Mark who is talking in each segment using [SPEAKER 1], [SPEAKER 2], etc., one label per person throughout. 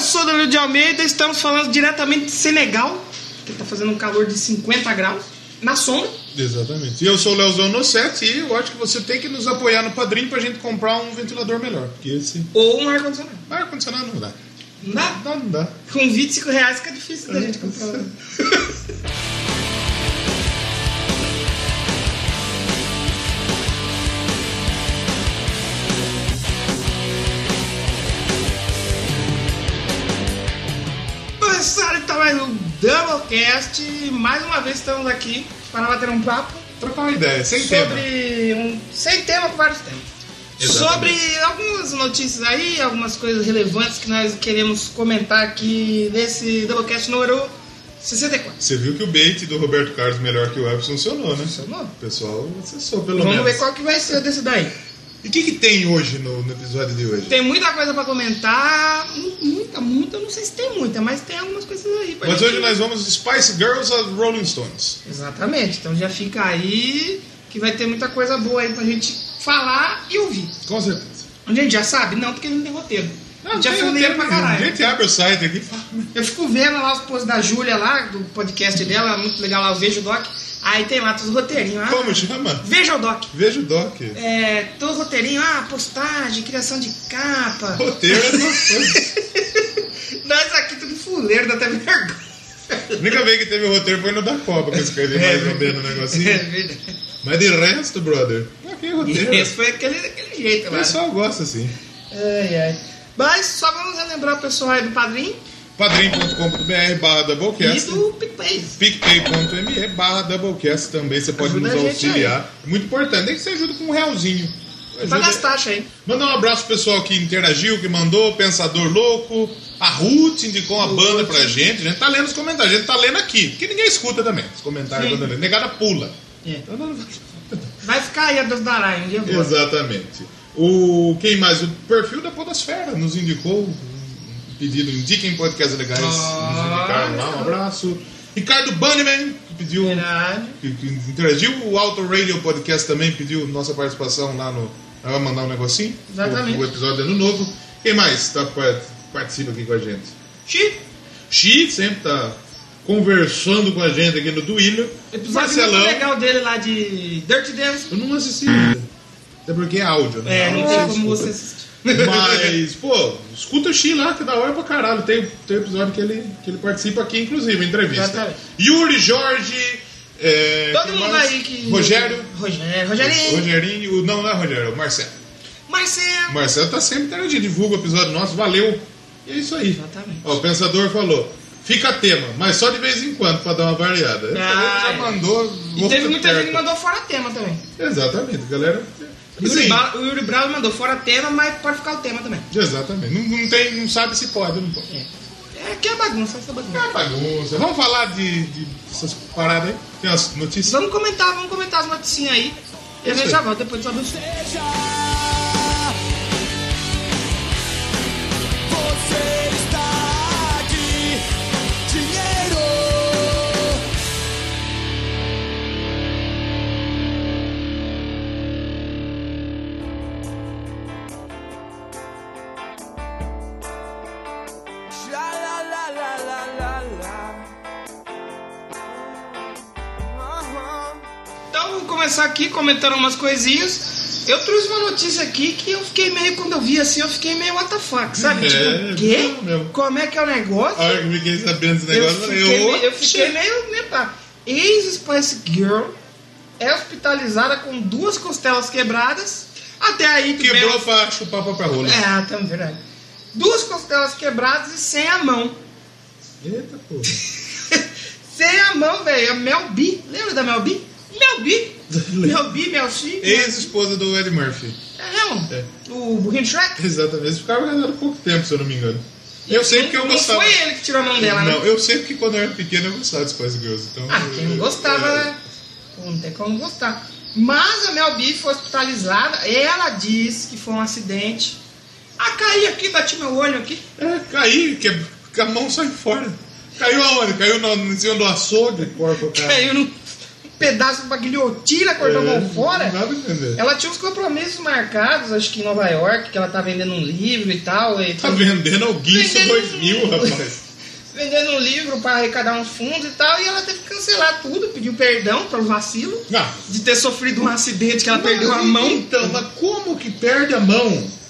[SPEAKER 1] sou Danilo de Almeida, estamos falando diretamente de Senegal, que está fazendo um calor de 50 graus, na sombra.
[SPEAKER 2] Exatamente. E eu sou o Leozão Nosset e eu acho que você tem que nos apoiar no padrinho pra gente comprar um ventilador melhor. Porque esse.
[SPEAKER 1] Ou um ar-condicionado.
[SPEAKER 2] Ar-condicionado não dá.
[SPEAKER 1] Não dá?
[SPEAKER 2] Não, não dá.
[SPEAKER 1] Com 25 reais fica difícil da gente comprar. Começaram então mais um Doublecast. e Mais uma vez estamos aqui para bater um papo
[SPEAKER 2] Trocar uma ideia, sem tema.
[SPEAKER 1] sobre um. Sem tema, com vários temas.
[SPEAKER 2] Exatamente.
[SPEAKER 1] Sobre algumas notícias aí, algumas coisas relevantes que nós queremos comentar aqui nesse Doublecast número 64.
[SPEAKER 2] Você viu que o bait do Roberto Carlos melhor que o Web funcionou, né?
[SPEAKER 1] Funcionou.
[SPEAKER 2] O pessoal acessou, pelo
[SPEAKER 1] Vamos
[SPEAKER 2] menos.
[SPEAKER 1] ver qual que vai ser desse daí.
[SPEAKER 2] E o que, que tem hoje no, no episódio de hoje?
[SPEAKER 1] Tem muita coisa pra comentar. mu- Muita, muita, não sei se tem muita, mas tem algumas coisas aí. pra
[SPEAKER 2] Mas
[SPEAKER 1] gente-
[SPEAKER 2] hoje nós vamos Spice Girls of Rolling Stones.
[SPEAKER 1] Exatamente, então já fica aí que vai ter muita coisa boa aí pra gente falar e ouvir.
[SPEAKER 2] Com certeza.
[SPEAKER 1] A gente já sabe? Não, porque não tem roteiro. a gente já
[SPEAKER 2] Ah, tem
[SPEAKER 1] fuleira
[SPEAKER 2] roteiro
[SPEAKER 1] pra
[SPEAKER 2] nenhum. A
[SPEAKER 1] caralho.
[SPEAKER 2] gente abre o site aqui e fala.
[SPEAKER 1] Eu fico vendo lá os posts da Júlia lá, do podcast dela, é muito legal lá, eu vejo o Doc. Aí tem lá todos os roteirinhos. Ah,
[SPEAKER 2] Como chama?
[SPEAKER 1] veja o Doc.
[SPEAKER 2] Veja o Doc.
[SPEAKER 1] É, todo roteirinho, ah, postagem, criação de capa.
[SPEAKER 2] Roteiro é uma
[SPEAKER 1] Nós aqui tudo fuleiro, dá até vergonha.
[SPEAKER 2] coisa. A única vez que teve o roteiro foi no da Copa, que eu escrevi mais ou menos o
[SPEAKER 1] É
[SPEAKER 2] negocinho.
[SPEAKER 1] verdade.
[SPEAKER 2] Mas de resto, brother, aqui é roteiro.
[SPEAKER 1] Esse foi aquele, daquele jeito
[SPEAKER 2] O
[SPEAKER 1] lá.
[SPEAKER 2] pessoal gosta assim.
[SPEAKER 1] Ai, ai. Mas só vamos relembrar o pessoal aí do Padrim
[SPEAKER 2] padrim.com.br barra
[SPEAKER 1] e
[SPEAKER 2] Doublecast.
[SPEAKER 1] do PicPay.
[SPEAKER 2] PicPay.me barra Doublecast também, você pode
[SPEAKER 1] Ajuda
[SPEAKER 2] nos
[SPEAKER 1] a gente
[SPEAKER 2] auxiliar. Muito importante, nem que você ajude com um realzinho.
[SPEAKER 1] Pra
[SPEAKER 2] Ajuda-
[SPEAKER 1] gastar, taxas aí.
[SPEAKER 2] Mandar um abraço pro pessoal que interagiu, que mandou, Pensador Louco. A Ruth indicou uma banda pra gente. A gente tá lendo os comentários, a gente tá lendo aqui. Porque ninguém escuta também. Os comentários
[SPEAKER 1] Sim.
[SPEAKER 2] quando lê. Negada pula.
[SPEAKER 1] É.
[SPEAKER 2] Então não-
[SPEAKER 1] Vai ficar aí a Deus dará, hein? um dia eu vou.
[SPEAKER 2] Exatamente. O, quem mais? O perfil da Podosfera nos indicou um pedido. Indiquem podcasts legais.
[SPEAKER 1] Ah,
[SPEAKER 2] Nos indicaram lá. Um abraço. Ricardo Bunneman, que pediu
[SPEAKER 1] Verdade.
[SPEAKER 2] que, que interagiu. O Auto Radio Podcast também pediu nossa participação lá no. Ela vai mandar um negocinho.
[SPEAKER 1] Exatamente.
[SPEAKER 2] O, o episódio é no novo. Quem mais tá, part- participa aqui com a gente?
[SPEAKER 1] Chico,
[SPEAKER 2] Xi sempre tá conversando com a gente aqui no Duílio.
[SPEAKER 1] episódio muito
[SPEAKER 2] Marcelão.
[SPEAKER 1] legal dele lá de Dirty Dance.
[SPEAKER 2] Eu não assisti ainda. Até porque é áudio, né?
[SPEAKER 1] É, não
[SPEAKER 2] Áudio
[SPEAKER 1] tem
[SPEAKER 2] você
[SPEAKER 1] como
[SPEAKER 2] escuta.
[SPEAKER 1] você assistir.
[SPEAKER 2] Mas, pô, escuta o Xi lá, que é da hora pra caralho. Tem, tem episódio que ele, que ele participa aqui, inclusive, entrevista.
[SPEAKER 1] Exatamente.
[SPEAKER 2] Yuri, Jorge. é,
[SPEAKER 1] Todo
[SPEAKER 2] quem
[SPEAKER 1] mundo
[SPEAKER 2] mais?
[SPEAKER 1] aí que.
[SPEAKER 2] Rogério.
[SPEAKER 1] Rogério. Rogerinho.
[SPEAKER 2] Rogerinho. o- Não, não é Rogério, é o Marcelo. O
[SPEAKER 1] Marcelo.
[SPEAKER 2] Marcelo tá sempre interagindo, divulga o episódio nosso, valeu. E é isso aí.
[SPEAKER 1] Exatamente.
[SPEAKER 2] Ó, o Pensador falou. Fica tema, mas só de vez em quando pra dar uma variada. Ele
[SPEAKER 1] Ah,
[SPEAKER 2] já
[SPEAKER 1] é.
[SPEAKER 2] mandou.
[SPEAKER 1] E teve muita gente que
[SPEAKER 2] mandou.
[SPEAKER 1] mandou fora tema também.
[SPEAKER 2] Exatamente, galera.
[SPEAKER 1] Yuri
[SPEAKER 2] Sim.
[SPEAKER 1] Bra- O Yuri Brown mandou fora tema, mas pode ficar o tema também.
[SPEAKER 2] Exatamente. Não, não tem, não sabe se pode ou não pode.
[SPEAKER 1] É. É que é bagunça, essa bagunça.
[SPEAKER 2] É bagunça. Vamos falar de, de essas paradas aí? Tem umas notícias?
[SPEAKER 1] Vamos comentar, vamos comentar as notícias aí. E a
[SPEAKER 2] Isso
[SPEAKER 1] gente
[SPEAKER 2] aí.
[SPEAKER 1] já volta depois de saber o seu.
[SPEAKER 3] Você está aqui, dinheiro. Xa la la la la la la. Aham.
[SPEAKER 1] Então vamos começar aqui comentando umas coisinhas. Eu trouxe uma notícia aqui que eu fiquei meio, quando eu vi assim, eu fiquei meio what the fuck, sabe?
[SPEAKER 2] É,
[SPEAKER 1] tipo, o quê?
[SPEAKER 2] não, meu.
[SPEAKER 1] Como é que é o negócio?
[SPEAKER 2] A hora que eu fiquei sabendo desse
[SPEAKER 1] eu,
[SPEAKER 2] negócio, eu
[SPEAKER 1] fiquei,
[SPEAKER 2] falei,
[SPEAKER 1] meio- eu
[SPEAKER 2] "Oxe".
[SPEAKER 1] fiquei meio, meio pá. Ex-Spice Girl é hospitalizada com duas costelas quebradas. Até aí tudo
[SPEAKER 2] Quebrou
[SPEAKER 1] bem.
[SPEAKER 2] pra chupar pra rola.
[SPEAKER 1] É, ah, também verdade. Duas costelas quebradas e sem a mão. É.
[SPEAKER 2] Eita porra.
[SPEAKER 1] Sem a mão, velho. A Mel B. Lembra da Mel B? Mel B. Mel B, Mel C.
[SPEAKER 2] Ex-esposa do Ed Murphy.
[SPEAKER 1] É, não.
[SPEAKER 2] É.
[SPEAKER 1] O Burrinho Shrek.
[SPEAKER 2] Exatamente. Eles ficavam casando pouco tempo, se eu não me engano. Eu sei porque eu
[SPEAKER 1] não
[SPEAKER 2] gostava.
[SPEAKER 1] foi ele que tirou a mão dela, né?
[SPEAKER 2] Não, eu sei porque quando eu era pequeno eu gostava de Spice Girls. Então, é,
[SPEAKER 1] Ah, quem não gostava, né? Não tem como gostar. Mas a Mel B foi hospitalizada. Ela disse que foi um acidente. Ah, caí aqui, bati meu olho aqui.
[SPEAKER 2] É, caí, que que É. a mão sai fora. Caiu aonde? Caiu no, em cima do açougue, porco, cara.
[SPEAKER 1] Caiu no pedaço pra guilhotina, cortou
[SPEAKER 2] É.
[SPEAKER 1] a mão fora.
[SPEAKER 2] Não dá pra entender.
[SPEAKER 1] Ela tinha uns compromissos marcados, acho que em Nova York, que ela tá vendendo um livro e tal. E
[SPEAKER 2] Tá vendendo alguém isso
[SPEAKER 1] Vendendo-
[SPEAKER 2] 2000, rapaz.
[SPEAKER 1] vendendo um livro pra arrecadar um fundo e tal. E ela teve que cancelar tudo, pediu perdão pelo vacilo.
[SPEAKER 2] Ah,
[SPEAKER 1] De ter sofrido um acidente que ela perdeu a
[SPEAKER 2] mas
[SPEAKER 1] mão.
[SPEAKER 2] Então, mas como que perde a mão?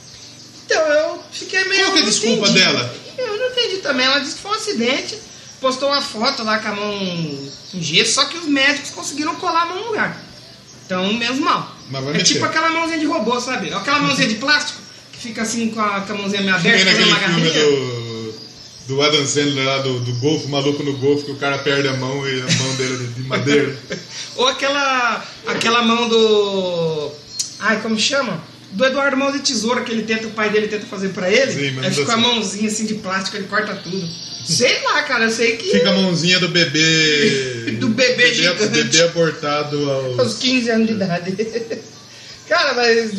[SPEAKER 1] Então eu fiquei meio.
[SPEAKER 2] Qual que é a
[SPEAKER 1] não
[SPEAKER 2] desculpa
[SPEAKER 1] entendi.
[SPEAKER 2] dela?
[SPEAKER 1] Eu não entendi também. Ela disse que foi um acidente. Postou uma foto lá com a mão com gesso, só que os médicos conseguiram colar a mão no lugar. Então, menos mal.
[SPEAKER 2] Mas vai
[SPEAKER 1] É
[SPEAKER 2] mexer.
[SPEAKER 1] tipo aquela mãozinha de robô, sabe? Aquela mãozinha de plástico que fica assim com a, com a mãozinha meio
[SPEAKER 2] Tem
[SPEAKER 1] aberta, fazendo
[SPEAKER 2] naquele
[SPEAKER 1] uma
[SPEAKER 2] filme
[SPEAKER 1] garrinha.
[SPEAKER 2] do, do Adam Sandler lá do, do golfe, o maluco no golfe, que o cara perde a mão e a mão dele é de madeira.
[SPEAKER 1] Ou aquela, aquela mão do. Ai, como chama? Do Eduardo Mão de Tesoura, que ele tenta, o pai dele tenta fazer pra ele.
[SPEAKER 2] Sim, mas
[SPEAKER 1] aí
[SPEAKER 2] não
[SPEAKER 1] fica
[SPEAKER 2] dá
[SPEAKER 1] a
[SPEAKER 2] certo.
[SPEAKER 1] mãozinha assim de plástico, ele corta tudo. Sei lá, cara, eu sei que
[SPEAKER 2] Fica a mãozinha do bebê.
[SPEAKER 1] Do bebê gigante.
[SPEAKER 2] Bebê abortado aos.
[SPEAKER 1] aos 15 anos de idade. cara, mas.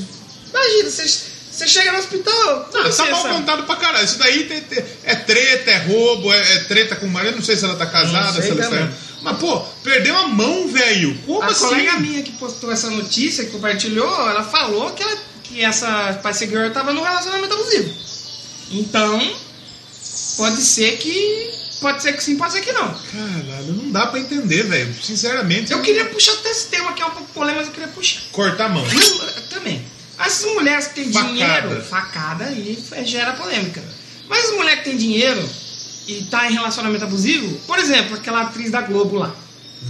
[SPEAKER 1] Imagina, você- você chega no hospital.
[SPEAKER 2] Ah,
[SPEAKER 1] como
[SPEAKER 2] tá
[SPEAKER 1] você
[SPEAKER 2] mal
[SPEAKER 1] sabe?
[SPEAKER 2] contado pra caralho. Isso daí tem- tem- é treta, é roubo, é, é treta com o marido. Eu Não sei se ela tá
[SPEAKER 1] Não
[SPEAKER 2] casada,
[SPEAKER 1] sei
[SPEAKER 2] se ela
[SPEAKER 1] também.
[SPEAKER 2] está. Mas, pô, perdeu a mão, velho. Como
[SPEAKER 1] a
[SPEAKER 2] assim?
[SPEAKER 1] colega minha que postou essa notícia, que compartilhou, ela falou que, ela, que essa Spice Girl tava num relacionamento abusivo. Então, pode ser que. Pode ser que sim, pode ser que não.
[SPEAKER 2] Caralho, não dá pra entender, velho. Sinceramente,
[SPEAKER 1] Eu queria puxar até esse tema que é um pouco polêmico, mas eu queria puxar.
[SPEAKER 2] cortar a mão.
[SPEAKER 1] Não, também. As mulheres que têm
[SPEAKER 2] Facada.
[SPEAKER 1] dinheiro, facada aí é, gera polêmica. Mas as mulheres que têm dinheiro e tá em relacionamento abusivo, por exemplo, aquela atriz da Globo lá.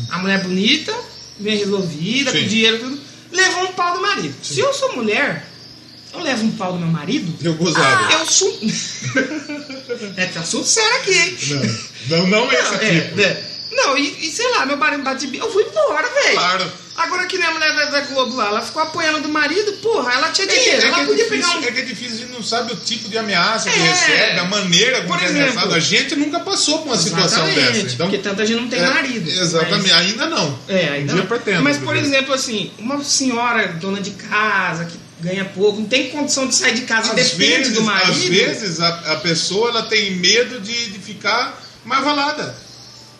[SPEAKER 1] A mulher bonita, bem resolvida,
[SPEAKER 2] Sim.
[SPEAKER 1] com dinheiro e tudo, levou um pau do marido. Se eu sou mulher, eu levo um pau do meu marido,
[SPEAKER 2] Eu gozava.
[SPEAKER 1] eu sou. é, tá assunto sério aqui, hein?
[SPEAKER 2] Não, não, não esse
[SPEAKER 1] Não, é,
[SPEAKER 2] tipo.
[SPEAKER 1] é. Não, e, e sei lá, meu marido bate bi- Eu fui embora, velho.
[SPEAKER 2] Claro.
[SPEAKER 1] Agora que nem a mulher da- da Globo lá, ela ficou apoiando do marido, porra, ela tinha
[SPEAKER 2] É que-
[SPEAKER 1] dinheiro.
[SPEAKER 2] é que
[SPEAKER 1] ela
[SPEAKER 2] é
[SPEAKER 1] podia
[SPEAKER 2] difícil-
[SPEAKER 1] pegar um.
[SPEAKER 2] É que é difícil, a gente não sabe o tipo de ameaça que
[SPEAKER 1] É.
[SPEAKER 2] recebe, a maneira como
[SPEAKER 1] Por
[SPEAKER 2] que é
[SPEAKER 1] exemplo.
[SPEAKER 2] ameaçado. A gente nunca passou por uma situação
[SPEAKER 1] Exatamente,
[SPEAKER 2] dessa. Então,
[SPEAKER 1] porque tanta gente não tem
[SPEAKER 2] é,
[SPEAKER 1] marido.
[SPEAKER 2] Exatamente,
[SPEAKER 1] mas-
[SPEAKER 2] ainda não.
[SPEAKER 1] É, ainda.
[SPEAKER 2] Um dia
[SPEAKER 1] não.
[SPEAKER 2] pretendo,
[SPEAKER 1] mas, por
[SPEAKER 2] entendeu?
[SPEAKER 1] exemplo, assim, uma senhora dona de casa que ganha pouco, não tem condição de sair de casa e
[SPEAKER 2] Às
[SPEAKER 1] depende
[SPEAKER 2] vezes,
[SPEAKER 1] do marido.
[SPEAKER 2] às vezes a, a pessoa ela tem medo de, de ficar mais valada.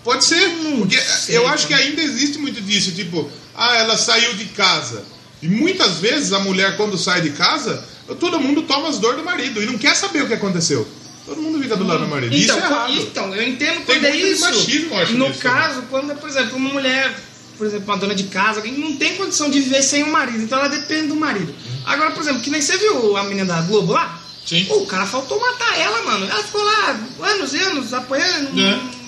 [SPEAKER 2] Pode ser.
[SPEAKER 1] Hum,
[SPEAKER 2] porque
[SPEAKER 1] sei,
[SPEAKER 2] eu acho que
[SPEAKER 1] cara.
[SPEAKER 2] ainda existe muito disso. Tipo, ah, ela saiu de casa. E muitas vezes a mulher, quando sai de casa, todo mundo toma as dores do marido e não quer saber o que aconteceu. Todo mundo fica do lado do marido.
[SPEAKER 1] Então,
[SPEAKER 2] isso é errado.
[SPEAKER 1] então, eu entendo
[SPEAKER 2] Tem
[SPEAKER 1] quando é
[SPEAKER 2] muito de
[SPEAKER 1] isso.
[SPEAKER 2] machismo, eu acho,
[SPEAKER 1] no
[SPEAKER 2] nisso,
[SPEAKER 1] caso, quando, por exemplo, uma mulher, por exemplo, uma dona de casa, que não tem condição de viver sem o marido, então ela depende do marido. Agora, por exemplo, que nem você viu a menina da Globo lá?
[SPEAKER 2] Sim.
[SPEAKER 1] Pô, o cara faltou matar ela, mano. Ela ficou lá anos e anos apanhando.
[SPEAKER 2] É.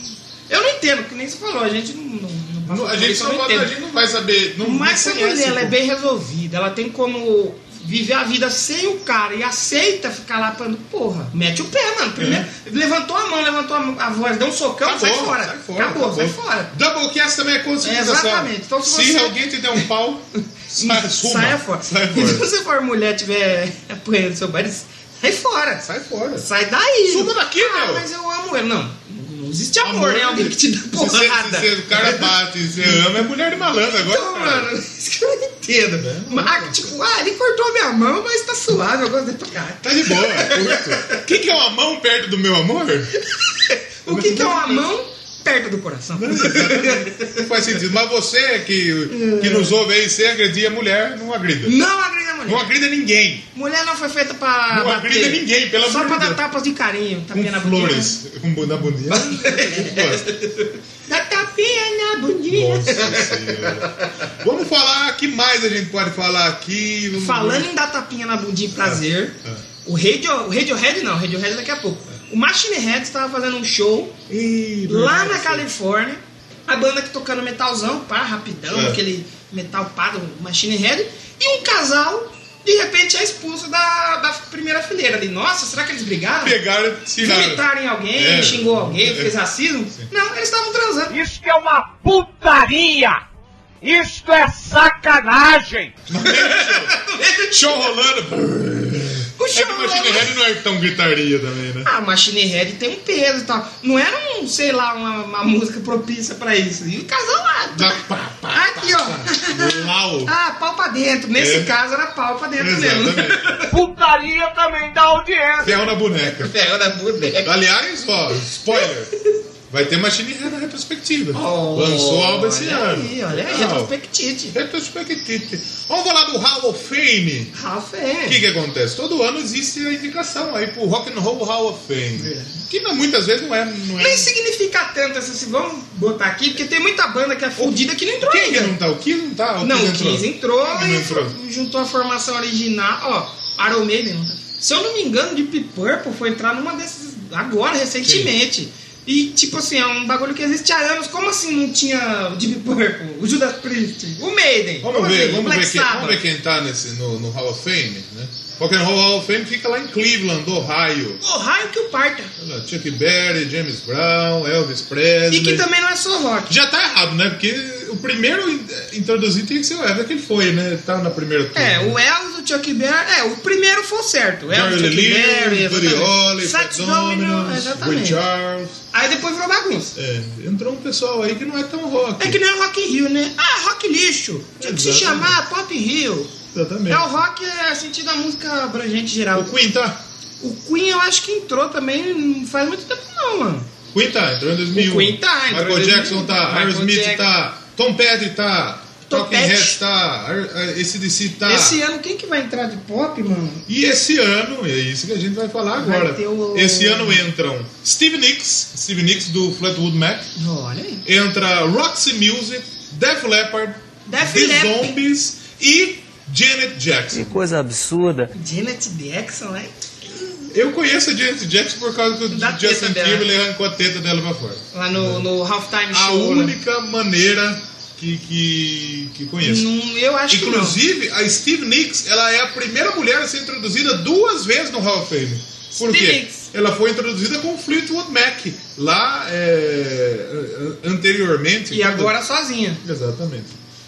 [SPEAKER 1] Eu não entendo, que nem você falou, a gente não. não- não passa
[SPEAKER 2] Não, a,
[SPEAKER 1] por
[SPEAKER 2] gente
[SPEAKER 1] isso,
[SPEAKER 2] só
[SPEAKER 1] eu
[SPEAKER 2] não, a gente não vai saber. Não,
[SPEAKER 1] mas se
[SPEAKER 2] não
[SPEAKER 1] a
[SPEAKER 2] conhece, tipo. então.
[SPEAKER 1] mulher ela é
[SPEAKER 2] pô.
[SPEAKER 1] bem resolvida, ela tem como viver a vida sem o cara e aceita ficar lá falando, porra, mete o pé, mano. Primeiro, Levantou a mão, levantou a, mão, a voz, deu um socão,
[SPEAKER 2] É. Acabou,
[SPEAKER 1] sai fora.
[SPEAKER 2] Sai fora.
[SPEAKER 1] acabou, sai fora.
[SPEAKER 2] Doublecast também é conscientização.
[SPEAKER 1] Exatamente. Então, se
[SPEAKER 2] se
[SPEAKER 1] você-
[SPEAKER 2] alguém te der um pau, sai, suma.
[SPEAKER 1] Saia fora.
[SPEAKER 2] Sai
[SPEAKER 1] E se
[SPEAKER 2] fora.
[SPEAKER 1] você for mulher e tiver apanhando seu marido, sai fora.
[SPEAKER 2] sai fora.
[SPEAKER 1] Sai daí.
[SPEAKER 2] Suma daqui,
[SPEAKER 1] ah,
[SPEAKER 2] meu.
[SPEAKER 1] mas eu amo ele. Não, não existe amor, né?
[SPEAKER 2] né?
[SPEAKER 1] Alguém que te dá
[SPEAKER 2] Se você-
[SPEAKER 1] porrada.
[SPEAKER 2] Se, você- Ah. o cara bate, você ama, é mulher de malandro agora.
[SPEAKER 1] Então,
[SPEAKER 2] cara.
[SPEAKER 1] mano, isso que eu não entendo.
[SPEAKER 2] É,
[SPEAKER 1] Mas, tipo, ah, ele cortou a minha mão, mas tá suave, eu gosto dele pra caralho.
[SPEAKER 2] Tá de boa, curto. O que, que é uma mão perto do meu amor?
[SPEAKER 1] O que, que é uma mão perto do coração?
[SPEAKER 2] Não faz sentido. Mas você que, que nos ouve aí, você agredir a mulher, não agrida.
[SPEAKER 1] Não agrida a
[SPEAKER 2] Não
[SPEAKER 1] mulher.
[SPEAKER 2] agrida ninguém.
[SPEAKER 1] Mulher não foi feita pra.
[SPEAKER 2] Não
[SPEAKER 1] bater.
[SPEAKER 2] agrida ninguém, pelo
[SPEAKER 1] Só
[SPEAKER 2] amor
[SPEAKER 1] pra
[SPEAKER 2] de
[SPEAKER 1] dar
[SPEAKER 2] Deus.
[SPEAKER 1] tapas de carinho. Tapinha Tá na
[SPEAKER 2] Com
[SPEAKER 1] bundinha.
[SPEAKER 2] flores. Com bunda bonita.
[SPEAKER 1] Dá tapinha na bundinha.
[SPEAKER 2] Nossa senhora. Vamos falar, que mais a gente pode falar aqui? Vamos-
[SPEAKER 1] Falando em dar tapinha na bundinha e prazer,
[SPEAKER 2] Ah.
[SPEAKER 1] o Radio, o Radiohead não, o Radiohead é daqui a pouco. O Machine Head estava fazendo um show
[SPEAKER 2] Ih,
[SPEAKER 1] lá
[SPEAKER 2] verdade,
[SPEAKER 1] na
[SPEAKER 2] sim.
[SPEAKER 1] Califórnia. A banda que tocando metalzão, pá, rapidão,
[SPEAKER 2] É.
[SPEAKER 1] aquele metal pá do Machine Head. E um casal, de repente, é expulso da, da primeira fileira ali. Nossa, será que eles brigaram?
[SPEAKER 2] Pegaram e tiraram.
[SPEAKER 1] gritaram em alguém,
[SPEAKER 2] É.
[SPEAKER 1] xingou alguém,
[SPEAKER 2] É.
[SPEAKER 1] fez racismo. Não, eles estavam transando.
[SPEAKER 4] Isto é uma putaria! Isto é sacanagem!
[SPEAKER 2] Show rolando.
[SPEAKER 1] o
[SPEAKER 2] É que
[SPEAKER 1] show
[SPEAKER 2] o Machine Head não é tão gritaria também, né?
[SPEAKER 1] Ah, Machine Head tem um peso e tal. Não era um, sei lá, uma, uma música propícia pra isso. E o casal lá.
[SPEAKER 2] Dá pá, pá, pá,
[SPEAKER 1] Aqui, ó.
[SPEAKER 2] pá. Lau.
[SPEAKER 1] Ah, pau pra dentro. Nesse
[SPEAKER 2] É.
[SPEAKER 1] caso era pau pra dentro mesmo.
[SPEAKER 2] Exatamente.
[SPEAKER 4] Putaria também da audiência!
[SPEAKER 2] Ferro na boneca.
[SPEAKER 1] Ferro da boneca.
[SPEAKER 2] Aliás, ó, spoiler. Vai ter Machine Head na retrospectiva.
[SPEAKER 1] Oh,
[SPEAKER 2] Lançou a obra esse
[SPEAKER 1] olha
[SPEAKER 2] ano.
[SPEAKER 1] Aí, olha aí,
[SPEAKER 2] Legal.
[SPEAKER 1] retrospectite.
[SPEAKER 2] Retrospectiva. Vamos falar do Hall of Fame.
[SPEAKER 1] Rafa
[SPEAKER 2] O que,
[SPEAKER 1] é.
[SPEAKER 2] que acontece? Todo ano existe a indicação aí pro Rock and Roll Hall of Fame.
[SPEAKER 1] Verdade.
[SPEAKER 2] Que não- muitas vezes não é. Não é...
[SPEAKER 1] Nem significa tanto essa, se vamos botar aqui, porque tem muita banda que é fodida que não entrou
[SPEAKER 2] Quem que
[SPEAKER 1] ainda.
[SPEAKER 2] não tá? O que não tá? O
[SPEAKER 1] Não,
[SPEAKER 2] que
[SPEAKER 1] o Kiss entrou
[SPEAKER 2] Quem
[SPEAKER 1] e
[SPEAKER 2] não entrou?
[SPEAKER 1] f- juntou a formação original. Ó, Iron Maiden. não tá. Se eu não me engano, Deep Purple foi entrar numa dessas agora, recentemente. E, tipo assim, é um bagulho que existe há anos. Como assim não tinha o Deep Purple, o Judas Priest, o Maiden?
[SPEAKER 2] Vamos
[SPEAKER 1] Como
[SPEAKER 2] ver,
[SPEAKER 1] assim?
[SPEAKER 2] vamos
[SPEAKER 1] Black
[SPEAKER 2] ver, quem, vamos
[SPEAKER 1] Sabbath.
[SPEAKER 2] ver quem tá nesse, no, no Hall of Fame, né? Rock and Roll Hall of Fame fica lá em Cleveland, Ohio.
[SPEAKER 1] O raio que o parta.
[SPEAKER 2] Olha lá, Chuck Berry, James Brown, Elvis Presley.
[SPEAKER 1] E que também não é só rock.
[SPEAKER 2] Já tá errado, né? Porque o primeiro in- introduzido tem que ser o Elvis, que ele foi, né? Tá na primeira turma.
[SPEAKER 1] É, o Elvis, o Chuck Berry. É, o primeiro foi certo. O Elvis, o
[SPEAKER 2] Jerry
[SPEAKER 1] Chuck Berry,
[SPEAKER 2] Lee, Buddy Holly,
[SPEAKER 1] exatamente.
[SPEAKER 2] Fats
[SPEAKER 1] Sax Domino,
[SPEAKER 2] Domino, Ray
[SPEAKER 1] exatamente.
[SPEAKER 2] Charles.
[SPEAKER 1] Aí depois virou bagunça.
[SPEAKER 2] É, entrou um pessoal aí que não é tão rock.
[SPEAKER 1] É que nem o Rock in Rio, né? Ah, rock lixo. Tinha que se
[SPEAKER 2] Exatamente.
[SPEAKER 1] chamar Pop in Rio.
[SPEAKER 2] Exatamente.
[SPEAKER 1] É, o rock é sentido da música abrangente geral.
[SPEAKER 2] O Queen tá?
[SPEAKER 1] O Queen eu acho que entrou também não faz muito tempo não, mano.
[SPEAKER 2] Queen tá, entrou em 2001.
[SPEAKER 1] O Queen tá, entrou em
[SPEAKER 2] Michael
[SPEAKER 1] 2001.
[SPEAKER 2] Jackson tá,
[SPEAKER 1] Michael
[SPEAKER 2] Aerosmith
[SPEAKER 1] Jackson.
[SPEAKER 2] tá, Tom Petty tá,
[SPEAKER 1] Tom
[SPEAKER 2] Talking
[SPEAKER 1] Petty.
[SPEAKER 2] Heads tá, esse DC tá.
[SPEAKER 1] Esse ano quem que vai entrar de pop, mano?
[SPEAKER 2] E esse ano, é isso que a gente vai falar
[SPEAKER 1] Vai
[SPEAKER 2] agora.
[SPEAKER 1] ter um- o-
[SPEAKER 2] Esse ano entram Steve Nicks, Steve Nicks do Fleetwood Mac,
[SPEAKER 1] Olha aí.
[SPEAKER 2] entra Roxy Music, Def Leppard,
[SPEAKER 1] Def
[SPEAKER 2] The
[SPEAKER 1] Leppard.
[SPEAKER 2] Zombies e Janet Jackson.
[SPEAKER 5] coisa absurda.
[SPEAKER 1] Janet Jackson, né?
[SPEAKER 2] Eu conheço a Janet Jackson por causa que o
[SPEAKER 1] Da teta
[SPEAKER 2] Justin
[SPEAKER 1] dela.
[SPEAKER 2] Timberlake arrancou a teta dela pra fora.
[SPEAKER 1] Lá no, no Halftime
[SPEAKER 2] A
[SPEAKER 1] Show. né?
[SPEAKER 2] única maneira que, que, que conheço.
[SPEAKER 1] Não, eu acho que
[SPEAKER 2] Inclusive, a Steve Nicks, ela é a primeira mulher a ser introduzida duas vezes no Hall of Fame. Por
[SPEAKER 1] Steve
[SPEAKER 2] quê?
[SPEAKER 1] Nicks.
[SPEAKER 2] Ela foi introduzida com o Fleetwood Mac, lá é, an- anteriormente.
[SPEAKER 1] não. E agora sozinha.
[SPEAKER 2] Exatamente.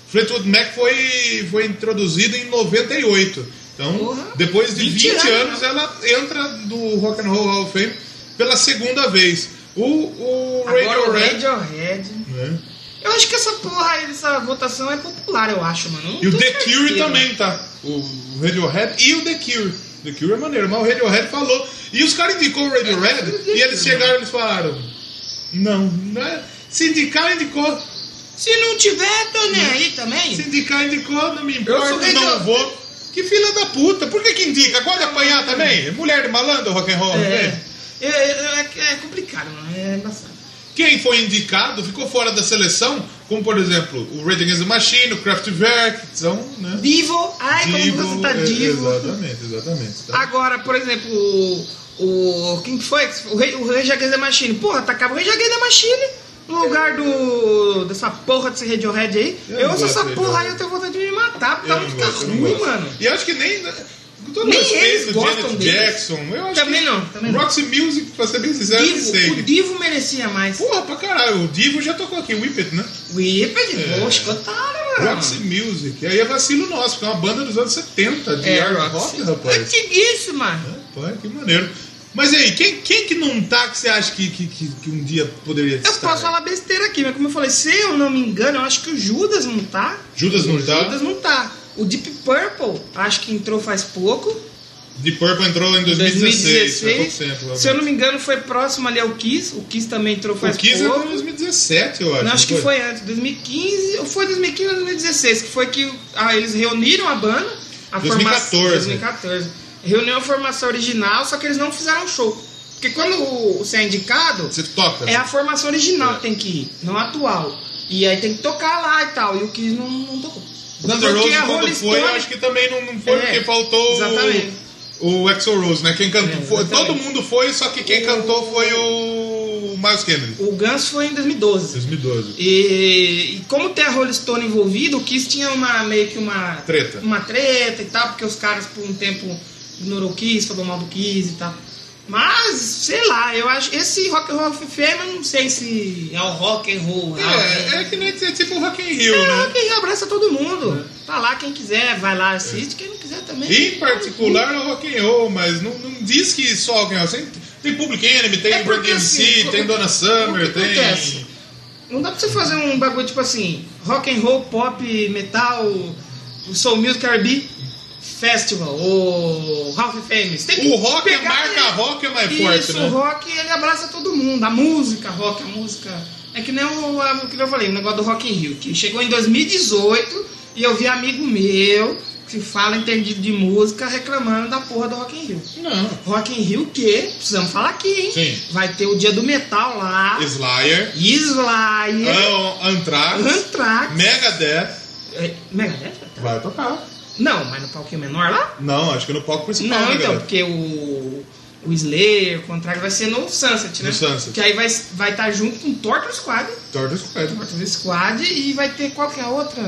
[SPEAKER 2] Fleetwood Mac foi, foi introduzida em 98. Então,
[SPEAKER 1] Porra,
[SPEAKER 2] depois de
[SPEAKER 1] 20
[SPEAKER 2] 20,
[SPEAKER 1] anos, né?
[SPEAKER 2] anos, ela entra no Rock and Roll Hall of Fame pela segunda vez. O, o
[SPEAKER 1] Agora o
[SPEAKER 2] Radiohead,
[SPEAKER 1] Radiohead.
[SPEAKER 2] né?
[SPEAKER 1] Eu acho que essa porra, aí, essa votação é popular, eu acho, mano. Não
[SPEAKER 2] E o
[SPEAKER 1] tenho
[SPEAKER 2] The Cure
[SPEAKER 1] certeza.
[SPEAKER 2] também, tá? O Radiohead e o The Cure. The Cure é maneiro, mas o Radiohead falou. E os caras indicou o Radiohead e eles chegaram e eles falaram: Não, né? Se indicar, indicou.
[SPEAKER 1] Se não tiver, tô nem aí também.
[SPEAKER 2] Se indicar, indicou, não me
[SPEAKER 1] Eu sou
[SPEAKER 2] importa,
[SPEAKER 1] Radiohead.
[SPEAKER 2] não vou. Que filha da puta, por que que indica? Pode apanhar também? Mulher de malandro, rock and roll,
[SPEAKER 1] É,
[SPEAKER 2] né?
[SPEAKER 1] é, é- é complicado, mano. É embaçado.
[SPEAKER 2] Quem foi indicado ficou fora da seleção, como por exemplo o Rage Against the Machine, o Kraftwerk, que são, né?
[SPEAKER 1] Divo, ai, como você tá
[SPEAKER 2] é,
[SPEAKER 1] divo.
[SPEAKER 2] Exatamente, exatamente. tá?
[SPEAKER 1] Agora, por exemplo, o. o- quem que foi? O Rei, o Rei Jaguez da Machine. Porra, tacava o Rei Jaguez da Machine no lugar do. dessa porra desse Radiohead aí.
[SPEAKER 2] É. Eu
[SPEAKER 1] Eu,
[SPEAKER 2] não
[SPEAKER 1] ouço
[SPEAKER 2] gosto
[SPEAKER 1] essa
[SPEAKER 2] de
[SPEAKER 1] porra aí,
[SPEAKER 2] Radiohead.
[SPEAKER 1] eu tenho vontade de me matar, porque
[SPEAKER 2] Eu
[SPEAKER 1] tá
[SPEAKER 2] não
[SPEAKER 1] muito
[SPEAKER 2] gosto, eu não
[SPEAKER 1] ruim,
[SPEAKER 2] gosto.
[SPEAKER 1] mano.
[SPEAKER 2] E eu acho que nem. Com todo
[SPEAKER 1] Nem eles
[SPEAKER 2] respeito,
[SPEAKER 1] gostam
[SPEAKER 2] Janet
[SPEAKER 1] deles.
[SPEAKER 2] Jackson. Eu acho
[SPEAKER 1] Também
[SPEAKER 2] que
[SPEAKER 1] não, também não.
[SPEAKER 2] Roxy Music, pra ser bem sincero, eu não
[SPEAKER 1] Divo, o
[SPEAKER 2] sei.
[SPEAKER 1] Divo merecia mais.
[SPEAKER 2] Porra, pra caralho. O Divo já tocou aqui, o Whippet, né?
[SPEAKER 1] O Ipa de
[SPEAKER 2] É.
[SPEAKER 1] boa, escotado, Ah, mano.
[SPEAKER 2] Roxy Music. Aí é vacilo nosso, porque é uma banda dos anos 70
[SPEAKER 1] É,
[SPEAKER 2] de hard rock, rapaz.
[SPEAKER 1] Antiguíssimo, É mano.
[SPEAKER 2] Rapaz, que maneiro. Mas aí, quem, quem que não tá que você acha que, que, que, que um dia poderia
[SPEAKER 1] Eu
[SPEAKER 2] estar?
[SPEAKER 1] posso falar besteira aqui, mas como eu falei, se eu não me engano, eu acho que o Judas não tá.
[SPEAKER 2] Judas não tá.
[SPEAKER 1] Judas não tá. O Deep Purple, acho que entrou faz pouco.
[SPEAKER 2] De Purple entrou em 2016. faz pouco tempo, realmente.
[SPEAKER 1] se eu não me engano, foi próximo ali ao Kiss. O Kiss também entrou faz
[SPEAKER 2] O Kiss
[SPEAKER 1] pouco.
[SPEAKER 2] entrou em 2017, eu acho.
[SPEAKER 1] Não, acho que
[SPEAKER 2] não
[SPEAKER 1] foi antes, 2015, ou foi 2015 ou 2016, que foi que ah, eles reuniram a banda. A Formação,
[SPEAKER 2] 2014.
[SPEAKER 1] 2014. Reuniu a formação original, só que eles não fizeram show. Porque quando o- você é indicado,
[SPEAKER 2] Você toca.
[SPEAKER 1] é a formação original que tem que ir, não a atual. E aí tem que tocar lá e tal. E o Kiss não, não tocou.
[SPEAKER 2] Thunder
[SPEAKER 1] Porque
[SPEAKER 2] Rose,
[SPEAKER 1] a
[SPEAKER 2] quando
[SPEAKER 1] Rolling
[SPEAKER 2] foi, eu
[SPEAKER 1] Stone-
[SPEAKER 2] acho que também não, não foi,
[SPEAKER 1] É,
[SPEAKER 2] porque faltou o-
[SPEAKER 1] exatamente.
[SPEAKER 2] o Exo Rose, né? Quem cantou,
[SPEAKER 1] É,
[SPEAKER 2] foi,
[SPEAKER 1] exatamente.
[SPEAKER 2] todo mundo foi, só que quem
[SPEAKER 1] O-
[SPEAKER 2] cantou foi o Miles Kennedy.
[SPEAKER 1] O Guns foi em 2012.
[SPEAKER 2] 2012.
[SPEAKER 1] E, e como tem a Rolling Stone envolvido, o Kiss tinha uma, meio que uma
[SPEAKER 2] Treta.
[SPEAKER 1] uma treta e tal, porque os caras por um tempo ignorou o Kiss, falou mal do Kiss e tal. Mas, sei lá, eu acho. Esse Rock and Roll FM, eu não sei se é o rock and roll. né?
[SPEAKER 2] É, é que nem é tipo o Rock in Rio, né?
[SPEAKER 1] rock and roll abraça todo mundo. Tá lá quem quiser, vai lá, assiste, quem não quiser também.
[SPEAKER 2] Em particular é o rock and roll, mas não, não diz que só rock and roll. Tem, tem Public Enemy, tem
[SPEAKER 1] É porque,
[SPEAKER 2] Brand MC,
[SPEAKER 1] assim,
[SPEAKER 2] tem
[SPEAKER 1] o-
[SPEAKER 2] Donna Summer,
[SPEAKER 1] o que
[SPEAKER 2] tem.
[SPEAKER 1] acontece? Não dá pra você fazer um bagulho tipo assim, rock and roll, pop, metal, soul music, R&B. Festival, o Hall of Fame. Você tem que
[SPEAKER 2] O rock, a
[SPEAKER 1] pegar
[SPEAKER 2] marca
[SPEAKER 1] ele.
[SPEAKER 2] rock é mais
[SPEAKER 1] Isso,
[SPEAKER 2] forte, né?
[SPEAKER 1] o rock ele abraça todo mundo. A música, rock, a música. É que nem o, a- o que eu falei, o negócio do Rock in Rio, que chegou em 2018 e eu vi amigo meu que fala entendido de música reclamando da porra do Rock in Rio.
[SPEAKER 2] Não.
[SPEAKER 1] Rock in Rio que, precisamos falar aqui, hein?
[SPEAKER 2] Sim.
[SPEAKER 1] Vai ter o dia do metal lá.
[SPEAKER 2] Slayer,
[SPEAKER 1] Slayer,
[SPEAKER 2] An- Anthrax,
[SPEAKER 1] Anthrax.
[SPEAKER 2] Megadeth.
[SPEAKER 1] É, Megadeth? vai tocar?
[SPEAKER 2] Vai tocar.
[SPEAKER 1] Não, mas no palquinho menor lá?
[SPEAKER 2] Não, acho que no palco principal,
[SPEAKER 1] Não,
[SPEAKER 2] né,
[SPEAKER 1] então,
[SPEAKER 2] galera?
[SPEAKER 1] porque o, o Slayer, o contrário, vai ser no Sunset, né?
[SPEAKER 2] No Sunset.
[SPEAKER 1] Que aí vai estar vai tá junto com Torture Squad.
[SPEAKER 2] Torta Squad.
[SPEAKER 1] Torture Squad e vai ter qualquer outra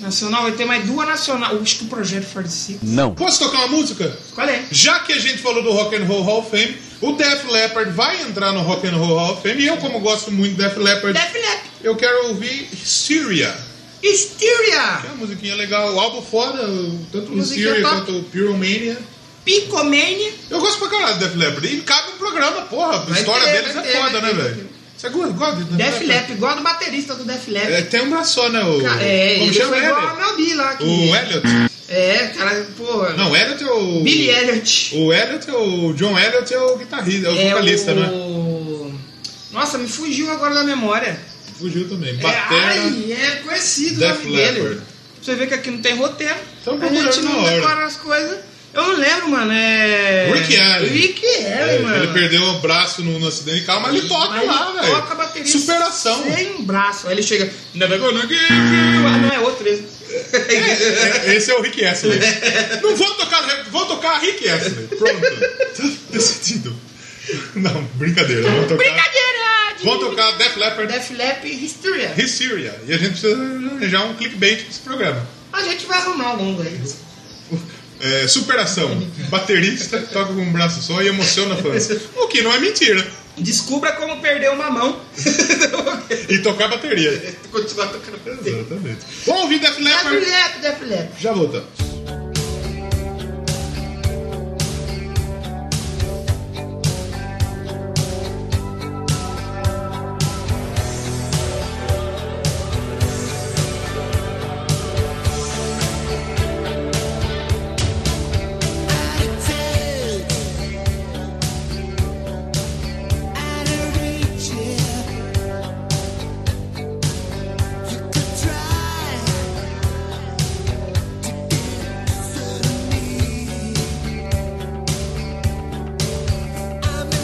[SPEAKER 1] nacional. Vai ter mais duas nacional. Acho que o Projeto 45.
[SPEAKER 5] Não.
[SPEAKER 2] Posso tocar uma música?
[SPEAKER 1] Qual é?
[SPEAKER 2] Já que a gente falou do Rock and Roll Hall of Fame, o Def Leppard vai entrar no Rock and Roll Hall of Fame. E eu, como gosto muito do Def Leppard,
[SPEAKER 1] Def Leppard.
[SPEAKER 2] eu quero ouvir Syria. Que é
[SPEAKER 1] Hysteria.
[SPEAKER 2] uma musiquinha legal. O álbum foda, o- tanto o
[SPEAKER 1] Musiquinha
[SPEAKER 2] Syria
[SPEAKER 1] top.
[SPEAKER 2] quanto o Pyromania.
[SPEAKER 1] Picomania.
[SPEAKER 2] Eu gosto pra caralho do Def Leppard. E cabe um programa, porra. A
[SPEAKER 1] Vai
[SPEAKER 2] história
[SPEAKER 1] ter,
[SPEAKER 2] deles
[SPEAKER 1] vai
[SPEAKER 2] é
[SPEAKER 1] ter,
[SPEAKER 2] foda,
[SPEAKER 1] vai
[SPEAKER 2] né,
[SPEAKER 1] ter, vai
[SPEAKER 2] velho? Você gosta gosta de
[SPEAKER 1] Def Leppard, igual do baterista do Def Leppard.
[SPEAKER 2] É, tem um braço só, né? O,
[SPEAKER 1] Cara, é,
[SPEAKER 2] como
[SPEAKER 1] ele
[SPEAKER 2] chama
[SPEAKER 1] foi
[SPEAKER 2] ele?
[SPEAKER 1] igual ao Mel B lá. Que,
[SPEAKER 2] O Elliot.
[SPEAKER 1] É, cara, pô.
[SPEAKER 2] Não, o Elliot é o...
[SPEAKER 1] Billy Elliot.
[SPEAKER 2] O Elliot, é o John Elliot é o guitarrista, é o vocalista, né?
[SPEAKER 1] o... Nossa, me fugiu agora da memória.
[SPEAKER 2] Fugiu também.
[SPEAKER 1] É,
[SPEAKER 2] Batera.
[SPEAKER 1] ai, é conhecido o
[SPEAKER 2] Def
[SPEAKER 1] nome dele.
[SPEAKER 2] Leppard.
[SPEAKER 1] Pra Você vê que aqui não tem roteiro.
[SPEAKER 2] Tão
[SPEAKER 1] a
[SPEAKER 2] procurando
[SPEAKER 1] gente
[SPEAKER 2] na
[SPEAKER 1] não
[SPEAKER 2] hora.
[SPEAKER 1] decora as coisas. Eu não lembro, mano. É.
[SPEAKER 2] Rick Allen.
[SPEAKER 1] Rick Allen,
[SPEAKER 2] É,
[SPEAKER 1] mano.
[SPEAKER 2] ele perdeu o braço no, no acidente e calma, mas ele toca
[SPEAKER 1] Mas ele
[SPEAKER 2] lá, velho.
[SPEAKER 1] Toca a bateria.
[SPEAKER 2] Superação.
[SPEAKER 1] Sem um braço. Aí ele chega. Never gonna give you. Ah, não é outro esse.
[SPEAKER 2] Tá. É, Esse é o Rick Astley. Não vou tocar, vou tocar Rick Astley. Pronto. Tá Decidido. Não, brincadeira. Vamos tocar,
[SPEAKER 1] Brincadeira! de-
[SPEAKER 2] vamos tocar Def Leppard
[SPEAKER 1] Def Lap History.
[SPEAKER 2] His Syria. E a gente precisa arranjar um clickbait pra esse programa.
[SPEAKER 1] A gente vai arrumar ao longo aí.
[SPEAKER 2] É, superação. Baterista que toca com um braço só e emociona fãs. O que não é mentira.
[SPEAKER 1] Descubra como perder uma mão.
[SPEAKER 2] E tocar bateria.
[SPEAKER 1] Continuar tocando Def
[SPEAKER 2] Exatamente. Vamos ouvir Def Leppard.
[SPEAKER 1] Lap, Def Lap.
[SPEAKER 2] Já voltamos.
[SPEAKER 3] You could try to get
[SPEAKER 6] Oh, Oh,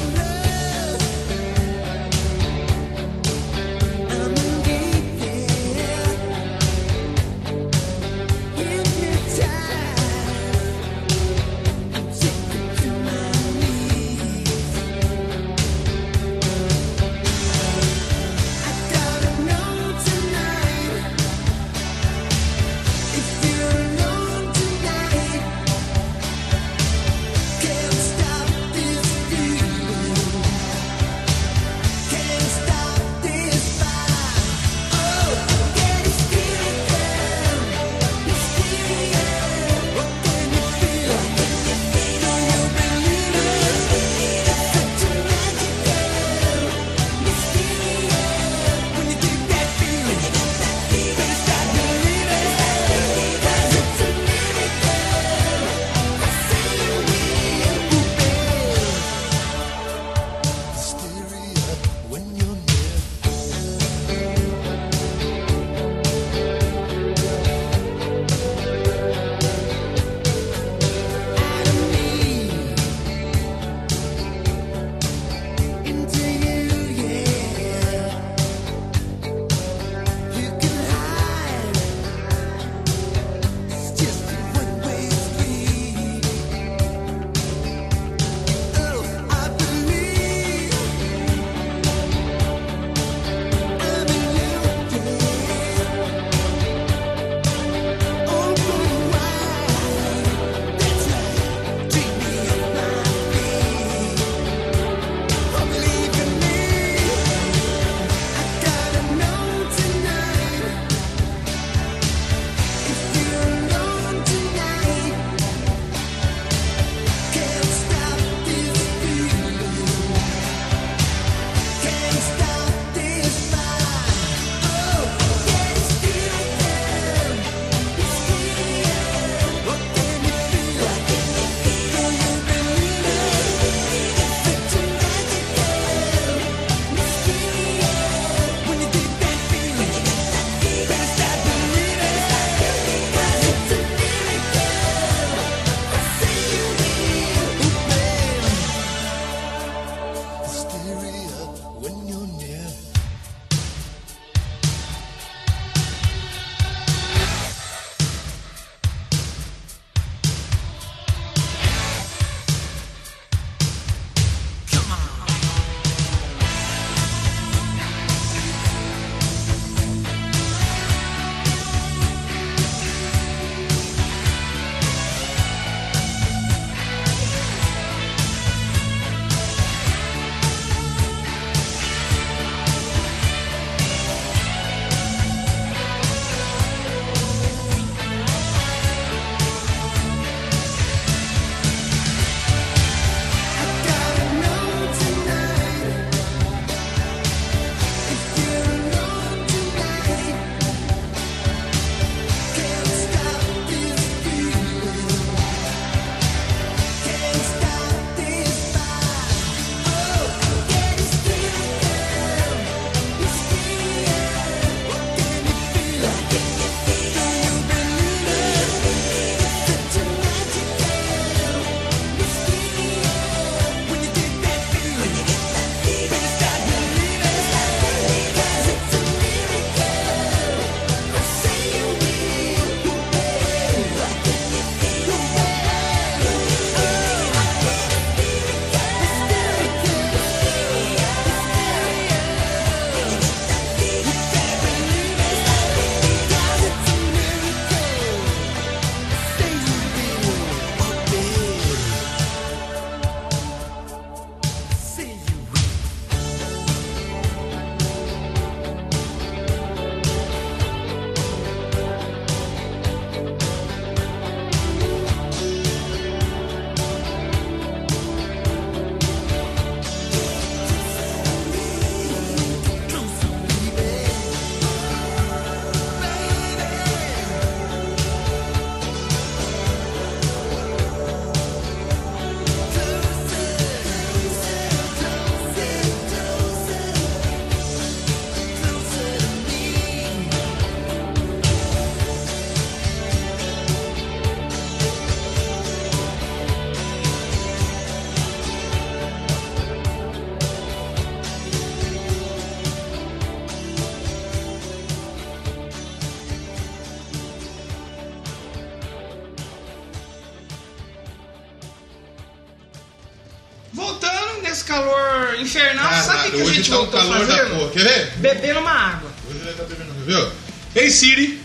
[SPEAKER 1] calor infernal, sabe o que, que a
[SPEAKER 2] hoje
[SPEAKER 1] gente
[SPEAKER 2] tá um
[SPEAKER 1] voltou a
[SPEAKER 2] calor da
[SPEAKER 1] fazer?
[SPEAKER 2] porra. Quer ver?
[SPEAKER 1] Bebendo uma água.
[SPEAKER 2] Hoje ele tá terminando, viu? Ei, Siri.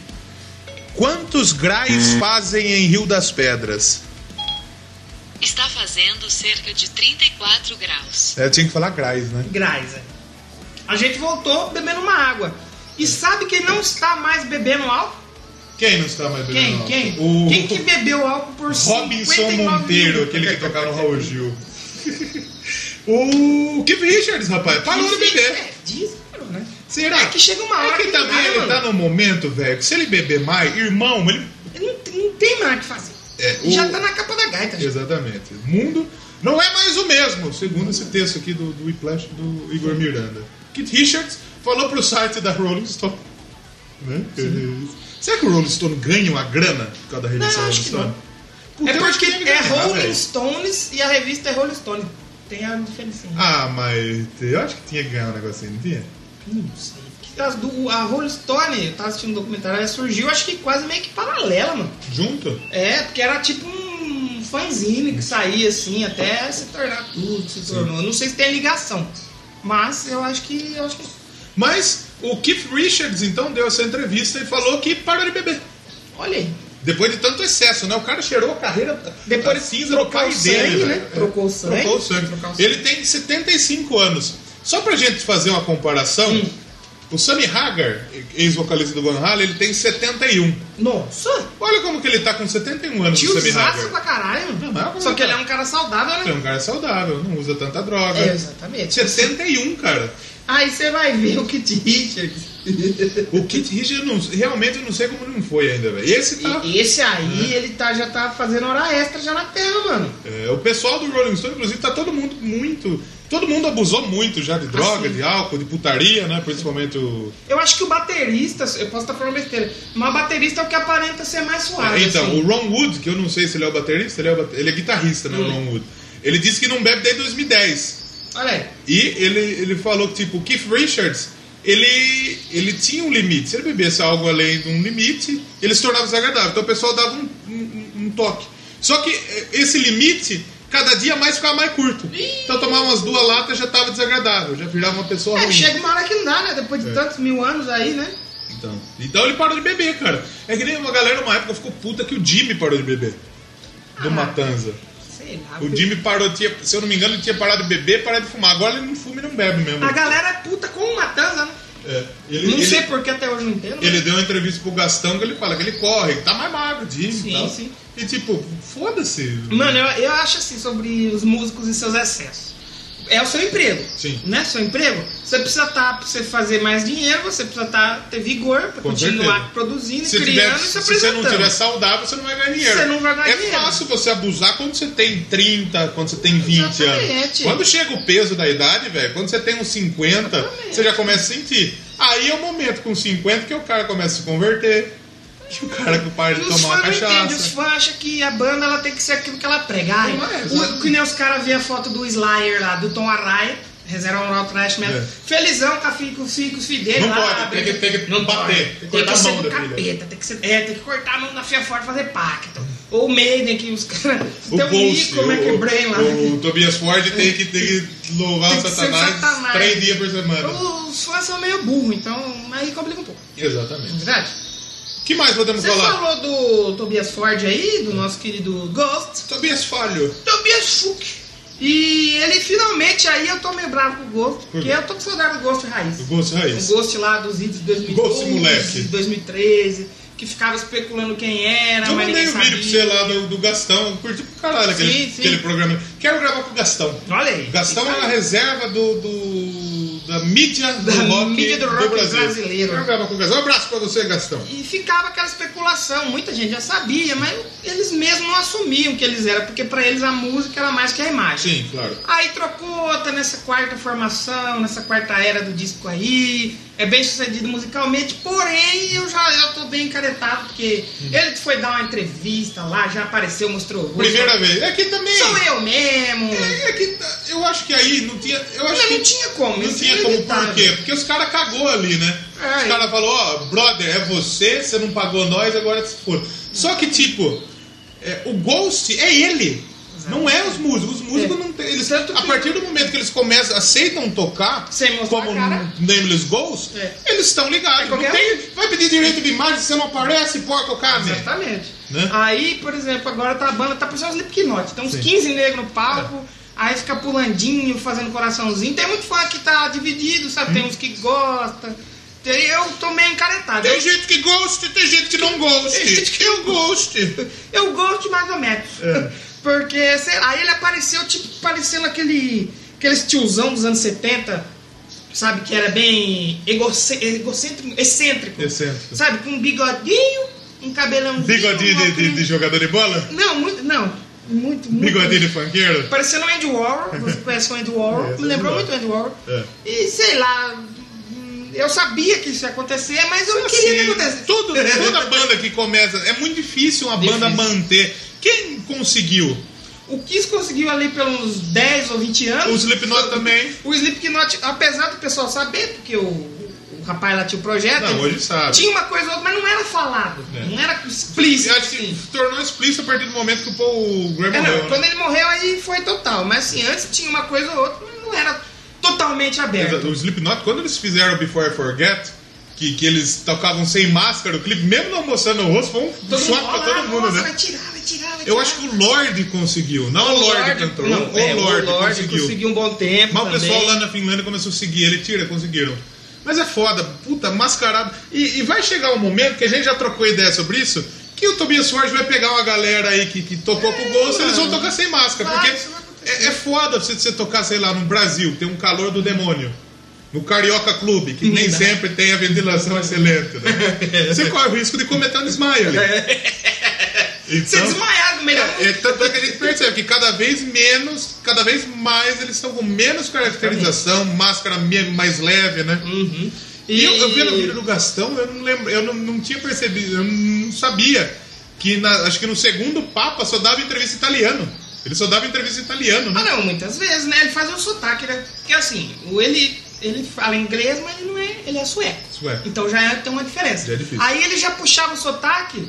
[SPEAKER 2] Quantos graus fazem em Rio das Pedras?
[SPEAKER 5] Está fazendo cerca de 34 graus.
[SPEAKER 2] É, eu tinha que falar graus, né?
[SPEAKER 1] Graisa. A gente voltou bebendo uma água. E sabe quem não está mais bebendo álcool?
[SPEAKER 2] Quem não está mais bebendo
[SPEAKER 1] Quem?
[SPEAKER 2] álcool?
[SPEAKER 1] Quem?
[SPEAKER 2] O
[SPEAKER 1] Quem que bebeu álcool por
[SPEAKER 2] Robinson
[SPEAKER 1] 59
[SPEAKER 2] Monteiro,
[SPEAKER 1] minutos?
[SPEAKER 2] aquele que tocava no Raul Gil. o Keith Richards, rapaz, parou de beber.
[SPEAKER 1] É, diz, né?
[SPEAKER 2] Será?
[SPEAKER 1] É que chega uma hora
[SPEAKER 2] É que
[SPEAKER 1] que não
[SPEAKER 2] também
[SPEAKER 1] dá,
[SPEAKER 2] ele
[SPEAKER 1] mano.
[SPEAKER 2] tá num momento, velho, que se ele beber mais, irmão, ele...
[SPEAKER 1] Não, não tem mais o que fazer.
[SPEAKER 2] É, o- É,
[SPEAKER 1] Já tá na capa da gaita. já.
[SPEAKER 2] Exatamente. O mundo não é mais o mesmo, segundo esse texto aqui do, do Whiplash do Igor Miranda. Keith Richards falou pro site da Rolling Stone. Né? Será que o Rolling Stone ganha uma grana por causa da revista
[SPEAKER 1] Não, acho
[SPEAKER 2] Rolling
[SPEAKER 1] que
[SPEAKER 2] Stone? Puta,
[SPEAKER 1] É
[SPEAKER 2] eu acho
[SPEAKER 1] porque
[SPEAKER 2] que deve
[SPEAKER 1] é
[SPEAKER 2] ganhar,
[SPEAKER 1] Rolling
[SPEAKER 2] velho.
[SPEAKER 1] Stones e a revista é Rolling Stone. Tem a diferença.
[SPEAKER 2] Ah, mas eu acho que tinha que ganhar um negocinho, não tinha?
[SPEAKER 1] Hum, Não sei. Porque as do- A Rolling Stone, eu tava assistindo um documentário, ela surgiu acho que quase meio que paralela, mano.
[SPEAKER 2] Junto?
[SPEAKER 1] É, porque era tipo um fanzine que saía assim, até se tornar tudo que se tornou. Não sei se tem ligação, mas eu acho que. Eu acho que...
[SPEAKER 2] Mas o Keith Richards então deu essa entrevista e falou que parou de beber.
[SPEAKER 1] Olha aí.
[SPEAKER 2] Depois de tanto excesso, né? O cara cheirou a carreira
[SPEAKER 1] Depois
[SPEAKER 2] a
[SPEAKER 1] de
[SPEAKER 2] cinza do pai
[SPEAKER 1] o
[SPEAKER 2] dele.
[SPEAKER 1] sangue, né?
[SPEAKER 2] velho.
[SPEAKER 1] Trocou o sangue.
[SPEAKER 2] Trocou o sangue.
[SPEAKER 1] Trocar o sangue.
[SPEAKER 2] Ele tem 75 anos. Só pra gente fazer uma comparação,
[SPEAKER 1] Hum.
[SPEAKER 2] o Sammy Hagar, ex-vocalista do Van Halen, ele tem 71.
[SPEAKER 1] Nossa!
[SPEAKER 2] Olha como que ele tá com 71 anos, o Sammy
[SPEAKER 1] Tiozaço pra
[SPEAKER 2] Hagar.
[SPEAKER 1] caralho.
[SPEAKER 2] Não, mas é uma
[SPEAKER 1] Só que ele é
[SPEAKER 2] coisa-
[SPEAKER 1] um cara saudável,
[SPEAKER 2] É
[SPEAKER 1] né?
[SPEAKER 2] um cara saudável, não usa tanta droga.
[SPEAKER 1] É, exatamente.
[SPEAKER 2] 71, cara.
[SPEAKER 1] Aí você vai ver o Kit Richards.
[SPEAKER 2] O Kit Richards, eu não- realmente eu não sei como não foi ainda, velho. Esse tá...
[SPEAKER 1] E esse aí, ele tá, já tá fazendo hora extra já na terra, mano.
[SPEAKER 2] É, o pessoal do Rolling Stone, inclusive, tá todo mundo muito. Todo mundo abusou muito já de droga,
[SPEAKER 1] sim.
[SPEAKER 2] de álcool, de putaria, né? Principalmente o.
[SPEAKER 1] Eu acho que o baterista, eu posso estar falando besteira, mas o baterista é o que aparenta ser mais suave.
[SPEAKER 2] É, então,
[SPEAKER 1] assim.
[SPEAKER 2] o Ron Wood, que eu não sei se ele é o baterista, ele é, o bate- ele é guitarrista, né? O Ron Wood. Ele disse que não bebe desde 2010.
[SPEAKER 1] Olha aí.
[SPEAKER 2] E ele, ele falou que, tipo, o Keith Richards, ele, ele tinha um limite. Se ele bebesse algo além de um limite, ele se tornava desagradável. Então o pessoal dava um, um- um toque. Só que eh, esse limite, cada dia mais ficava mais curto. Então tomar umas duas latas já tava desagradável, já virava uma pessoa
[SPEAKER 1] É,
[SPEAKER 2] ruim.
[SPEAKER 1] chega uma hora que não dá, né? Depois
[SPEAKER 2] É.
[SPEAKER 1] de tantos mil anos aí, né?
[SPEAKER 2] Então, então ele parou de beber, cara. É que nem uma galera, uma época, ficou puta que o Jimmy parou de beber. Do
[SPEAKER 1] Ah.
[SPEAKER 2] Matanza.
[SPEAKER 1] Sei lá.
[SPEAKER 2] O Jimmy parou, tinha, se eu não me engano, ele tinha parado de beber, parado de fumar. Agora ele não fuma e não bebe mesmo.
[SPEAKER 1] A galera é puta com o Matanza, né?
[SPEAKER 2] É, ele,
[SPEAKER 1] Não
[SPEAKER 2] ele-
[SPEAKER 1] sei por que até hoje não entendo. mas-
[SPEAKER 2] ele deu uma entrevista pro Gastão que ele fala que ele corre, que tá mais magro, Jimmy.
[SPEAKER 1] Sim,
[SPEAKER 2] e tal.
[SPEAKER 1] sim.
[SPEAKER 2] E tipo, foda-se.
[SPEAKER 1] Mano, eu, eu acho assim sobre os músicos e seus excessos. É o seu emprego.
[SPEAKER 2] Sim.
[SPEAKER 1] Né? Seu emprego. Você precisa estar, pra você fazer mais dinheiro, você precisa tá, ter vigor pra
[SPEAKER 2] Com
[SPEAKER 1] continuar
[SPEAKER 2] certeza.
[SPEAKER 1] produzindo,
[SPEAKER 2] Se,
[SPEAKER 1] criando
[SPEAKER 2] tiver-
[SPEAKER 1] e se
[SPEAKER 2] se
[SPEAKER 1] apresentando.
[SPEAKER 2] você não tiver saudável, você não vai ganhar dinheiro.
[SPEAKER 1] Você não vai ganhar
[SPEAKER 2] é
[SPEAKER 1] dinheiro.
[SPEAKER 2] fácil você abusar quando você tem 30, quando você tem 20 anos.
[SPEAKER 1] Exatamente.
[SPEAKER 2] Quando chega o peso da idade, velho, quando você tem uns 50, você já começa a sentir. Aí é o momento com 50 que o cara começa a se converter, que o cara para
[SPEAKER 1] E
[SPEAKER 2] de
[SPEAKER 1] os
[SPEAKER 2] tomar uma
[SPEAKER 1] fãs não entendem, os
[SPEAKER 2] cachaça.
[SPEAKER 1] fãs acham que a banda ela tem que ser aquilo que ela prega. Ai,
[SPEAKER 2] Não é,
[SPEAKER 1] o,
[SPEAKER 2] exato.
[SPEAKER 1] que nem os caras vê a foto do Slayer lá, do Tom Arraia, reserva um rock trash mesmo.
[SPEAKER 2] É.
[SPEAKER 1] Felizão com a filha, com os filhos com os filhos dele
[SPEAKER 2] Não
[SPEAKER 1] lá.
[SPEAKER 2] pode, tem que- tem que bater, tem que
[SPEAKER 1] Tem que,
[SPEAKER 2] cortar a
[SPEAKER 1] ser
[SPEAKER 2] mão
[SPEAKER 1] do
[SPEAKER 2] da filha.
[SPEAKER 1] capeta, tem que ser. É, tem que cortar a mão da filha forte e fazer pacto. Ou o Maiden, que os caras.
[SPEAKER 2] O
[SPEAKER 1] Tem um o
[SPEAKER 2] Ghost,
[SPEAKER 1] Nico McBrain é lá. né?
[SPEAKER 2] o, o Tobias Ford tem que, tem que louvar
[SPEAKER 1] Tem
[SPEAKER 2] o
[SPEAKER 1] que ser
[SPEAKER 2] Satanás,
[SPEAKER 1] Satanás. Então,
[SPEAKER 2] três dias por semana.
[SPEAKER 1] Os fãs são meio burros, então aí complica um pouco,
[SPEAKER 2] Exatamente.
[SPEAKER 1] não é verdade?
[SPEAKER 2] O que mais podemos
[SPEAKER 1] Você
[SPEAKER 2] falar?
[SPEAKER 1] falou do Tobias Ford aí, do nosso querido Ghost.
[SPEAKER 2] Tobias Falho.
[SPEAKER 1] Tobias Schuck. E ele finalmente aí eu tô meio bravo com o Ghost, porque eu tô com saudade do Ghost Raiz.
[SPEAKER 2] O Ghost Raiz.
[SPEAKER 1] O Ghost lá dos vídeos de 2012,
[SPEAKER 2] Ghost moleque.
[SPEAKER 1] 2013, que ficava especulando quem era,
[SPEAKER 2] Eu
[SPEAKER 1] mas
[SPEAKER 2] mandei
[SPEAKER 1] ninguém
[SPEAKER 2] o vídeo pra você
[SPEAKER 1] sabia.
[SPEAKER 2] lá do, do Gastão, eu curti pro caralho aquele,
[SPEAKER 1] Sim, sim.
[SPEAKER 2] aquele programa. Quero gravar com o Gastão.
[SPEAKER 1] Olha aí.
[SPEAKER 2] O Gastão é a
[SPEAKER 1] Então,
[SPEAKER 2] reserva do, do- da mídia do
[SPEAKER 1] Da
[SPEAKER 2] rock,
[SPEAKER 1] mídia do rock
[SPEAKER 2] Brasil.
[SPEAKER 1] brasileiro.
[SPEAKER 2] Quero gravar com o Gastão. Um abraço pra você, Gastão.
[SPEAKER 1] E ficava aquela especulação, muita gente já sabia, mas eles mesmos não assumiam que eles eram, porque pra eles a música era mais que a imagem.
[SPEAKER 2] Sim, claro.
[SPEAKER 1] Aí trocou, tá nessa quarta formação, nessa quarta era do disco aí. É bem sucedido musicalmente, porém eu já eu tô bem encaretado, porque
[SPEAKER 2] Hum.
[SPEAKER 1] ele foi dar uma entrevista lá, já apareceu, mostrou o rosto.
[SPEAKER 2] Primeira vez. É que também.
[SPEAKER 1] Sou eu mesmo.
[SPEAKER 2] É que tá- eu acho que aí não tinha. Eu acho
[SPEAKER 1] Mas
[SPEAKER 2] que
[SPEAKER 1] não tinha como,
[SPEAKER 2] Não
[SPEAKER 1] isso
[SPEAKER 2] tinha
[SPEAKER 1] é
[SPEAKER 2] como por
[SPEAKER 1] inevitável.
[SPEAKER 2] quê? né? Porque os caras cagou ali, né?
[SPEAKER 1] É.
[SPEAKER 2] Os caras falaram, ó, brother, é você, você não pagou nós, agora se for. Só que, tipo, é, o Ghost é ele. Não é os músicos. Os músicos
[SPEAKER 1] É.
[SPEAKER 2] não tem. Eles,
[SPEAKER 1] Tanto
[SPEAKER 2] a
[SPEAKER 1] que-
[SPEAKER 2] partir do momento que eles começam, aceitam tocar,
[SPEAKER 1] Sem mostrar
[SPEAKER 2] como
[SPEAKER 1] a cara.
[SPEAKER 2] Nameless Ghosts,
[SPEAKER 1] É.
[SPEAKER 2] eles estão ligados.
[SPEAKER 1] É,
[SPEAKER 2] não
[SPEAKER 1] qualquer
[SPEAKER 2] tem, vai pedir direito de imagem, você não aparece, porca o cara. né?
[SPEAKER 1] Exatamente.
[SPEAKER 2] Né?
[SPEAKER 1] Aí, por exemplo, agora tá a banda, tá parecendo Slipknot. Tem uns
[SPEAKER 2] Sim. É.
[SPEAKER 1] 15 negros no palco, aí fica pulandinho, fazendo coraçãozinho. Tem muito fã que tá dividido, sabe?
[SPEAKER 2] Hum.
[SPEAKER 1] Tem uns que gosta. Tem- Eu tô meio encaretado.
[SPEAKER 2] Tem
[SPEAKER 1] Eu,
[SPEAKER 2] gente que gosta, tem gente que não gosta.
[SPEAKER 1] Tem gente que
[SPEAKER 2] eu gosto.
[SPEAKER 1] eu gosto mais ou menos.
[SPEAKER 2] É.
[SPEAKER 1] Porque, sei lá, aí ele apareceu, tipo, parecendo aquele, aquele tiozão dos anos 70, sabe? Que era bem egoce- egocêntrico, excêntrico.
[SPEAKER 2] Excêntrico.
[SPEAKER 1] Sabe? Com um bigodinho, um cabelãozinho. um
[SPEAKER 2] Bigodinho de, de- de
[SPEAKER 1] óculos-
[SPEAKER 2] jogador de bola?
[SPEAKER 1] Não, muito, não. Muito, muito.
[SPEAKER 2] Bigodinho de funkeiro?
[SPEAKER 1] Parecendo o Andy Warhol, você conhece o Andy Warhol,
[SPEAKER 2] Conheço
[SPEAKER 1] me lembrou
[SPEAKER 2] o
[SPEAKER 1] muito o Andy Warhol.
[SPEAKER 2] É.
[SPEAKER 1] E sei lá, hum, eu sabia que isso ia acontecer, mas eu não queria que acontecesse.
[SPEAKER 2] Tudo, toda banda que começa. É muito difícil uma banda
[SPEAKER 1] Difícil.
[SPEAKER 2] manter. Quem conseguiu?
[SPEAKER 1] O Kiss conseguiu ali pelos 10 ou 20
[SPEAKER 2] O
[SPEAKER 1] anos.
[SPEAKER 2] Slipknot também.
[SPEAKER 1] O Slipknot, apesar do pessoal saber, porque o, o rapaz lá tinha o projeto,
[SPEAKER 2] Não, hoje sabe.
[SPEAKER 1] tinha uma coisa ou outra, mas não era falado,
[SPEAKER 2] É.
[SPEAKER 1] não era explícito.
[SPEAKER 2] Eu acho que
[SPEAKER 1] assim.
[SPEAKER 2] se tornou explícito a partir do momento que o Paul Graham
[SPEAKER 1] É, não,
[SPEAKER 2] morreu.
[SPEAKER 1] quando
[SPEAKER 2] né?
[SPEAKER 1] ele morreu aí foi total, mas assim, antes tinha uma coisa ou outra, mas não era totalmente aberto.
[SPEAKER 2] né? O Slipknot, quando eles fizeram Before I Forget, que, que eles tocavam sem máscara, o clipe, mesmo não mostrando o rosto, foi um
[SPEAKER 1] Todo mundo,
[SPEAKER 2] choque pra
[SPEAKER 1] "Ah,
[SPEAKER 2] todo mundo,
[SPEAKER 1] nossa,
[SPEAKER 2] né?
[SPEAKER 1] Vai tirar, vai tirar, vai
[SPEAKER 2] Eu
[SPEAKER 1] tirar.
[SPEAKER 2] acho que o Lorde conseguiu, não o Lorde, cantor,
[SPEAKER 1] não,
[SPEAKER 2] o,
[SPEAKER 1] é,
[SPEAKER 2] Lorde
[SPEAKER 1] conseguiu.
[SPEAKER 2] conseguiu.
[SPEAKER 1] um bom tempo.
[SPEAKER 2] Mas o
[SPEAKER 1] também.
[SPEAKER 2] pessoal lá na Finlândia começou a seguir ele, tira, conseguiram. Mas é foda, puta, mascarado. E, e vai chegar um momento que a gente já trocou ideia sobre isso. Que o Tobias Soares vai pegar uma galera aí que, que tocou com o Ghost, eles vão tocar sem máscara.
[SPEAKER 1] Claro,
[SPEAKER 2] porque
[SPEAKER 1] isso É, vai acontecer.
[SPEAKER 2] é, é foda você, você tocar, sei lá, no Brasil, tem um calor do demônio. No Carioca Clube, que nem
[SPEAKER 1] Não dá.
[SPEAKER 2] sempre tem a ventilação excelente. né? Você corre o risco de cometer um desmaio ali.
[SPEAKER 1] Você é
[SPEAKER 2] Então-
[SPEAKER 1] desmaiado no meio da
[SPEAKER 2] é, tanto é que a gente percebe que cada vez menos, cada vez mais eles estão com menos caracterização, máscara me- mais leve, né?
[SPEAKER 1] Uhum.
[SPEAKER 2] E, eu, eu vi no vídeo do Gastão, eu não lembro, eu não, não tinha percebido, eu não sabia que na- acho que no segundo Papa só dava entrevista em italiano. Ele só dava entrevista em italiano,
[SPEAKER 1] Ah,
[SPEAKER 2] né?
[SPEAKER 1] não, muitas vezes, né? Ele faz um sotaque, né? Porque assim, o ele, ele fala inglês, mas ele não é. Ele é sueco.
[SPEAKER 2] Sueco.
[SPEAKER 1] Então já é- tem uma diferença.
[SPEAKER 2] Já é difícil.
[SPEAKER 1] Aí ele já puxava o sotaque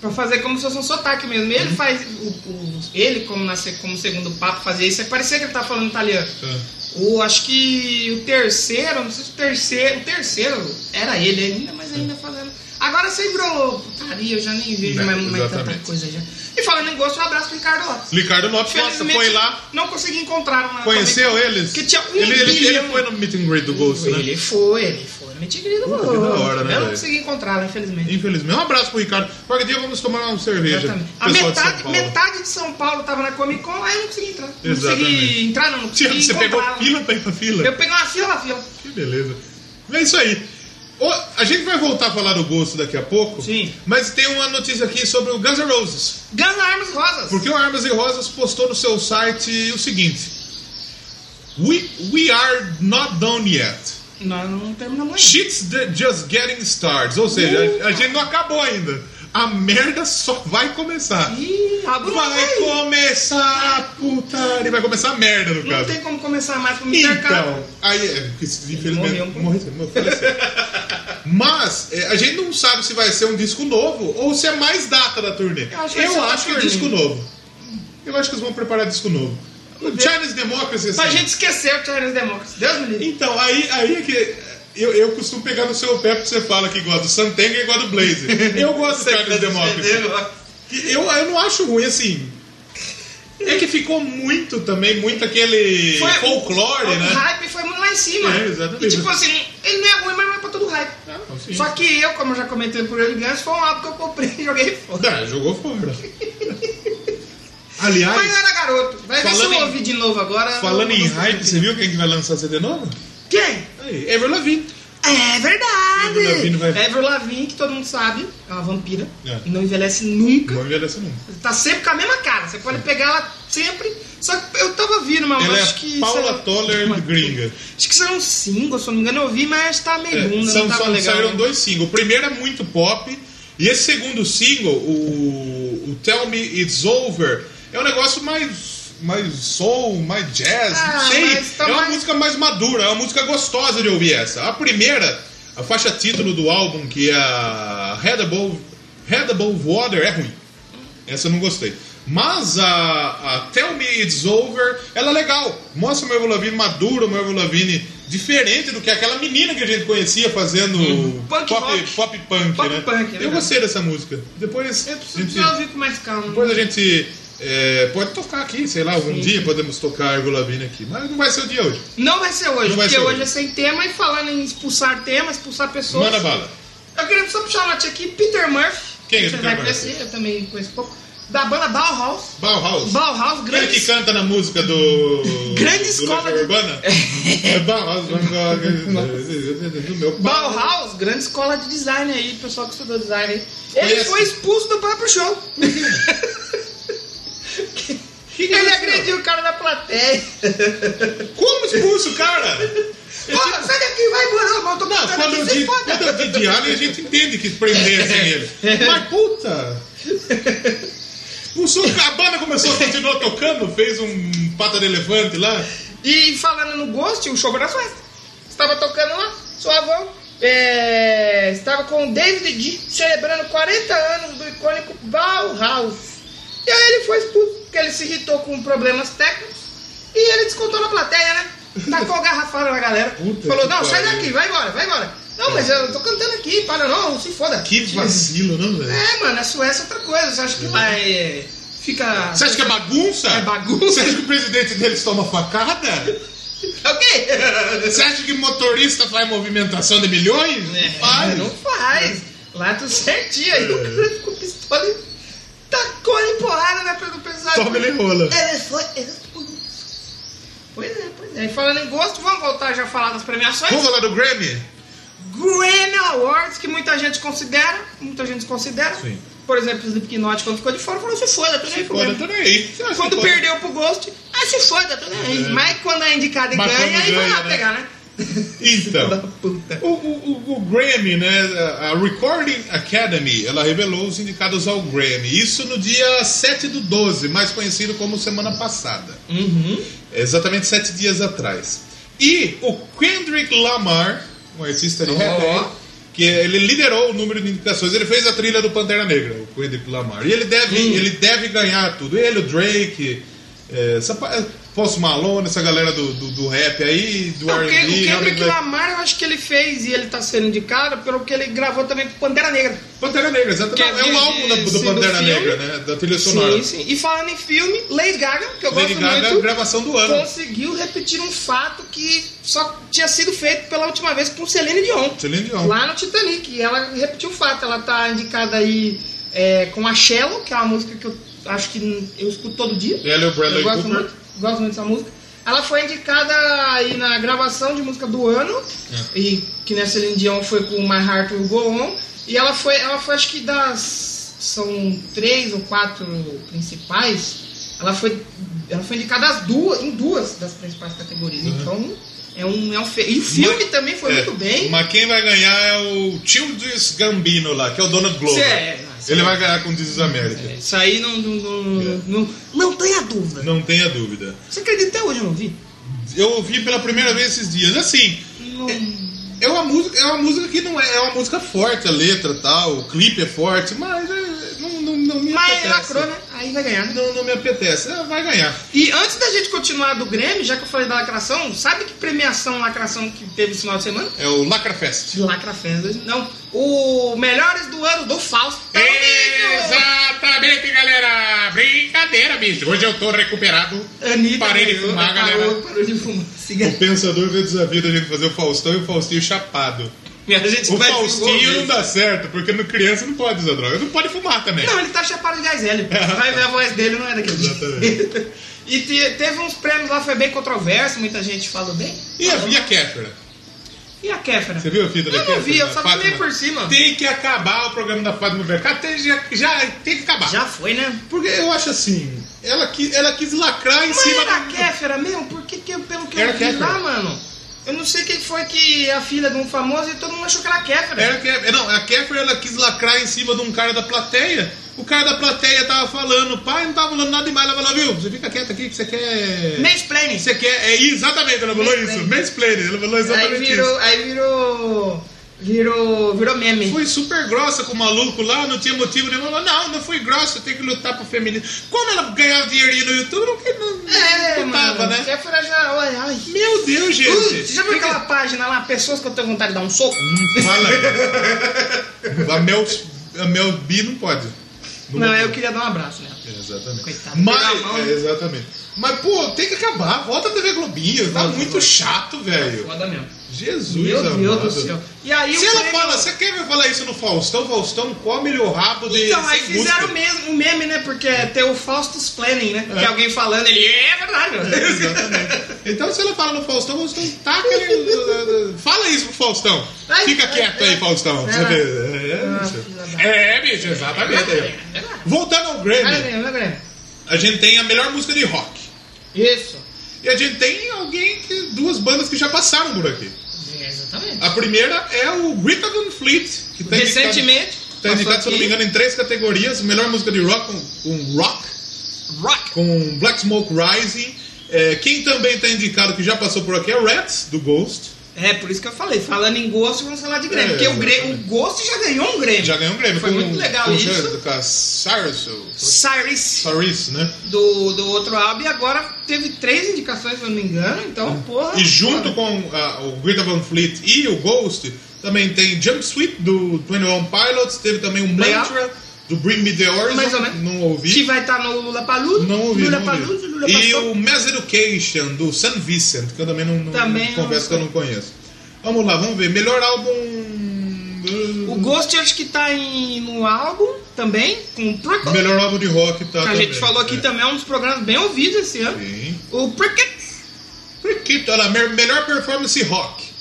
[SPEAKER 1] pra fazer como se fosse um sotaque mesmo. E Ele
[SPEAKER 2] Uhum.
[SPEAKER 1] faz. O, o- ele, como, na, se- como segundo papo, fazia isso, É parecia que ele tava falando italiano.
[SPEAKER 2] Ah,
[SPEAKER 1] O, acho que o terceiro, não sei se o terceiro, o terceiro era ele ainda, mas ainda fazendo. Agora você virou putaria, eu já nem vejo
[SPEAKER 2] É,
[SPEAKER 1] mais, mais tanta
[SPEAKER 2] exatamente.
[SPEAKER 1] coisa já. E falando em gosto, um abraço pro Ricardo Lopes.
[SPEAKER 2] Ricardo Lopes nossa,
[SPEAKER 1] Felizmente,
[SPEAKER 2] foi lá,
[SPEAKER 1] Não consegui encontrar uma.
[SPEAKER 2] conheceu eles.
[SPEAKER 1] Que tinha um
[SPEAKER 2] ele, ele, ele
[SPEAKER 1] bilhão.
[SPEAKER 2] foi no meet and greet do Ghost, né?
[SPEAKER 1] Ele foi, ele foi. Me tive
[SPEAKER 2] Puta, que da hora,
[SPEAKER 1] Eu
[SPEAKER 2] né,
[SPEAKER 1] não
[SPEAKER 2] velho?
[SPEAKER 1] consegui encontrá-lo, infelizmente.
[SPEAKER 2] Infelizmente. Um abraço pro Ricardo. Qualquer dia vamos tomar uma cerveja.
[SPEAKER 1] Exatamente. A
[SPEAKER 2] pessoal de São
[SPEAKER 1] metade,
[SPEAKER 2] Paulo.
[SPEAKER 1] metade de São Paulo tava na Comic Con, aí eu não consegui entrar. Não
[SPEAKER 2] Exatamente.
[SPEAKER 1] consegui entrar, não. não
[SPEAKER 2] Você,
[SPEAKER 1] consegui
[SPEAKER 2] você pegou
[SPEAKER 1] encontrá-lo.
[SPEAKER 2] fila pra ir pra fila?
[SPEAKER 1] Eu peguei uma fila, uma fila.
[SPEAKER 2] Que beleza. É isso aí. Ô, a gente vai voltar a falar do gosto daqui a pouco.
[SPEAKER 1] Sim.
[SPEAKER 2] Mas tem uma notícia aqui sobre o Guns N' Roses.
[SPEAKER 1] Guns Armas Rosas.
[SPEAKER 2] Porque o Armas e Rosas postou no seu site o seguinte: We, we are not done yet.
[SPEAKER 1] Nós não terminamos ainda.
[SPEAKER 2] Shit's the- just getting started. Ou seja,
[SPEAKER 1] Uh!
[SPEAKER 2] a, a gente não acabou ainda. A merda só vai começar.
[SPEAKER 1] Ih, abre o olho
[SPEAKER 2] Vai
[SPEAKER 1] aí.
[SPEAKER 2] começar a putaria. Vai começar a merda, no
[SPEAKER 1] Não
[SPEAKER 2] caso.
[SPEAKER 1] tem como começar mais com o mercado.
[SPEAKER 2] Então, aí, é, porque, infelizmente,
[SPEAKER 1] Morreu um pouco.
[SPEAKER 2] morreu, morreu, faleceu. Mas é, a gente não sabe se vai ser um disco novo ou se é mais data da turnê.
[SPEAKER 1] Eu acho que vai ser
[SPEAKER 2] Eu
[SPEAKER 1] uma
[SPEAKER 2] acho que é
[SPEAKER 1] turnê.
[SPEAKER 2] disco novo. Eu acho que eles vão preparar disco novo. O Chinese Democracy, assim.
[SPEAKER 1] Pra gente esquecer o Chinese Democracy. Deus me livre.
[SPEAKER 2] Então, aí, aí é que eu, eu costumo pegar no seu pé porque você fala que gosta do Santenga e gosta do Blaze. Eu gosto do Chinese
[SPEAKER 1] tá
[SPEAKER 2] Democracy. Eu, eu não acho ruim, assim. É que ficou muito também, muito aquele
[SPEAKER 1] Foi-
[SPEAKER 2] folclore,
[SPEAKER 1] o
[SPEAKER 2] né?
[SPEAKER 1] hype foi muito lá em cima.
[SPEAKER 2] É, exatamente.
[SPEAKER 1] E tipo assim, ele não é ruim, mas não é pra todo hype.
[SPEAKER 2] Não, sim.
[SPEAKER 1] Só que eu, como eu já comentei por ele antes, foi um álbum que eu comprei e joguei fora.
[SPEAKER 2] Ah, jogou fora. Aliás,
[SPEAKER 1] Mas é eu era garoto. Vai ver se eu
[SPEAKER 2] Falando em-
[SPEAKER 1] ouvir de novo agora.
[SPEAKER 2] falando
[SPEAKER 1] eu-
[SPEAKER 2] em
[SPEAKER 1] eu-
[SPEAKER 2] hype, você viu quem que vai lançar CD novo?
[SPEAKER 1] Quem?
[SPEAKER 2] Aí, Ever Lavigne.
[SPEAKER 1] É verdade.
[SPEAKER 2] Avril Lavigne vai-
[SPEAKER 1] Avril Lavigne, que todo mundo sabe, é uma vampira.
[SPEAKER 2] É.
[SPEAKER 1] E não envelhece nunca.
[SPEAKER 2] Não envelhece nunca.
[SPEAKER 1] Tá sempre com a mesma cara. Você pode pegar ela sempre. Só que eu tava vindo uma
[SPEAKER 2] Ela é
[SPEAKER 1] acho
[SPEAKER 2] a
[SPEAKER 1] que.
[SPEAKER 2] Paula
[SPEAKER 1] sei lá,
[SPEAKER 2] Toller
[SPEAKER 1] uma-
[SPEAKER 2] gringa.
[SPEAKER 1] Acho que será um single, se eu não me engano, eu vi, mas tá meio
[SPEAKER 2] É,
[SPEAKER 1] bunda,
[SPEAKER 2] são,
[SPEAKER 1] não tava
[SPEAKER 2] só-
[SPEAKER 1] legal.
[SPEAKER 2] saíram
[SPEAKER 1] né?
[SPEAKER 2] dois singles. O primeiro é muito pop. E esse segundo single, o, o Tell Me It's Over, é um negócio mais, mais soul, mais jazz,
[SPEAKER 1] Ah,
[SPEAKER 2] não sei.
[SPEAKER 1] mas tá
[SPEAKER 2] é uma
[SPEAKER 1] mais-
[SPEAKER 2] música mais madura, é uma música gostosa de ouvir essa. A primeira, a faixa título do álbum, que é a Head Above, Head Above Water, é ruim. Essa eu não gostei. Mas a, a Tell Me It's Over, ela é legal. Mostra uma Avril Lavigne madura, uma Avril Lavigne diferente do que aquela menina que a gente conhecia fazendo
[SPEAKER 1] Punk
[SPEAKER 2] pop,
[SPEAKER 1] rock.
[SPEAKER 2] pop punk,
[SPEAKER 1] Pop
[SPEAKER 2] né?
[SPEAKER 1] punk, é
[SPEAKER 2] Eu
[SPEAKER 1] verdade.
[SPEAKER 2] gostei dessa música. Depois,
[SPEAKER 1] Eu
[SPEAKER 2] a
[SPEAKER 1] preciso
[SPEAKER 2] gente-
[SPEAKER 1] precisava ouvir com mais calma.
[SPEAKER 2] depois a gente é, pode tocar aqui, sei lá, algum dia podemos tocar a Avril Lavigne aqui. Mas não vai ser o dia hoje.
[SPEAKER 1] Não vai ser hoje,
[SPEAKER 2] Não vai
[SPEAKER 1] porque
[SPEAKER 2] ser
[SPEAKER 1] hoje.
[SPEAKER 2] hoje.
[SPEAKER 1] é sem tema e falando em expulsar tema, expulsar pessoas.
[SPEAKER 2] Manda bala.
[SPEAKER 1] Eu queria só puxar uma notícia aqui, Peter Murphy.
[SPEAKER 2] Quem é
[SPEAKER 1] Você
[SPEAKER 2] Peter
[SPEAKER 1] vai
[SPEAKER 2] Murphy?
[SPEAKER 1] conhecer, eu também conheço pouco. Da banda Bauhaus.
[SPEAKER 2] Bauhaus.
[SPEAKER 1] Bauhaus,
[SPEAKER 2] Aquele
[SPEAKER 1] grande.
[SPEAKER 2] que canta na música do.
[SPEAKER 1] Grande
[SPEAKER 2] do
[SPEAKER 1] escola
[SPEAKER 2] Legião
[SPEAKER 1] de-
[SPEAKER 2] Urbana? É Bauhaus, Van Gogh, do meu pai.
[SPEAKER 1] Bauhaus, grande escola de design aí, pessoal que estudou design aí. Ele
[SPEAKER 2] Conhece.
[SPEAKER 1] foi expulso do próprio show. Ele agrediu o cara da plateia.
[SPEAKER 2] Como expulso o cara? é
[SPEAKER 1] Pô, sai daqui, vai embora, mano. Tô
[SPEAKER 2] Não,
[SPEAKER 1] botando
[SPEAKER 2] Ah, quando
[SPEAKER 1] um aqui,
[SPEAKER 2] eu
[SPEAKER 1] se
[SPEAKER 2] digo
[SPEAKER 1] foda.
[SPEAKER 2] quando eu digo de alien, a gente entende que prendessem ele. É. Mas puta! Expulsou, a banda começou, continuou tocando, fez um pata de elefante lá.
[SPEAKER 1] E falando no Ghost, o show foi na Suécia. Estava tocando lá, suavão. É, estava com o David D celebrando 40 anos do icônico Bauhaus. E aí ele foi expulso, porque ele se irritou com problemas técnicos e ele descontou na plateia, né? Tacou o garrafada na galera.
[SPEAKER 2] Puta
[SPEAKER 1] falou,
[SPEAKER 2] que
[SPEAKER 1] não, sai
[SPEAKER 2] pariu."
[SPEAKER 1] daqui, vai embora, vai embora. Não, mas eu tô cantando aqui, para não, se foda.
[SPEAKER 2] Que vacilo, não, velho?
[SPEAKER 1] É, mano, a Suécia é outra coisa. Você acha que lá é. Fica.
[SPEAKER 2] Você acha que é bagunça?
[SPEAKER 1] É bagunça.
[SPEAKER 2] Você acha que o presidente deles toma facada?
[SPEAKER 1] Ok!
[SPEAKER 2] Você acha que motorista faz movimentação de milhões?
[SPEAKER 1] É,
[SPEAKER 2] Não faz.
[SPEAKER 1] Não faz. Lá tudo certinho. Aí o cara ficou pistola e tacou ele porrada, né? Pra não precisar.
[SPEAKER 2] Toma ele rola.
[SPEAKER 1] Ele foi expulso. Pois é, pois é. E falando em gosto, vamos voltar já a falar das premiações.
[SPEAKER 2] Vamos falar do Grammy?
[SPEAKER 1] Grammy Awards, que muita gente considera. Muita gente desconsidera.
[SPEAKER 2] Sim.
[SPEAKER 1] Por exemplo, o Slipknot, quando ficou de fora, falou: se foda, tô nem aí pro
[SPEAKER 2] Olha,
[SPEAKER 1] Grammy."
[SPEAKER 2] tô tá nem aí. Você acha
[SPEAKER 1] Quando
[SPEAKER 2] que pode-
[SPEAKER 1] perdeu pro Ghost, ah, se foda, tô nem aí.
[SPEAKER 2] É.
[SPEAKER 1] Mas quando é indicado e
[SPEAKER 2] Mas
[SPEAKER 1] ganha,
[SPEAKER 2] quando
[SPEAKER 1] aí vai
[SPEAKER 2] ganha,
[SPEAKER 1] lá
[SPEAKER 2] né?
[SPEAKER 1] pegar, né? Da
[SPEAKER 2] Então,
[SPEAKER 1] puta.
[SPEAKER 2] o, o- o- o Grammy, né? A Recording Academy, ela revelou os indicados ao Grammy. Isso no dia 7 do 12, mais conhecido como semana passada.
[SPEAKER 1] Uhum.
[SPEAKER 2] Exatamente sete dias atrás. E o Kendrick Lamar, um artista de rap,
[SPEAKER 1] Ó.
[SPEAKER 2] aí, que ele liderou o número de indicações. Ele fez a trilha do Pantera Negra, o Kendrick Lamar. E ele deve, ele deve ganhar tudo. Ele, o Drake, é, essa, pa- Post Malone, essa galera do, do, do rap aí, do
[SPEAKER 1] Não,
[SPEAKER 2] R&B.
[SPEAKER 1] porque o
[SPEAKER 2] realmente
[SPEAKER 1] Kendrick
[SPEAKER 2] vai-
[SPEAKER 1] Lamar, eu acho que ele fez e ele tá sendo indicado pelo que ele gravou também pro Pantera Negra.
[SPEAKER 2] Pantera Negra,
[SPEAKER 1] Que
[SPEAKER 2] exatamente. é
[SPEAKER 1] é de-
[SPEAKER 2] um álbum da- do,
[SPEAKER 1] sim, do
[SPEAKER 2] Pantera
[SPEAKER 1] filme.
[SPEAKER 2] Negra, né? Da trilha sonora.
[SPEAKER 1] Sim, sim. E falando em filme, Lady Gaga, que eu
[SPEAKER 2] Lady
[SPEAKER 1] gosto
[SPEAKER 2] Gaga, é
[SPEAKER 1] muito,
[SPEAKER 2] gravação do ano.
[SPEAKER 1] conseguiu repetir um fato que só tinha sido feito pela última vez por Celine Dion.
[SPEAKER 2] Celine Dion.
[SPEAKER 1] Lá no Titanic. E ela repetiu o fato. Ela tá indicada aí é, com a Shallow, que é uma música que eu acho que eu escuto todo dia.
[SPEAKER 2] Ela e o Bradley
[SPEAKER 1] Eu gosto
[SPEAKER 2] Cooper.
[SPEAKER 1] muito, gosto muito dessa música. Ela foi indicada aí na gravação de música do ano,
[SPEAKER 2] É.
[SPEAKER 1] e que nessa Celine Dion foi com My Heart Will Go On. E ela foi, ela foi acho que das. São três ou quatro principais. Ela foi, ela foi indicada às duas, em duas das principais categorias. Então, é um, é um fe... E o filme também foi
[SPEAKER 2] Uhum. É,
[SPEAKER 1] muito bem.
[SPEAKER 2] Mas quem vai ganhar é o Childish Gambino lá, que é o Donald Glover.
[SPEAKER 1] Cê é, não, cê
[SPEAKER 2] Ele É.
[SPEAKER 1] é.
[SPEAKER 2] vai ganhar com This is America.
[SPEAKER 1] Isso aí não. Não, não, não, não tenha dúvida.
[SPEAKER 2] Não tenha dúvida.
[SPEAKER 1] Você acredita até hoje eu não vi?
[SPEAKER 2] Eu ouvi pela primeira vez esses dias. Assim,
[SPEAKER 1] Não.
[SPEAKER 2] é uma música, é uma música que não é, é uma música forte, a letra tal, o clipe é forte, mas é, não, não, não me
[SPEAKER 1] Mas
[SPEAKER 2] apetece.
[SPEAKER 1] lacrou, né? Aí vai ganhar, né?
[SPEAKER 2] Não, não me apetece. É, Vai ganhar.
[SPEAKER 1] E antes da gente continuar do Grêmio, já que eu falei da lacração, sabe que premiação lacração que teve esse final de semana?
[SPEAKER 2] É o Lacra Fest.
[SPEAKER 1] Lacra Fenders. Não, o Melhores do Ano do Fausto. Tá no vídeo!
[SPEAKER 2] Exatamente, galera! Brincadeira, bicho. Hoje eu tô recuperado.
[SPEAKER 1] Anitta
[SPEAKER 2] Parei de
[SPEAKER 1] ganhou,
[SPEAKER 2] fumar,
[SPEAKER 1] parou,
[SPEAKER 2] galera.
[SPEAKER 1] Parou de fumar
[SPEAKER 2] O
[SPEAKER 1] cigarro.
[SPEAKER 2] pensador veio desafio da gente fazer o Faustão e o Faustinho chapado.
[SPEAKER 1] E a gente
[SPEAKER 2] O
[SPEAKER 1] vai
[SPEAKER 2] Faustinho não
[SPEAKER 1] desenvolver.
[SPEAKER 2] dá certo, porque no criança não pode usar droga. Não pode fumar também.
[SPEAKER 1] Não, ele tá chapado de gás hélio. Vai ver a voz dele, não é daquele jeito. E te- teve uns prêmios lá, foi bem controverso, muita gente falou bem.
[SPEAKER 2] E a,
[SPEAKER 1] Falou.
[SPEAKER 2] e a Kéfera?
[SPEAKER 1] E a Kéfera?
[SPEAKER 2] Você viu a fita da
[SPEAKER 1] Eu não vi,
[SPEAKER 2] Kéfera,
[SPEAKER 1] eu
[SPEAKER 2] da
[SPEAKER 1] só vi
[SPEAKER 2] Fátima?
[SPEAKER 1] meio por cima.
[SPEAKER 2] Tem que acabar o programa da Fátima Mercado. Tem, já, já tem que acabar.
[SPEAKER 1] Já foi, né?
[SPEAKER 2] Porque eu acho assim, ela, qui- ela quis lacrar em
[SPEAKER 1] Mas
[SPEAKER 2] cima
[SPEAKER 1] era a
[SPEAKER 2] do-
[SPEAKER 1] Kéfera mesmo? Por que, que eu- pelo que
[SPEAKER 2] Era
[SPEAKER 1] eu vi
[SPEAKER 2] Kéfera.
[SPEAKER 1] lá, mano? Eu não sei quem foi que é a filha de um famoso e todo mundo achou que era a Kéfera.
[SPEAKER 2] Era a Kéfera. É Não, a Kéfera ela quis lacrar em cima de um cara da plateia. O cara da plateia tava falando, pai, não tava falando nada demais. Ela falou, viu, você fica quieto aqui que você quer.
[SPEAKER 1] Mansplaining.
[SPEAKER 2] Você quer. É exatamente, ela falou isso.
[SPEAKER 1] Mansplaining.
[SPEAKER 2] Mansplaining. Ela falou
[SPEAKER 1] Aí
[SPEAKER 2] exatamente isso.
[SPEAKER 1] virou, aí virou Virou, virou meme.
[SPEAKER 2] Foi super grossa com o maluco lá, não tinha motivo nenhum. Ela, não, não fui grossa, eu tenho que lutar pro feminismo. Quando ela ganhava dinheirinho no YouTube, não, não,
[SPEAKER 1] É,
[SPEAKER 2] não lutava,
[SPEAKER 1] mano.
[SPEAKER 2] né?
[SPEAKER 1] Quer furar já. Olha, ai.
[SPEAKER 2] Meu Deus, gente.
[SPEAKER 1] Uh, Você já viu aquela página lá, pessoas que eu tenho vontade de dar um soco?
[SPEAKER 2] Não fala. cara. a, Mel, a Mel B não pode.
[SPEAKER 1] Não, eu queria dar um abraço nela.
[SPEAKER 2] É, Exatamente.
[SPEAKER 1] Coitado, pegar a mão,
[SPEAKER 2] Mas,
[SPEAKER 1] né?
[SPEAKER 2] é, exatamente. Mas, pô, tem que acabar. Volta a TV Globinho. Tá
[SPEAKER 1] Volta,
[SPEAKER 2] muito
[SPEAKER 1] volta.
[SPEAKER 2] chato, velho.
[SPEAKER 1] Foda mesmo.
[SPEAKER 2] Jesus
[SPEAKER 1] Meu Deus do
[SPEAKER 2] amado.
[SPEAKER 1] céu. E aí
[SPEAKER 2] Se
[SPEAKER 1] o
[SPEAKER 2] ela
[SPEAKER 1] prêmio-
[SPEAKER 2] fala, você quer me falar isso no Faustão? Faustão come-lhe o rabo de.
[SPEAKER 1] Então, aí
[SPEAKER 2] sem
[SPEAKER 1] fizeram o
[SPEAKER 2] música.
[SPEAKER 1] mesmo, um meme, né? Porque tem o Faustus Planning, né? Que é alguém falando, ele é verdade.
[SPEAKER 2] Exatamente. Então, se ela fala no Faustão, Faustão taca ele. Fala isso pro Faustão.
[SPEAKER 1] Ai,
[SPEAKER 2] Fica
[SPEAKER 1] ai,
[SPEAKER 2] quieto
[SPEAKER 1] ai.
[SPEAKER 2] aí, Faustão. Você
[SPEAKER 1] Ela-
[SPEAKER 2] vê. É,
[SPEAKER 1] Ah,
[SPEAKER 2] bicho.
[SPEAKER 1] filha da-
[SPEAKER 2] É, bicho, exatamente. aí. Voltando ao
[SPEAKER 1] Olha,
[SPEAKER 2] Grammy,
[SPEAKER 1] Grêmio, olha, Grêmio.
[SPEAKER 2] a gente tem a melhor música de rock.
[SPEAKER 1] Isso.
[SPEAKER 2] E a gente tem alguém que. duas bandas que já passaram por aqui.
[SPEAKER 1] É, exatamente.
[SPEAKER 2] A primeira é o Greta Van Fleet, que tá
[SPEAKER 1] Recentemente.
[SPEAKER 2] Indicado, tá indicado, se eu não me engano, em três categorias: melhor música de rock com, com rock,
[SPEAKER 1] Rock.
[SPEAKER 2] com Black Smoke Rising. É, quem também tá indicado que já passou por aqui é o Rats, do Ghost.
[SPEAKER 1] É, por isso que eu falei. Falando em gosto, vamos falar de Grêmio.
[SPEAKER 2] É,
[SPEAKER 1] porque o, Gre...
[SPEAKER 2] exatamente.
[SPEAKER 1] o Ghost já ganhou um Grêmio.
[SPEAKER 2] Já ganhou um Grêmio.
[SPEAKER 1] Foi
[SPEAKER 2] com-
[SPEAKER 1] muito legal
[SPEAKER 2] com,
[SPEAKER 1] isso.
[SPEAKER 2] Com a Cyrus,
[SPEAKER 1] Cyrus
[SPEAKER 2] Cyrus, né?
[SPEAKER 1] do, do outro álbum e agora teve três indicações, se eu não me engano. Então, porra.
[SPEAKER 2] É. E junto com ah, o Greta Van Fleet e o Ghost, também tem Jump Sweep, do 21 Pilots. Teve também o
[SPEAKER 1] Legal.
[SPEAKER 2] Mantra, do Bring Me The Horizon.
[SPEAKER 1] Mais ou menos.
[SPEAKER 2] Não ouvi.
[SPEAKER 1] Que vai estar no Lula Paludo.
[SPEAKER 2] Não ouvi,
[SPEAKER 1] Lula
[SPEAKER 2] não ouvi.
[SPEAKER 1] Paludo, Lula
[SPEAKER 2] E o Mass Education, do San Vicent, que eu também não, não
[SPEAKER 1] Também não
[SPEAKER 2] confesso que eu não conheço. Vamos lá, vamos ver. Melhor álbum.
[SPEAKER 1] O Ghost acho que tá em, no álbum também, com o Prickle.
[SPEAKER 2] Melhor álbum de rock tá.
[SPEAKER 1] que a
[SPEAKER 2] também.
[SPEAKER 1] gente falou aqui também, é um dos programas bem ouvidos esse ano.
[SPEAKER 2] Sim.
[SPEAKER 1] O Prickle.
[SPEAKER 2] Porque, olha lá, me- melhor performance rock.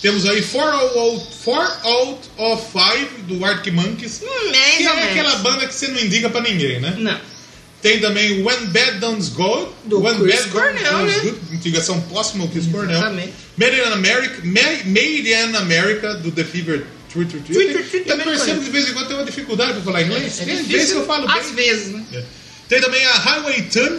[SPEAKER 2] Temos aí 4 out, four out of 5 do Arctic Monkeys.
[SPEAKER 1] Mais
[SPEAKER 2] Que
[SPEAKER 1] ou
[SPEAKER 2] é
[SPEAKER 1] menos.
[SPEAKER 2] aquela banda que você não indica pra ninguém, né?
[SPEAKER 1] Não.
[SPEAKER 2] Tem também When Bad Done's Good.
[SPEAKER 1] Do
[SPEAKER 2] When
[SPEAKER 1] Chris
[SPEAKER 2] Bad
[SPEAKER 1] Cornell,
[SPEAKER 2] Done's
[SPEAKER 1] né?
[SPEAKER 2] Good, Indicação próxima ao Chris Cornell.
[SPEAKER 1] Exatamente.
[SPEAKER 2] Made in America, Ma- Made in America do The Fever. Twitter,
[SPEAKER 1] Twitter, Twitter,
[SPEAKER 2] Eu
[SPEAKER 1] também
[SPEAKER 2] percebo
[SPEAKER 1] conheço.
[SPEAKER 2] que de vez em quando tem uma dificuldade pra falar inglês.
[SPEAKER 1] É
[SPEAKER 2] Tem
[SPEAKER 1] difícil,
[SPEAKER 2] vezes que eu falo
[SPEAKER 1] às
[SPEAKER 2] bem.
[SPEAKER 1] vezes, né?
[SPEAKER 2] É. Tem também a Highway Turn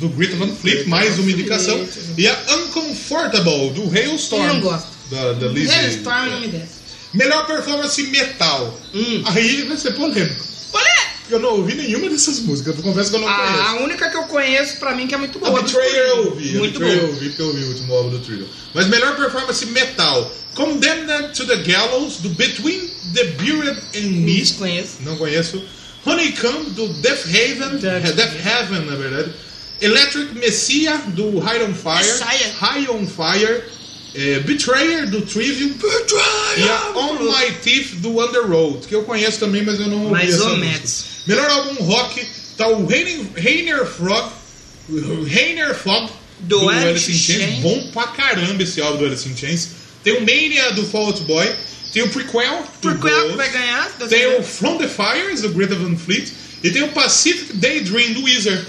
[SPEAKER 2] do Greta Van Fleet, mais uma indicação. E a Uncomfortable do Hailstorm.
[SPEAKER 1] Eu não gosto.
[SPEAKER 2] Da, da Lizzy.
[SPEAKER 1] Hailstorm não me desce.
[SPEAKER 2] Melhor performance metal.
[SPEAKER 1] Hum.
[SPEAKER 2] Aí vai ser polêmico.
[SPEAKER 1] Olha!
[SPEAKER 2] Eu não ouvi nenhuma dessas músicas, eu confesso que
[SPEAKER 1] Ah,
[SPEAKER 2] eu não conheço.
[SPEAKER 1] A, a única que eu conheço pra mim que é muito
[SPEAKER 2] O
[SPEAKER 1] boa.
[SPEAKER 2] Betrayer eu ouvi, o
[SPEAKER 1] Muito
[SPEAKER 2] Betrayer eu
[SPEAKER 1] boa.
[SPEAKER 2] ouvi porque eu ouvi o último álbum do Trio. Mas melhor performance metal: Condemned to the Gallows, do Between the Buried and Me.
[SPEAKER 1] Desconheço.
[SPEAKER 2] Não conheço. Honeycomb, do Death Haven.
[SPEAKER 1] Death
[SPEAKER 2] é, Death Heaven, na verdade. Electric Messiah, do High on Fire.
[SPEAKER 1] Messiah.
[SPEAKER 2] High on Fire. É, Betrayer, do Trivium. Betrayer! E a On My Teeth, do Underworld, que eu conheço também, mas eu não ouvi
[SPEAKER 1] Mais
[SPEAKER 2] essa
[SPEAKER 1] ou
[SPEAKER 2] música.
[SPEAKER 1] menos.
[SPEAKER 2] Melhor álbum rock, tá o Rainer, Rainer Frog. Rainer Frog
[SPEAKER 1] Do Alice
[SPEAKER 2] in Chains.
[SPEAKER 1] Chains.
[SPEAKER 2] Bom pra caramba esse álbum do Alice in Chains. Tem o Mania do Fall Out Boy. Tem o Prequel. do
[SPEAKER 1] Por qual
[SPEAKER 2] Ghost.
[SPEAKER 1] é que vai ganhar?
[SPEAKER 2] Tem um o From the Fires do Greta Van Fleet. E tem o Pacific Daydream do Weezer.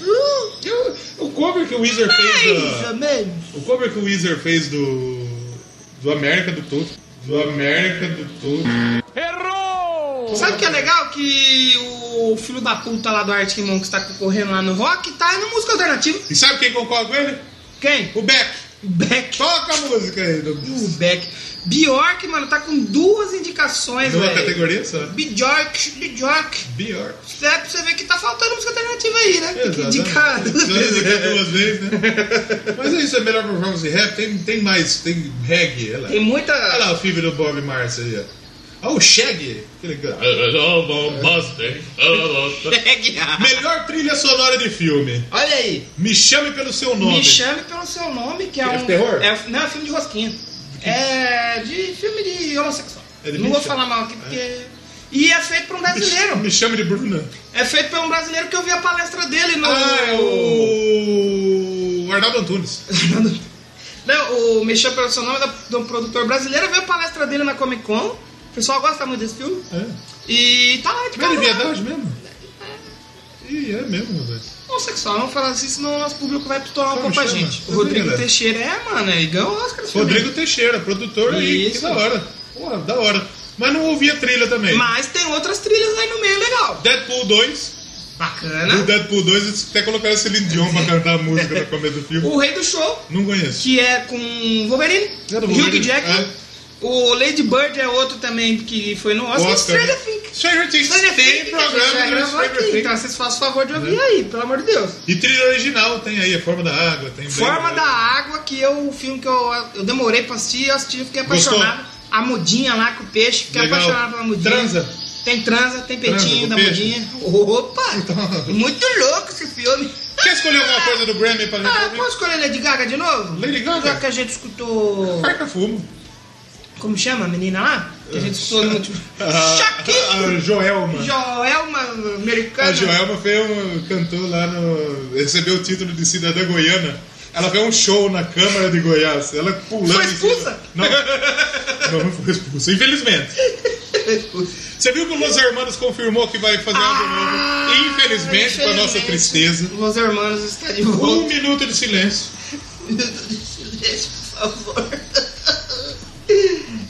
[SPEAKER 2] E o- o cover que o Weezer fez. da-
[SPEAKER 1] Mais ou menos.
[SPEAKER 2] o cover que o Weezer fez do. Do América do Toto. Do América do Toto.
[SPEAKER 1] Sabe o que é legal? Que o filho da puta lá do Arctic Monkeys tá concorrendo lá no rock tá na música alternativa.
[SPEAKER 2] E sabe quem concorda com ele?
[SPEAKER 1] Quem?
[SPEAKER 2] O Beck.
[SPEAKER 1] O Beck.
[SPEAKER 2] Toca a música aí do
[SPEAKER 1] O Beck. Bjork, mano, tá com duas indicações,
[SPEAKER 2] Numa
[SPEAKER 1] velho.
[SPEAKER 2] categoria só.
[SPEAKER 1] Bjork, Bjork.
[SPEAKER 2] Pior.
[SPEAKER 1] É pra você ver que tá faltando música alternativa aí, né? Tem que indicar.
[SPEAKER 2] duas vezes, né? Mas é isso, é melhor performance de rap. Tem, tem mais, tem reggae. Olha lá,
[SPEAKER 1] Tem muita.
[SPEAKER 2] olha lá o filho do Bob Marley aí, ó. Olha o Shaggy. Aquele cara. Melhor trilha sonora de filme.
[SPEAKER 1] Olha aí.
[SPEAKER 2] Me chame pelo seu nome.
[SPEAKER 1] Me chame pelo seu nome, que é
[SPEAKER 2] É
[SPEAKER 1] um.
[SPEAKER 2] terror?
[SPEAKER 1] É, não, é filme de rosquinha. É de filme de homossexual.
[SPEAKER 2] É de
[SPEAKER 1] não vou
[SPEAKER 2] bicha.
[SPEAKER 1] falar mal aqui porque. E é feito por um brasileiro.
[SPEAKER 2] Me chame de Bruna.
[SPEAKER 1] É feito por um brasileiro que eu vi a palestra dele no.
[SPEAKER 2] Ah, é o. Arnaldo Antunes.
[SPEAKER 1] Não, o Mexeu pelo seu nome é um produtor brasileiro. Eu vi a palestra dele na Comic Con. O pessoal gosta muito desse filme.
[SPEAKER 2] É.
[SPEAKER 1] E tá lá de
[SPEAKER 2] Mas ele é
[SPEAKER 1] cara.
[SPEAKER 2] verdade mesmo? Ih, é mesmo, rapaz.
[SPEAKER 1] Homossexual, vamos falar assim, senão o nosso público vai estourar um
[SPEAKER 2] Como
[SPEAKER 1] pouco a
[SPEAKER 2] chama?
[SPEAKER 1] gente. O
[SPEAKER 2] Rodrigo,
[SPEAKER 1] Rodrigo
[SPEAKER 2] né?
[SPEAKER 1] Teixeira é, mano, é igual o Oscar. esse filme.
[SPEAKER 2] Rodrigo Teixeira, produtor aí. Que
[SPEAKER 1] Isso.
[SPEAKER 2] da hora. Porra, da hora. Mas não ouvi a trilha também.
[SPEAKER 1] Mas tem outras trilhas aí no meio legal.
[SPEAKER 2] Deadpool 2. O
[SPEAKER 1] Bacana.
[SPEAKER 2] Deadpool 2 eles até colocaram esse Lindion pra cantar a música no começo do filme.
[SPEAKER 1] O Rei do Show,
[SPEAKER 2] Não conheço.
[SPEAKER 1] que é com Wolverine,
[SPEAKER 2] É do
[SPEAKER 1] Hugh
[SPEAKER 2] Wolverine,
[SPEAKER 1] Jackman.
[SPEAKER 2] é.
[SPEAKER 1] O Lady Bird é outro também que foi no Oscar.
[SPEAKER 2] Oscar, né?
[SPEAKER 1] Stranger Things.
[SPEAKER 2] Stranger Things
[SPEAKER 1] Stranger Things
[SPEAKER 2] tem
[SPEAKER 1] que a gente já
[SPEAKER 2] programa do
[SPEAKER 1] gravou
[SPEAKER 2] Stranger
[SPEAKER 1] aqui,
[SPEAKER 2] Things. Né?
[SPEAKER 1] Então vocês façam o favor de ouvir aí, pelo amor de Deus.
[SPEAKER 2] E trilha original tem aí, a forma da água, tem
[SPEAKER 1] Forma
[SPEAKER 2] Blade
[SPEAKER 1] da Água, que é o filme que eu, eu demorei pra assistir, eu assisti, eu fiquei
[SPEAKER 2] Gostou?
[SPEAKER 1] apaixonado. A mudinha lá com o peixe, fiquei
[SPEAKER 2] Legal.
[SPEAKER 1] apaixonado pela mudinha.
[SPEAKER 2] Transa?
[SPEAKER 1] Tem transa, tem
[SPEAKER 2] Transa
[SPEAKER 1] peitinho
[SPEAKER 2] com
[SPEAKER 1] da
[SPEAKER 2] peixe?
[SPEAKER 1] mudinha. Opa!
[SPEAKER 2] Então-
[SPEAKER 1] Muito louco esse filme.
[SPEAKER 2] Quer escolher alguma coisa do Grammy pra gente
[SPEAKER 1] Ah,
[SPEAKER 2] ouvir?
[SPEAKER 1] posso escolher Lady Gaga de novo?
[SPEAKER 2] Lady Gaga?
[SPEAKER 1] Já que a gente escutou.
[SPEAKER 2] Carta fumo.
[SPEAKER 1] Como chama a menina lá? Que a gente escutou no último.
[SPEAKER 2] Ah,
[SPEAKER 1] Shakira!
[SPEAKER 2] A Joelma.
[SPEAKER 1] Joelma americana.
[SPEAKER 2] A ah, É, Joelma fez um, cantou lá no. recebeu o título de cidadã goiana. Ela fez um show na Câmara de Goiás. Ela pulando.
[SPEAKER 1] Foi
[SPEAKER 2] em cima-
[SPEAKER 1] expulsa?
[SPEAKER 2] Não, não foi expulsa, infelizmente. Você viu que o Los Hermanos confirmou que vai fazer algo
[SPEAKER 1] Ah,
[SPEAKER 2] novo? Infelizmente, para nossa
[SPEAKER 1] infelizmente,
[SPEAKER 2] tristeza.
[SPEAKER 1] Los Hermanos está de
[SPEAKER 2] Um
[SPEAKER 1] volta.
[SPEAKER 2] minuto de silêncio.
[SPEAKER 1] Silêncio, por favor.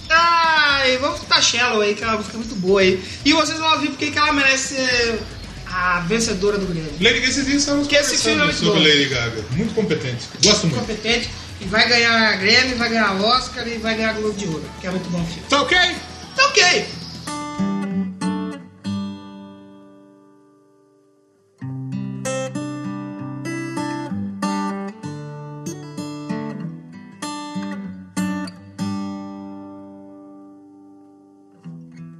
[SPEAKER 1] Ai, vamos escutar Shallow aí, que é uma música muito boa aí. E vocês vão ouvir porque que ela merece ser a vencedora do Grêmio.
[SPEAKER 2] Lady Gaga, esses dias estávamos
[SPEAKER 1] Que esse filme é
[SPEAKER 2] conversando
[SPEAKER 1] muito
[SPEAKER 2] sobre
[SPEAKER 1] bom.
[SPEAKER 2] Lady Gaga. Muito competente. Gosto muito.
[SPEAKER 1] Competente. E vai ganhar Grêmio, vai ganhar Oscar e vai ganhar Globo de Ouro, que é muito bom o filme.
[SPEAKER 2] Tá ok?
[SPEAKER 1] Tá ok.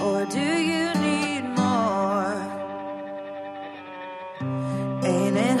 [SPEAKER 7] Or do you need more? Ain't it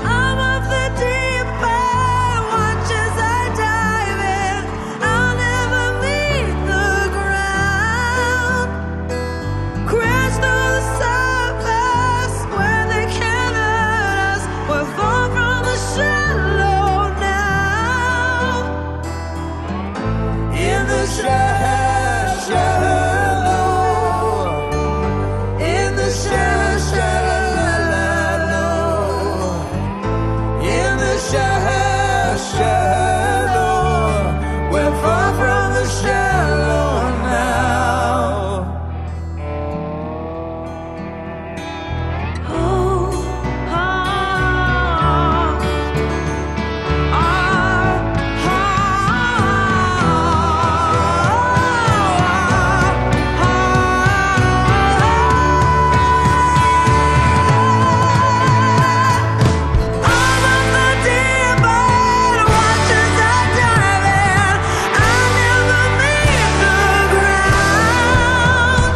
[SPEAKER 7] I'm of the deep end, watch as I dive in. I'll never meet the ground. Crash through the surface where they can't hurt us. We're far from the shallow now.
[SPEAKER 3] In the shadow, shadow, in the shadow, shadow, in the shadow, shadow, we're far from the shallow now.
[SPEAKER 7] Oh, ah, ah, I'm of the deep end, watch as I dive in. I'll never meet the ground.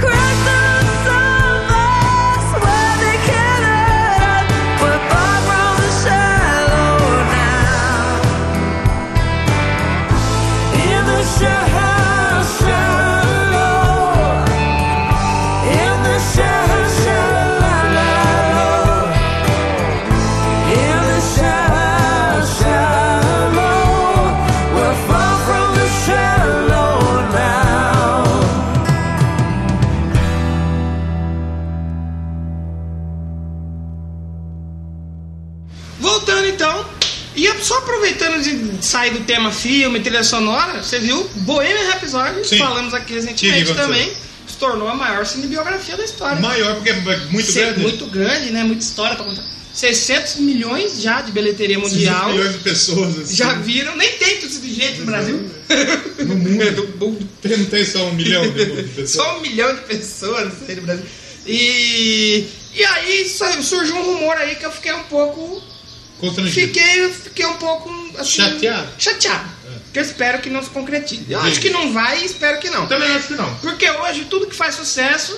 [SPEAKER 7] Crash through the surface where they can't hurt us. We're far from the shallow now.
[SPEAKER 3] In the shadow, shadow, in the shadow, shadow, in the shadow, shadow, we're far from the shallow now.
[SPEAKER 1] Voltando então, e só aproveitando de sair do tema filme, trilha sonora, você viu Bohemian Rhapsody,
[SPEAKER 2] Sim.
[SPEAKER 1] falamos aqui
[SPEAKER 2] Que que
[SPEAKER 1] recentemente
[SPEAKER 2] aconteceu?
[SPEAKER 1] também. se tornou a maior cinebiografia da história.
[SPEAKER 2] Maior, porque é muito
[SPEAKER 1] Se-
[SPEAKER 2] grande.
[SPEAKER 1] Muito grande, né? Muita história pra contar. 600 milhões já de bilheteria
[SPEAKER 2] 600
[SPEAKER 1] mundial.
[SPEAKER 2] milhões de pessoas. assim.
[SPEAKER 1] Já viram, nem tem tudo de jeito no Brasil.
[SPEAKER 2] No mundo.
[SPEAKER 1] É, do mundo.
[SPEAKER 2] Não tem só um milhão de pessoas.
[SPEAKER 1] Só um milhão de pessoas não sei, no Brasil. E, e aí sa- surgiu um rumor aí que eu fiquei um pouco.
[SPEAKER 2] Constrangido.
[SPEAKER 1] Fiquei, fiquei um pouco. assim,
[SPEAKER 2] Chateado. É.
[SPEAKER 1] Chateado. Que eu espero que não se concretize. Eu acho
[SPEAKER 2] Entendi.
[SPEAKER 1] que não vai e espero que não.
[SPEAKER 2] Também acho que não.
[SPEAKER 1] Porque hoje tudo que faz sucesso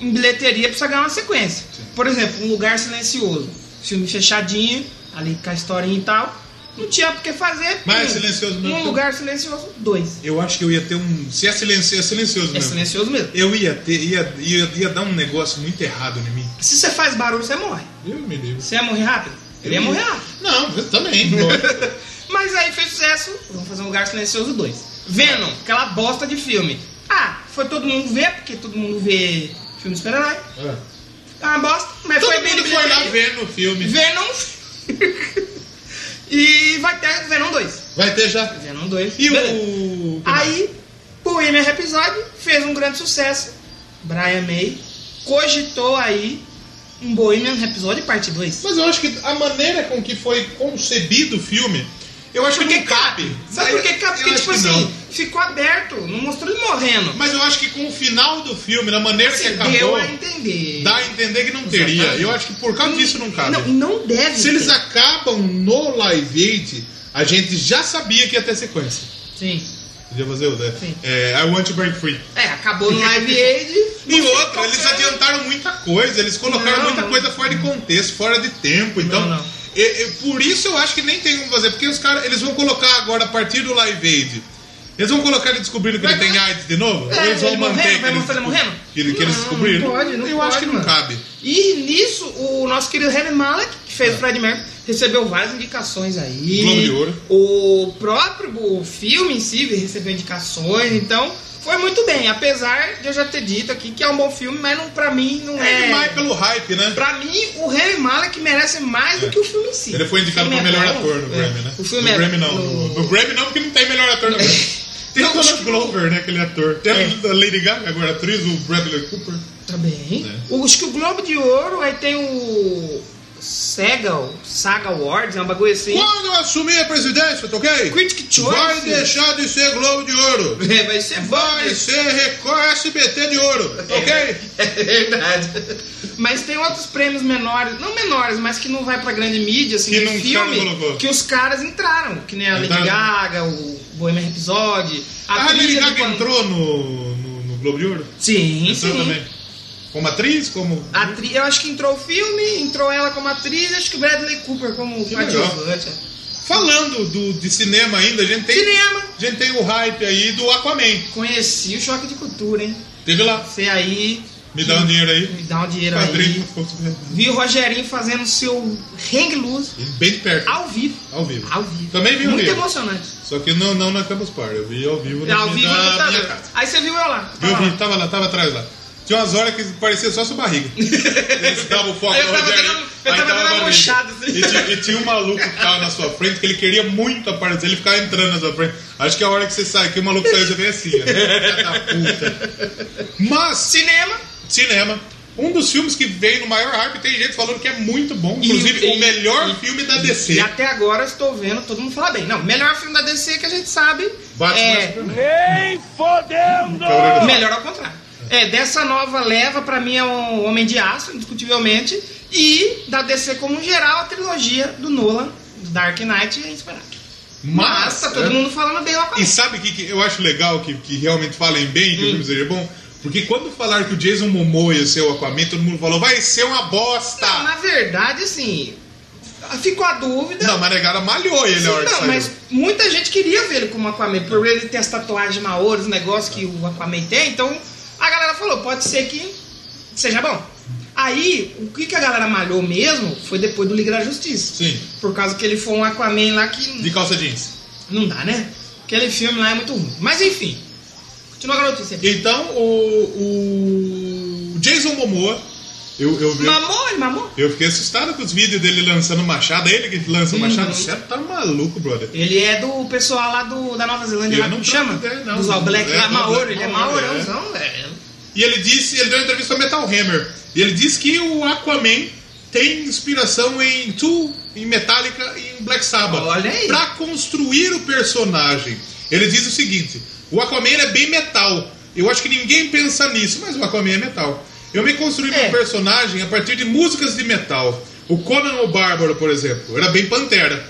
[SPEAKER 1] em bilheteria precisa ganhar uma sequência. Por exemplo, Um Lugar Silencioso. Filme fechadinho, ali com a historinha e tal. Não tinha por que fazer.
[SPEAKER 2] Mas é
[SPEAKER 1] pum,
[SPEAKER 2] Silencioso mesmo.
[SPEAKER 1] Um Lugar Silencioso dois
[SPEAKER 2] Eu acho que eu ia ter um. Se é silencio, é silencioso
[SPEAKER 1] É
[SPEAKER 2] mesmo.
[SPEAKER 1] silencioso mesmo.
[SPEAKER 2] Eu ia ter, ia, ia, ia dar um negócio muito errado em mim.
[SPEAKER 1] Se você faz barulho, você morre.
[SPEAKER 2] Eu me livro.
[SPEAKER 1] Você ia morrer rápido? Ele ia morrer rápido.
[SPEAKER 2] Não, eu também. lógico.
[SPEAKER 1] Mas aí fez sucesso, vamos fazer um Lugar Silencioso 2. Venom, aquela bosta de filme. Ah, foi todo mundo ver, porque todo mundo vê filme de super-herói.
[SPEAKER 2] Ah.
[SPEAKER 1] É uma bosta, mas
[SPEAKER 2] Todo
[SPEAKER 1] foi bem
[SPEAKER 2] mundo
[SPEAKER 1] de
[SPEAKER 2] foi lá
[SPEAKER 1] bilheteria.
[SPEAKER 2] ver no filme.
[SPEAKER 1] Venom. e vai ter Venom 2.
[SPEAKER 2] Vai ter já.
[SPEAKER 1] Venom 2.
[SPEAKER 2] E
[SPEAKER 1] Beleza.
[SPEAKER 2] o. é?
[SPEAKER 1] Aí, Bohemian Rhapsody fez um grande sucesso. Brian May cogitou aí um Bohemian Rhapsody parte 2.
[SPEAKER 2] Mas eu acho que a maneira com que foi concebido o filme, eu acho que não cabe.
[SPEAKER 1] Sabe por que cabe?
[SPEAKER 2] Eu
[SPEAKER 1] Porque,
[SPEAKER 2] acho
[SPEAKER 1] tipo
[SPEAKER 2] que
[SPEAKER 1] assim,
[SPEAKER 2] não.
[SPEAKER 1] ficou aberto, não mostrou ele morrendo.
[SPEAKER 2] Mas eu acho que com o final do filme, da maneira
[SPEAKER 1] Assim,
[SPEAKER 2] que
[SPEAKER 1] deu
[SPEAKER 2] acabou,
[SPEAKER 1] a entender.
[SPEAKER 2] dá a entender que não teria.
[SPEAKER 1] Exatamente.
[SPEAKER 2] Eu acho que por causa disso não cabe.
[SPEAKER 1] Não, não deve.
[SPEAKER 2] Se eles
[SPEAKER 1] ter.
[SPEAKER 2] acabam no Live Aid, a gente já sabia que ia ter sequência.
[SPEAKER 1] Sim.
[SPEAKER 2] Podia fazer o
[SPEAKER 1] Sim.
[SPEAKER 2] é, I Want to Break Free.
[SPEAKER 1] É, acabou no Live Aid.
[SPEAKER 2] E
[SPEAKER 1] não
[SPEAKER 2] outra,
[SPEAKER 1] ficou
[SPEAKER 2] eles
[SPEAKER 1] sério.
[SPEAKER 2] adiantaram muita coisa, eles colocaram
[SPEAKER 1] é. Não,
[SPEAKER 2] muita
[SPEAKER 1] não.
[SPEAKER 2] coisa fora de contexto, fora de tempo. Então,
[SPEAKER 1] Não, não.
[SPEAKER 2] e- e por isso eu acho que nem tem como fazer, porque os caras, eles vão colocar agora a partir do Live Aid. Eles vão colocar ele descobrindo que ele tem AIDS de novo? Ou
[SPEAKER 1] É,
[SPEAKER 2] eles vão
[SPEAKER 1] ele
[SPEAKER 2] manter
[SPEAKER 1] morrendo,
[SPEAKER 2] que
[SPEAKER 1] vai
[SPEAKER 2] ele-
[SPEAKER 1] mostrar ele morrendo?
[SPEAKER 2] Que, ele- que eles
[SPEAKER 1] Não,
[SPEAKER 2] descobriram?
[SPEAKER 1] não pode, não
[SPEAKER 2] eu
[SPEAKER 1] pode,
[SPEAKER 2] acho que não
[SPEAKER 1] mano.
[SPEAKER 2] cabe.
[SPEAKER 1] E nisso, o nosso querido Remy Malek, que fez o Fred Mercury, recebeu várias indicações aí.
[SPEAKER 2] Globo É. de Ouro.
[SPEAKER 1] O próprio filme em si recebeu indicações, então foi muito bem. Apesar de eu já ter dito aqui que é um bom filme, mas não, pra mim não
[SPEAKER 2] É
[SPEAKER 1] é.
[SPEAKER 2] demais pelo hype, né?
[SPEAKER 1] Pra mim, o Remy Malek merece mais do que o filme em si.
[SPEAKER 2] É. Ele foi indicado
[SPEAKER 1] O filme
[SPEAKER 2] para melhor
[SPEAKER 1] é bom,
[SPEAKER 2] ator no
[SPEAKER 1] é.
[SPEAKER 2] Grammy, né?
[SPEAKER 1] O filme
[SPEAKER 2] no
[SPEAKER 1] é
[SPEAKER 2] Grammy não.
[SPEAKER 1] no-
[SPEAKER 2] No... no Grammy não, porque não tem melhor ator no Grammy. Tem o
[SPEAKER 1] Não, acho
[SPEAKER 2] Donald
[SPEAKER 1] que-
[SPEAKER 2] Glover, né? Aquele ator. Tem
[SPEAKER 1] É.
[SPEAKER 2] a Lady Gaga, agora atriz, o Bradley Cooper.
[SPEAKER 1] Tá bem.
[SPEAKER 2] É.
[SPEAKER 1] O- Acho que o Globo de Ouro, aí tem o. Segal, Saga Awards, é um bagulho assim.
[SPEAKER 2] Quando eu assumir a presidência, tá ok?
[SPEAKER 1] Critic Choice.
[SPEAKER 2] Vai deixar de ser Globo de Ouro.
[SPEAKER 1] É, vai ser bom,
[SPEAKER 2] Vai
[SPEAKER 1] né?
[SPEAKER 2] ser Record SBT de Ouro, tá ok?
[SPEAKER 1] É verdade. Mas tem outros prêmios menores, não menores, mas que não vai pra grande mídia, assim,
[SPEAKER 2] Que
[SPEAKER 1] de
[SPEAKER 2] não- que
[SPEAKER 1] filme,
[SPEAKER 2] não colocou.
[SPEAKER 1] que os caras entraram, que nem a Lady
[SPEAKER 2] Entraram. Ah,
[SPEAKER 1] Gaga, o Bohemian Rhapsody,
[SPEAKER 2] A Lady
[SPEAKER 1] trilha do
[SPEAKER 2] Gaga
[SPEAKER 1] Pan-
[SPEAKER 2] entrou no, no, no Globo de Ouro?
[SPEAKER 1] Sim, sim.
[SPEAKER 2] Entrou
[SPEAKER 1] Ah.
[SPEAKER 2] também. Como atriz, como...
[SPEAKER 1] A tri- Eu acho que entrou o filme, entrou ela como atriz, acho que o Bradley Cooper como
[SPEAKER 2] Que legal.
[SPEAKER 1] coadjuvante.
[SPEAKER 2] Falando do, de cinema ainda, a gente tem...
[SPEAKER 1] Cinema.
[SPEAKER 2] A gente tem o hype aí do Aquaman.
[SPEAKER 1] Conheci o choque de cultura, hein?
[SPEAKER 2] Teve lá.
[SPEAKER 1] Você aí.
[SPEAKER 2] Me dá um dinheiro aí.
[SPEAKER 1] Me dá um dinheiro
[SPEAKER 2] Padrinho.
[SPEAKER 1] aí. Vi o Rogerinho fazendo seu hang loose
[SPEAKER 2] Bem de perto.
[SPEAKER 1] ao vivo.
[SPEAKER 2] Ao vivo.
[SPEAKER 1] Ao vivo.
[SPEAKER 2] Também vi o
[SPEAKER 1] Muito
[SPEAKER 2] Rio.
[SPEAKER 1] emocionante.
[SPEAKER 2] Só que não, não na Campus Party. Eu vi ao vivo na
[SPEAKER 1] Ao
[SPEAKER 2] minha-
[SPEAKER 1] vivo
[SPEAKER 2] na
[SPEAKER 1] no
[SPEAKER 2] minha
[SPEAKER 1] computador.
[SPEAKER 2] casa.
[SPEAKER 1] Aí você viu eu lá. tava
[SPEAKER 2] Eu
[SPEAKER 1] lá.
[SPEAKER 2] vi, tava lá, tava atrás lá. Tinha umas horas que parecia só sua barriga. Eles davam o foco
[SPEAKER 1] Aí eu
[SPEAKER 2] no
[SPEAKER 1] tava
[SPEAKER 2] Rogério,
[SPEAKER 1] dando- eu tava
[SPEAKER 2] aí dava
[SPEAKER 1] dando uma
[SPEAKER 2] barriga.
[SPEAKER 1] murchada, assim.
[SPEAKER 2] E, tinha- e tinha um maluco que tava na sua frente que ele queria muito aparecer, ele ficava entrando na sua frente. Acho que a hora que você sai, que o maluco saiu, você vem assim, ó. Filha da puta. Mas,
[SPEAKER 1] Cinema.
[SPEAKER 2] cinema. Um dos filmes que vem no maior hype, tem gente falando que é muito bom. Inclusive,
[SPEAKER 1] E-
[SPEAKER 2] o melhor
[SPEAKER 1] e-
[SPEAKER 2] filme da DC.
[SPEAKER 1] E até agora eu estou vendo todo mundo falar bem. Não, melhor filme da DC que a gente sabe.
[SPEAKER 2] Batman e
[SPEAKER 1] é.
[SPEAKER 2] Superman.
[SPEAKER 4] Nem fodendo!
[SPEAKER 1] Melhor ao contrário. É, dessa nova leva, pra mim é um Homem de Aço, indiscutivelmente. E da DC como um geral, a trilogia do Nolan, do Dark Knight e Inspirado. Mas tá todo
[SPEAKER 2] é-
[SPEAKER 1] mundo falando bem lá pra
[SPEAKER 2] E sabe o que, que eu acho legal que, que realmente falem bem que
[SPEAKER 1] Hum.
[SPEAKER 2] o filme seja bom? Porque quando falaram que o Jason Momoa ia ser o Aquaman, todo mundo falou, vai ser uma bosta!
[SPEAKER 1] Não,
[SPEAKER 2] Não,
[SPEAKER 1] na verdade, assim, ficou a dúvida.
[SPEAKER 2] mas a negada malhou ele
[SPEAKER 1] Sim,
[SPEAKER 2] a hora que
[SPEAKER 1] não,
[SPEAKER 2] saiu.
[SPEAKER 1] mas muita gente queria ver ele como Aquaman, por ele ter as tatuagens maoras, os negócios que o Aquaman tem, então a galera falou, pode ser que seja bom. Aí, o que, que a galera malhou mesmo foi depois do Liga da Justiça.
[SPEAKER 2] Sim.
[SPEAKER 1] Por causa que ele foi um Aquaman lá que
[SPEAKER 2] De calça jeans.
[SPEAKER 1] não dá, né? Aquele filme lá é muito ruim. Mas enfim, continua com a notícia.
[SPEAKER 2] Então, o, o Jason Momoa, eu, eu, eu,
[SPEAKER 1] Mamou, ele mamou?
[SPEAKER 2] eu fiquei assustado com os vídeos dele lançando machado, É ele que lança o machado. Você tá maluco, brother.
[SPEAKER 1] Ele é do pessoal lá do, da Nova Zelândia,
[SPEAKER 2] Eu
[SPEAKER 1] lá
[SPEAKER 2] não
[SPEAKER 1] como chama?
[SPEAKER 2] troco ideia, não.
[SPEAKER 1] Dos All Black
[SPEAKER 2] É,
[SPEAKER 1] lá,
[SPEAKER 2] do
[SPEAKER 1] Maoro,
[SPEAKER 2] Black
[SPEAKER 1] ele é
[SPEAKER 2] Maori,
[SPEAKER 1] maorãozão, velho.
[SPEAKER 2] E ele disse, ele deu uma entrevista ao Metal Hammer. E ele disse que o Aquaman tem inspiração em Tool, em Metallica e em Black Sabbath.
[SPEAKER 1] Olha aí.
[SPEAKER 2] Pra construir o personagem. Ele diz o seguinte: o Aquaman é bem metal. Eu acho que ninguém pensa nisso, mas o Aquaman é metal. Eu me construí
[SPEAKER 1] É.
[SPEAKER 2] meu personagem a partir de músicas de metal. O Conan o Bárbaro, por exemplo, era bem pantera.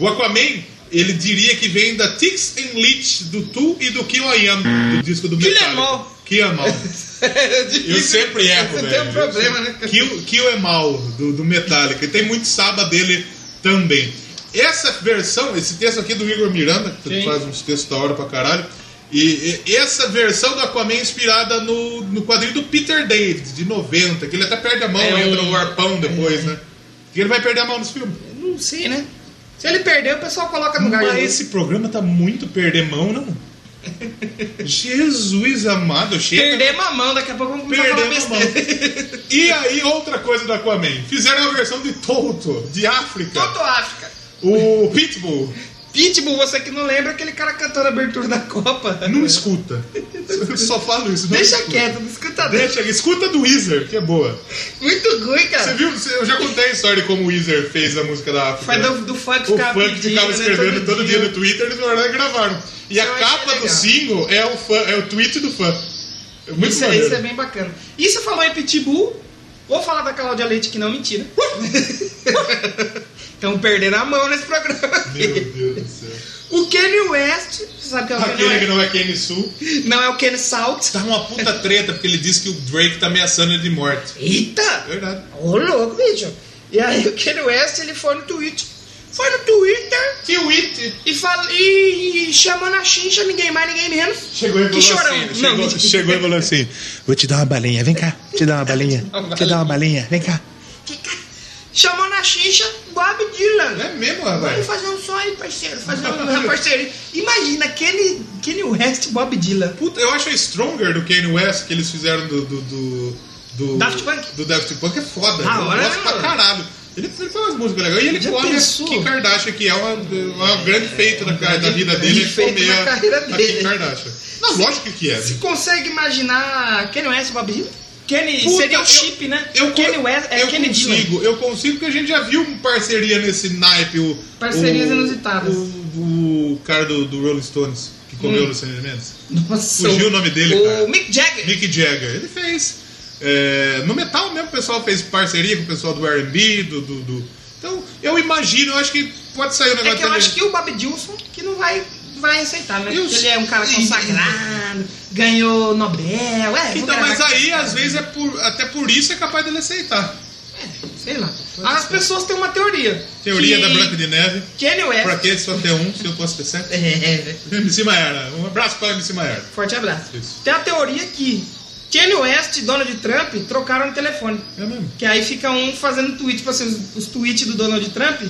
[SPEAKER 2] O Aquaman, ele diria que vem da Tix and Leech, do Tu e do Kill I Am, do disco do
[SPEAKER 1] Kill
[SPEAKER 2] Metallica.
[SPEAKER 1] Em All.
[SPEAKER 2] Kill Em All. Eu sempre erro,
[SPEAKER 1] Você
[SPEAKER 2] velho.
[SPEAKER 1] tem um problema, né?
[SPEAKER 2] Kill, Kill é mal do, do Metallica. E tem muito saba dele também. Essa versão, esse texto aqui é do Igor Miranda, que
[SPEAKER 1] Sim.
[SPEAKER 2] faz uns textos da hora pra caralho. E, e- essa versão do Aquaman é inspirada no, no quadrinho do Peter David, de 90, que ele até perde a mão,
[SPEAKER 1] É,
[SPEAKER 2] entra
[SPEAKER 1] um-
[SPEAKER 2] no arpão depois, né? Que ele vai perder a mão nos filmes.
[SPEAKER 1] Não sei, né? Se ele perder, o pessoal coloca no lugar
[SPEAKER 2] Mas
[SPEAKER 1] dele.
[SPEAKER 2] esse programa tá muito perder mão, não? Jesus amado, chega.
[SPEAKER 1] Perder mamão, daqui a pouco vamos começar a falar
[SPEAKER 2] Perdemos a mão.
[SPEAKER 1] besteira.
[SPEAKER 2] E aí, outra coisa do Aquaman. Fizeram a versão de Toto, de África.
[SPEAKER 1] Toto África.
[SPEAKER 2] O Pitbull
[SPEAKER 1] Pitbull, você que não lembra, aquele cara cantando a abertura da Copa.
[SPEAKER 2] não escuta. Eu Só falo isso. não
[SPEAKER 1] Deixa
[SPEAKER 2] escuta.
[SPEAKER 1] quieto, não escuta não.
[SPEAKER 2] Deixa, escuta do Weezer, que é boa.
[SPEAKER 1] Muito ruim, cara.
[SPEAKER 2] Você viu? Você- Eu já contei a história de como o Weezer fez a música da África. né?
[SPEAKER 1] Foi do, do funk
[SPEAKER 2] é? O
[SPEAKER 1] ficava
[SPEAKER 2] funk
[SPEAKER 1] pedindo,
[SPEAKER 2] ficava
[SPEAKER 1] né,
[SPEAKER 2] escrevendo todo, dia. no Twitter, eles foram lá e gravaram. E
[SPEAKER 1] Eu
[SPEAKER 2] a
[SPEAKER 1] achei
[SPEAKER 2] capa do
[SPEAKER 1] legal.
[SPEAKER 2] single é o, fã, é o tweet do fã. É Muito
[SPEAKER 1] Isso, é-
[SPEAKER 2] maneiro.
[SPEAKER 1] isso é bem bacana. E se falar em Pitbull, vou falar da Cláudia Leite que não mentira. Estão perdendo a mão nesse programa. aqui.
[SPEAKER 2] Meu Deus do céu.
[SPEAKER 1] O Kanye West, você sabe quem é o Kanye
[SPEAKER 2] Aquele que
[SPEAKER 1] West?
[SPEAKER 2] não é Kenny Sul.
[SPEAKER 1] Não é o Ken Salt.
[SPEAKER 2] Tá uma puta treta, porque ele disse que o Drake tá ameaçando ele de morte.
[SPEAKER 1] Eita!
[SPEAKER 2] Verdade.
[SPEAKER 1] Ô louco, bicho. E aí o Kanye West, ele foi no Twitter. Foi no Twitter
[SPEAKER 2] Que o It
[SPEAKER 1] e, fala, e, e chamando a chincha, ninguém mais, ninguém menos.
[SPEAKER 2] chegou e
[SPEAKER 1] Que
[SPEAKER 2] falou
[SPEAKER 1] chorão.
[SPEAKER 2] assim.
[SPEAKER 1] Não,
[SPEAKER 2] Chegou,
[SPEAKER 1] mentira.
[SPEAKER 2] chegou e falou assim.
[SPEAKER 8] Vou te dar uma balinha, vem cá. Te dar uma balinha. Te dar uma balinha, vem cá.
[SPEAKER 1] Chamando a chincha, Bob Dylan.
[SPEAKER 2] É
[SPEAKER 1] né?
[SPEAKER 2] mesmo,
[SPEAKER 1] Vamos
[SPEAKER 2] rapaz?
[SPEAKER 1] fazer um som aí, parceiro. Fazer um- uma parceria. Imagina, aquele, aquele West Bob Dylan.
[SPEAKER 2] Puta, eu acho a Stronger do Kanye West que eles fizeram do. do, do, do
[SPEAKER 1] Daft Punk?
[SPEAKER 2] Do Daft Punk é foda.
[SPEAKER 1] Da
[SPEAKER 2] eu
[SPEAKER 1] hora,
[SPEAKER 2] gosto
[SPEAKER 1] né,
[SPEAKER 2] pra
[SPEAKER 1] mano?
[SPEAKER 2] caralho. Ele, ele faz umas músicas legais. E ele
[SPEAKER 1] Já
[SPEAKER 2] come
[SPEAKER 1] pensou? É,
[SPEAKER 2] a Kim Kardashian, que é uma, uma grande feito da, da vida dele. é
[SPEAKER 1] grande feito
[SPEAKER 2] comer
[SPEAKER 1] na
[SPEAKER 2] a-
[SPEAKER 1] carreira
[SPEAKER 2] a
[SPEAKER 1] dele.
[SPEAKER 2] Kim Kardashian. Não, lógico que é.
[SPEAKER 1] Você consegue imaginar Kanye West Bob Dylan? Kanye,
[SPEAKER 2] Puta,
[SPEAKER 1] seria o
[SPEAKER 2] eu-
[SPEAKER 1] chip, né?
[SPEAKER 2] Eu, con-
[SPEAKER 1] Kanye West é
[SPEAKER 2] eu
[SPEAKER 1] Kanye Dylan.
[SPEAKER 2] consigo, eu consigo porque a gente já viu parceria nesse naipe. O,
[SPEAKER 1] Parcerias
[SPEAKER 2] o-
[SPEAKER 1] inusitadas. Hum.
[SPEAKER 2] O, o cara do, do Rolling Stones, que comeu o Luciano Mendes.
[SPEAKER 1] Nossa,
[SPEAKER 2] Fugiu o nome dele,
[SPEAKER 1] O
[SPEAKER 2] cara.
[SPEAKER 1] Mick Jagger.
[SPEAKER 2] Mick Jagger, ele fez. É, no metal mesmo, o pessoal fez parceria com o pessoal do RB, do, do, do- Então, eu imagino, eu acho que pode sair
[SPEAKER 1] É
[SPEAKER 2] um negócio
[SPEAKER 1] que eu
[SPEAKER 2] dele.
[SPEAKER 1] acho que o Bob Dilson que não vai, vai aceitar, né?
[SPEAKER 2] Eu
[SPEAKER 1] Porque ele é um cara
[SPEAKER 2] sei.
[SPEAKER 1] consagrado, ganhou Nobel, é, vou
[SPEAKER 2] Então,
[SPEAKER 1] gravar
[SPEAKER 2] mas
[SPEAKER 1] aqui.
[SPEAKER 2] aí, às vezes, é por- até por isso é capaz dele aceitar.
[SPEAKER 1] É, sei lá. As pessoas têm uma teoria.
[SPEAKER 2] Teoria
[SPEAKER 1] que é.
[SPEAKER 2] da Branca de Neve.
[SPEAKER 1] Kanye West...
[SPEAKER 2] Pra que só ter um, se eu posso ter sete?
[SPEAKER 1] É, é, é.
[SPEAKER 2] MC Maiara. Um abraço para a MC Maiara.
[SPEAKER 1] forte abraço.
[SPEAKER 2] Isso.
[SPEAKER 1] Tem a teoria que Kanye West e Donald Trump trocaram o telefone.
[SPEAKER 2] É mesmo?
[SPEAKER 1] Que aí fica um fazendo tweet, tipo assim, os, os tweets do Donald Trump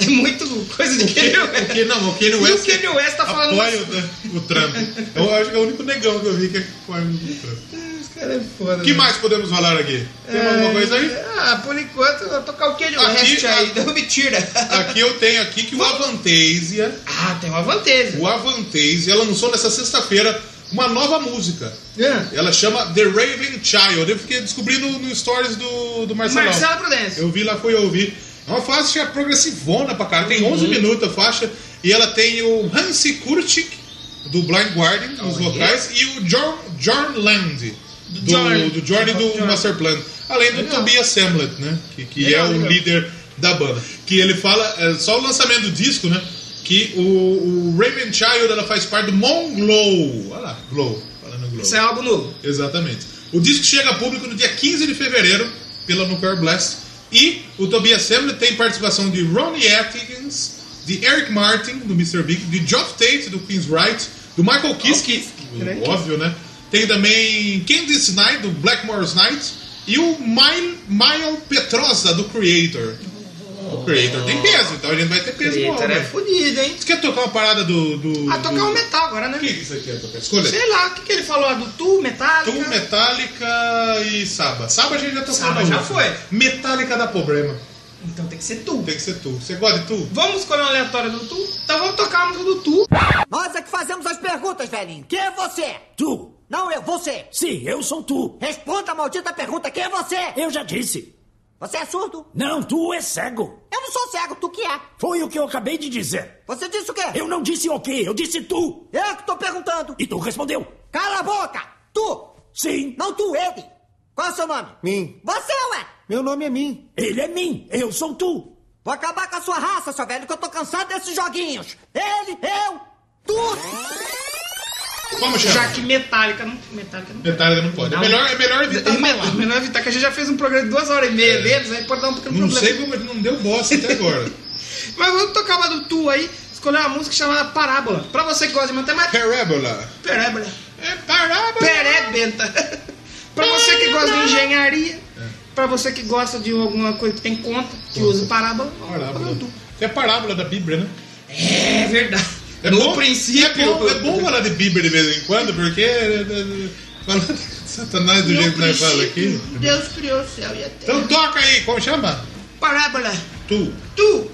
[SPEAKER 1] é muito coisa de Kanye
[SPEAKER 2] O que,
[SPEAKER 1] West.
[SPEAKER 2] não, é o Kanye
[SPEAKER 1] E o
[SPEAKER 2] West
[SPEAKER 1] Kanye West tá falando...
[SPEAKER 2] apoia o, Dan- o Trump. Eu acho que é o único negão que eu vi que apoia o Trump.
[SPEAKER 1] Os caras é foda,
[SPEAKER 2] O que
[SPEAKER 1] né?
[SPEAKER 2] mais podemos falar aqui? Tem mais alguma coisa aí?
[SPEAKER 1] Ah, por enquanto eu vou tocar o Kanye
[SPEAKER 2] Aqui, ah.
[SPEAKER 1] West aí,
[SPEAKER 2] a-
[SPEAKER 1] não me tira.
[SPEAKER 2] Aqui eu tenho aqui que o Avantasia,
[SPEAKER 1] Ah, tem uma vantagem.
[SPEAKER 2] o Avantasia lançou nessa sexta-feira uma nova música.
[SPEAKER 1] Ah,
[SPEAKER 2] Ela chama The Raven Child. Eu fiquei descobrindo no stories do, do Marcelão.
[SPEAKER 1] Marcelo Prudêncio.
[SPEAKER 2] Eu vi lá, fui ouvir. É uma faixa progressivona pra cara. Tem
[SPEAKER 1] Uhum.
[SPEAKER 2] 11 minutos a faixa. E ela tem o Hansi Kurtik, do Blind Guardian, nos vocais. E o John, John Land, do,
[SPEAKER 1] Jorn.
[SPEAKER 2] do Jorn e do
[SPEAKER 1] Jorn.
[SPEAKER 2] Master Plan. Além do
[SPEAKER 1] Legal.
[SPEAKER 2] Tobias Samlet, né? Que, que
[SPEAKER 1] Legal,
[SPEAKER 2] é o
[SPEAKER 1] legal.
[SPEAKER 2] líder da banda. Que ele fala, é, só o lançamento do disco, né? Que o, o Raven Child ela faz parte do Monglow. Olha lá, Glow. Falando Glow.
[SPEAKER 1] Isso é algo novo.
[SPEAKER 2] Exatamente. O disco chega a público no dia 15 de fevereiro pela Nuclear Blast e o Tobias Samlet tem participação de Ronnie Atkins, de Eric Martin, do Mr. Big, de Geoff Tate, do Queen's Right, do Michael Kiske,
[SPEAKER 1] né?
[SPEAKER 2] óbvio, né? Tem também Candice Knight, do Blackmore's Night, e o Mile, Mile Petrosa, do Creator. O Creator tem peso, então a gente vai ter peso no
[SPEAKER 1] Eita,
[SPEAKER 2] álbum.
[SPEAKER 1] é fodido, hein?
[SPEAKER 2] Você quer tocar uma parada do... do
[SPEAKER 1] Ah, tocar
[SPEAKER 2] do...
[SPEAKER 1] um metal agora, né?
[SPEAKER 2] O que é? que você quer tocar? Escolha.
[SPEAKER 1] Sei lá, o que, que ele falou lá do Tu, metal?
[SPEAKER 2] Tu, Metallica e Saba. Saba a gente já tocou
[SPEAKER 1] Saba
[SPEAKER 2] na
[SPEAKER 1] já
[SPEAKER 2] última.
[SPEAKER 1] foi.
[SPEAKER 2] Metallica dá problema.
[SPEAKER 1] Então tem que ser Tu.
[SPEAKER 2] Tem que ser tu. Você gosta de tu?
[SPEAKER 1] Vamos escolher uma aleatória do Tu? Então vamos tocar a música do Tu.
[SPEAKER 6] Nós é que fazemos as perguntas, velhinho. Quem é você? Tu. Não, eu, você!
[SPEAKER 9] Sim, eu sou tu.
[SPEAKER 6] Responda a maldita pergunta, quem é você?
[SPEAKER 9] Eu já disse.
[SPEAKER 6] Você é surdo?
[SPEAKER 9] Não, tu é cego.
[SPEAKER 6] Eu não sou cego, tu que é.
[SPEAKER 9] Foi o que eu acabei de dizer.
[SPEAKER 6] Você disse o quê?
[SPEAKER 9] Eu não disse o quê, eu disse tu.
[SPEAKER 6] Eu É. que tô perguntando.
[SPEAKER 9] E tu respondeu.
[SPEAKER 6] Cala a boca! Tu!
[SPEAKER 9] Sim,
[SPEAKER 6] Não tu, ele! Qual é o seu nome?
[SPEAKER 10] Mim.
[SPEAKER 6] Você, ué!
[SPEAKER 10] Meu nome é Mim.
[SPEAKER 9] ele é mim, eu sou tu.
[SPEAKER 6] Vou acabar com a sua raça, seu velho, que eu tô cansado desses joguinhos! Ele, eu, tu!
[SPEAKER 2] Como
[SPEAKER 1] Já
[SPEAKER 2] chama?
[SPEAKER 1] que Metallica não. Metallica não.
[SPEAKER 2] Metallica não pode. É
[SPEAKER 1] Não.
[SPEAKER 2] melhor, é melhor evitar
[SPEAKER 1] É melhor,
[SPEAKER 2] falar.
[SPEAKER 1] melhor evitar, que a gente já fez um programa de duas horas e meia deles, aí pode dar um pequeno
[SPEAKER 2] É. Não
[SPEAKER 1] problema.
[SPEAKER 2] sei como ele não deu bosta até agora.
[SPEAKER 1] Mas vamos tocar uma do Tu aí, escolher uma música chamada Parábola. Pra você que gosta de matemática,
[SPEAKER 2] Parábola.
[SPEAKER 1] perébola.
[SPEAKER 2] É parábola.
[SPEAKER 1] Perebenta. pra você que gosta de
[SPEAKER 2] É.
[SPEAKER 1] engenharia, pra você que gosta de alguma coisa que tem conta, que usa parábola,
[SPEAKER 2] Parábola.
[SPEAKER 1] olha o Tu.
[SPEAKER 2] É parábola da Bíblia, né?
[SPEAKER 1] É verdade.
[SPEAKER 2] É
[SPEAKER 1] no
[SPEAKER 2] bom-
[SPEAKER 1] princípio.
[SPEAKER 2] É bom, é bom falar de Bíblia de vez em quando, porque. é, é, é, Falar de Satanás do
[SPEAKER 1] No
[SPEAKER 2] jeito que nós fala aqui.
[SPEAKER 1] princípio, Deus criou o céu e a terra.
[SPEAKER 2] Então toca aí, como chama?
[SPEAKER 1] Parábola.
[SPEAKER 2] Tu.
[SPEAKER 1] Tu.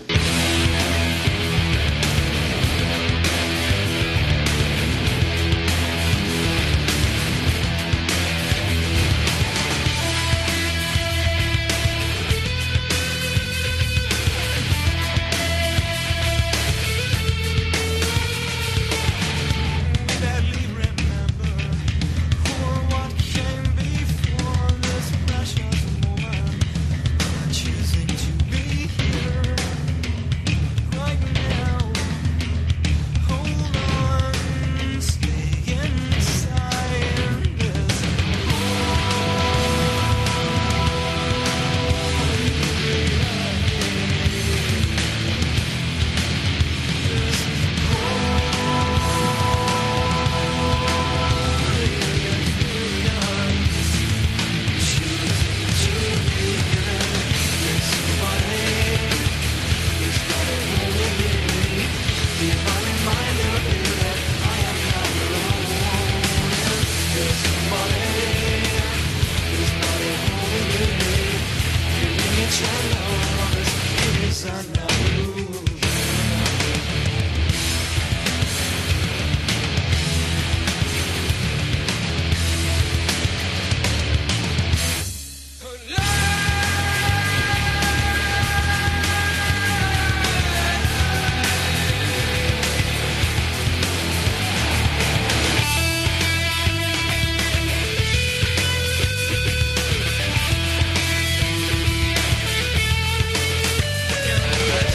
[SPEAKER 3] Thank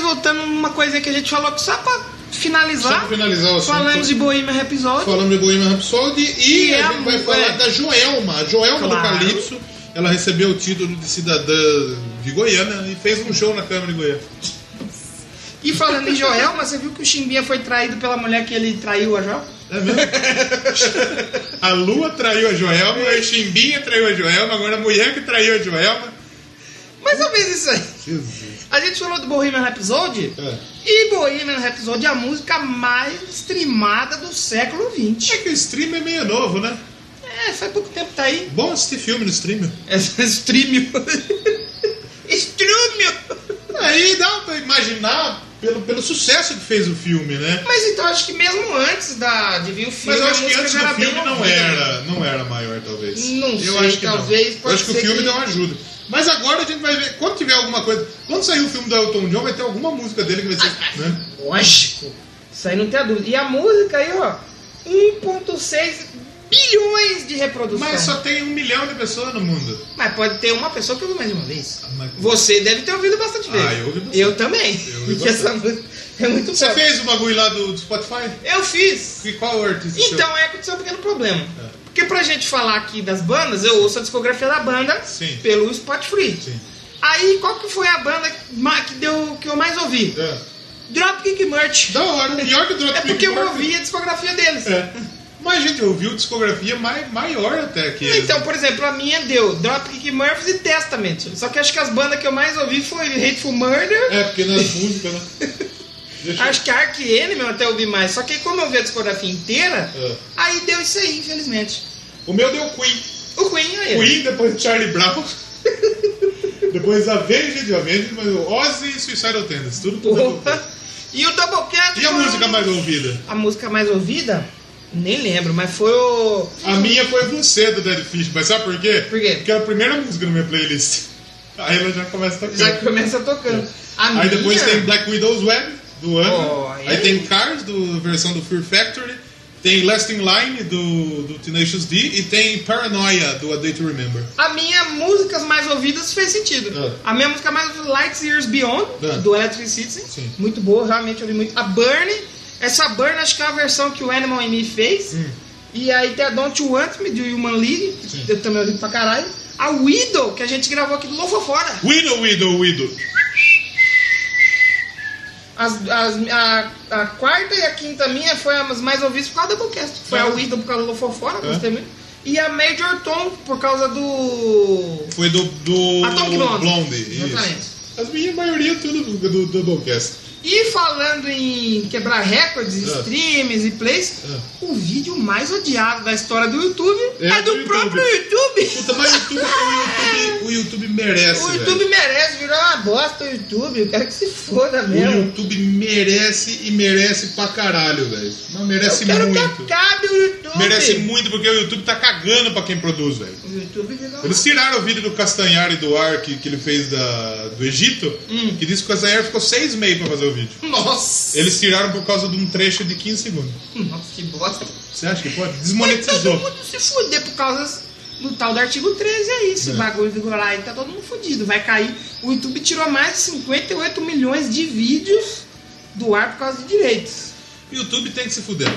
[SPEAKER 1] voltando uma coisinha que a gente falou aqui só pra finalizar.
[SPEAKER 2] Só pra finalizar um o assunto.
[SPEAKER 1] Falamos de Bohemian Rhapsody.
[SPEAKER 2] Falamos de Bohemian Rhapsody e,
[SPEAKER 1] E
[SPEAKER 2] a
[SPEAKER 1] a
[SPEAKER 2] gente vai
[SPEAKER 1] mu-
[SPEAKER 2] falar
[SPEAKER 1] é.
[SPEAKER 2] da Joelma. A Joelma
[SPEAKER 1] Claro.
[SPEAKER 2] do Calypso, ela recebeu o título de cidadã de Goiânia e fez um show na Câmara de Goiânia.
[SPEAKER 1] E falando em Joelma, você viu que o Chimbinha foi traído pela mulher que ele traiu a Joelma?
[SPEAKER 2] A Lua traiu a Joelma, a Chimbinha traiu a Joelma, agora a mulher que traiu a Joelma.
[SPEAKER 1] Mais ou menos isso aí.
[SPEAKER 2] Jesus.
[SPEAKER 1] A gente falou do Bohemian Rhapsody.
[SPEAKER 2] É.
[SPEAKER 1] E Bohemian Rhapsody é a música mais streamada do século
[SPEAKER 2] É
[SPEAKER 1] XX.
[SPEAKER 2] que o stream é meio novo, né?
[SPEAKER 1] É, faz pouco tempo que tá aí.
[SPEAKER 2] Bom assistir filme no stream.
[SPEAKER 1] É streamio. Strumio!
[SPEAKER 2] Aí dá pra imaginar pelo, pelo sucesso que fez o filme, né?
[SPEAKER 1] Mas então acho que mesmo antes da, de vir o filme.
[SPEAKER 2] Mas eu acho
[SPEAKER 1] a
[SPEAKER 2] que
[SPEAKER 1] música
[SPEAKER 2] antes
[SPEAKER 1] já
[SPEAKER 2] do
[SPEAKER 1] era bem
[SPEAKER 2] filme não
[SPEAKER 1] ouvida.
[SPEAKER 2] era, não era maior, talvez.
[SPEAKER 1] Não
[SPEAKER 2] eu
[SPEAKER 1] sei,
[SPEAKER 2] acho que não.
[SPEAKER 1] talvez,
[SPEAKER 2] Eu
[SPEAKER 1] pode
[SPEAKER 2] acho que o
[SPEAKER 1] ser
[SPEAKER 2] filme
[SPEAKER 1] que-
[SPEAKER 2] deu uma ajuda. Mas agora a gente vai ver, quando tiver alguma coisa. Quando sair o filme do Elton John, vai ter alguma música dele que vai ser. Né?
[SPEAKER 1] Lógico. Isso aí não tem a dúvida. E a música aí, ó. 1.6 bilhões de reproduções.
[SPEAKER 2] Mas só tem um milhão de pessoas no mundo.
[SPEAKER 1] Mas pode ter uma pessoa que ouviu mais de uma vez.
[SPEAKER 2] Ah, Mas-
[SPEAKER 1] Você deve ter ouvido bastante
[SPEAKER 2] Ah,
[SPEAKER 1] vezes.
[SPEAKER 2] eu ouvi bastante.
[SPEAKER 1] Eu também.
[SPEAKER 2] Eu ouvi
[SPEAKER 1] porque essa música é muito
[SPEAKER 2] Você
[SPEAKER 1] boa.
[SPEAKER 2] fez o bagulho lá do, do Spotify?
[SPEAKER 1] Eu fiz.
[SPEAKER 2] E qual é o artista?
[SPEAKER 1] Então é aconteceu um pequeno problema.
[SPEAKER 2] É.
[SPEAKER 1] Porque pra gente falar aqui das bandas, eu ouço a discografia da banda
[SPEAKER 2] Sim.
[SPEAKER 1] pelo Spotify.
[SPEAKER 2] Sim.
[SPEAKER 1] Aí qual que foi a banda ma- que, deu, que eu mais ouvi?
[SPEAKER 2] seu? É.
[SPEAKER 1] Dropkick Murphy.
[SPEAKER 2] Da hora, pior que o Dropkick
[SPEAKER 1] É porque eu
[SPEAKER 2] Murphy.
[SPEAKER 1] ouvi a discografia deles.
[SPEAKER 2] É. Mas a gente ouviu discografia mai, maior até que eles. né?
[SPEAKER 1] Então, por exemplo, a minha deu Dropkick Murphys e Testament. Só que acho que as bandas que eu mais ouvi foi Hateful Murder,
[SPEAKER 2] É, porque nas músicas, né? Deixa eu-
[SPEAKER 1] acho que Ark Enemy eu até ouvi mais. Só que como eu vi a discografia inteira,
[SPEAKER 2] É.
[SPEAKER 1] aí deu isso aí, infelizmente.
[SPEAKER 2] O meu deu Queen.
[SPEAKER 1] O Queen aí.
[SPEAKER 2] Queen, depois Charlie Brown. depois Avenged, Avenged, mas o Ozzy e Suicidal Tendencies. Tudo por
[SPEAKER 1] Porra. E o Doublecat.
[SPEAKER 2] E
[SPEAKER 1] foi-
[SPEAKER 2] a
[SPEAKER 1] um
[SPEAKER 2] música mais ouvida?
[SPEAKER 1] A música mais ouvida? Nem lembro, mas foi o.
[SPEAKER 2] A minha foi você do Dead Fish, mas sabe por quê?
[SPEAKER 1] Por quê?
[SPEAKER 2] Porque é a primeira música na minha playlist. Aí ela já começa a tocar.
[SPEAKER 1] Já que começa tocando. A
[SPEAKER 2] É. Aí
[SPEAKER 1] minha...
[SPEAKER 2] depois tem Black Widow's Web, do ano.
[SPEAKER 1] Oh,
[SPEAKER 2] aí
[SPEAKER 1] aí.
[SPEAKER 2] tem Cars, do versão do Fear Factory. Tem Last in Line, do, do Tenacious D. E tem Paranoia, do A Day to Remember.
[SPEAKER 1] A minha músicas mais ouvidas fez sentido.
[SPEAKER 2] Ah.
[SPEAKER 1] A minha música mais ouvida, Lights Years Beyond,
[SPEAKER 2] Ah.
[SPEAKER 1] do Electric Citizen.
[SPEAKER 2] Sim.
[SPEAKER 1] Muito boa, realmente ouvi muito. A Burn, essa Burn acho que é a versão que o Animal in Me fez. E aí tem a Don't You Want Me, do Human League, que
[SPEAKER 2] Hum. Sim.
[SPEAKER 1] eu também ouvi pra caralho. A Widow, que a gente gravou aqui do Lofofora.
[SPEAKER 2] Widow, Widow, Widow.
[SPEAKER 1] As, as- a, a quarta e a quinta minha foi as mais ouvidas por causa da Doublecast. Foi
[SPEAKER 2] Ah.
[SPEAKER 1] a Widow por causa do Lofofora,
[SPEAKER 2] Ah.
[SPEAKER 1] gostei muito. E a Major Tom por causa do.
[SPEAKER 2] Foi do, do
[SPEAKER 1] Atomic Blonde.
[SPEAKER 2] isso.
[SPEAKER 1] Exatamente.
[SPEAKER 2] As minhas, a maioria, é tudo do, do, do Doublecast.
[SPEAKER 1] E falando em quebrar recordes,
[SPEAKER 2] Ah.
[SPEAKER 1] streams e plays, o vídeo mais odiado da história do YouTube
[SPEAKER 2] Uhum. É
[SPEAKER 1] é,
[SPEAKER 2] do
[SPEAKER 1] do,
[SPEAKER 2] YouTube.
[SPEAKER 1] próprio YouTube.
[SPEAKER 2] Puta, mas o YouTube, o YouTube, o YouTube merece,
[SPEAKER 1] O
[SPEAKER 2] velho.
[SPEAKER 1] YouTube merece virar uma bosta, o YouTube. Eu quero que se foda
[SPEAKER 2] O
[SPEAKER 1] mesmo.
[SPEAKER 2] YouTube merece e merece pra caralho, velho. Mas merece
[SPEAKER 1] Eu quero
[SPEAKER 2] muito.
[SPEAKER 1] que acabe o YouTube.
[SPEAKER 2] Merece muito porque o YouTube tá cagando pra quem produz, velho.
[SPEAKER 1] O YouTube virou
[SPEAKER 2] Eles tiraram o vídeo do Castanhari do ar que, que ele fez da, do Egito,
[SPEAKER 1] Hum.
[SPEAKER 2] que disse que o Castanhari ficou seis meses pra fazer o vídeo.
[SPEAKER 1] Nossa.
[SPEAKER 2] Eles tiraram por causa de um trecho de 15 segundos.
[SPEAKER 1] Nossa, que bosta.
[SPEAKER 2] Você acha que pode?
[SPEAKER 1] Mas todo
[SPEAKER 2] Desmonetizou.
[SPEAKER 1] mundo se fuder por causa do tal do artigo 13 aí. Esse
[SPEAKER 2] É.
[SPEAKER 1] bagulho vigorar aí tá todo mundo fudido. Vai cair. O YouTube tirou mais de 58 milhões de vídeos do ar por causa de direitos.
[SPEAKER 2] O YouTube tem que se fuder.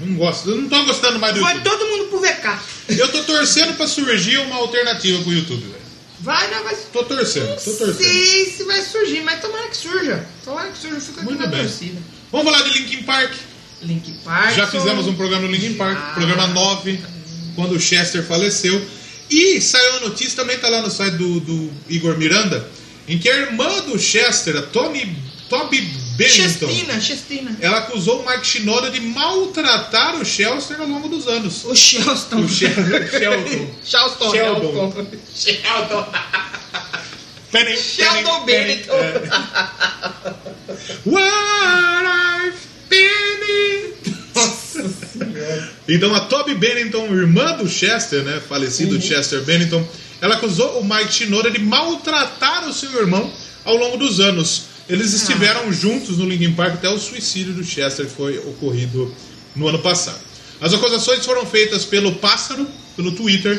[SPEAKER 2] Não gosto. Eu não tô gostando mais do
[SPEAKER 1] Foi
[SPEAKER 2] YouTube.
[SPEAKER 1] todo mundo pro VK.
[SPEAKER 2] Eu tô torcendo pra surgir uma alternativa pro YouTube, velho.
[SPEAKER 1] Vai, não vai.
[SPEAKER 2] Tô torcendo, tô
[SPEAKER 1] Não
[SPEAKER 2] torcendo.
[SPEAKER 1] sei se vai surgir, mas tomara que surja. Tomara que surja, fica aqui
[SPEAKER 2] Muito
[SPEAKER 1] na
[SPEAKER 2] bem.
[SPEAKER 1] torcida.
[SPEAKER 2] Vamos falar de Linkin Park.
[SPEAKER 1] Link Park.
[SPEAKER 2] Já fizemos um programa no Linkin Park,
[SPEAKER 1] Ah.
[SPEAKER 2] programa 9, quando o Chester faleceu. E saiu a notícia, também tá lá no site do, do Igor Miranda, em que a irmã do Chester, a Tommy, Toby Bennington,
[SPEAKER 1] Chestina, Chestina.
[SPEAKER 2] ela acusou o Mike Shinoda de maltratar o Chester ao longo dos anos.
[SPEAKER 1] O Charleston.
[SPEAKER 2] O She- Sheldon.
[SPEAKER 1] Charleston.
[SPEAKER 2] Sheldon.
[SPEAKER 1] Sheldon.
[SPEAKER 2] Penny,
[SPEAKER 1] Sheldon Bennington.
[SPEAKER 2] É. What I've been in. Então a Toby Bennington, irmã do Chester, né? Falecido Chester Bennington, ela acusou o Mike Shinoda de maltratar o seu irmão ao longo dos anos. Eles estiveram juntos no Linkin Park até o suicídio do Chester que foi ocorrido no ano passado. As acusações foram feitas pelo Pássaro, pelo Twitter.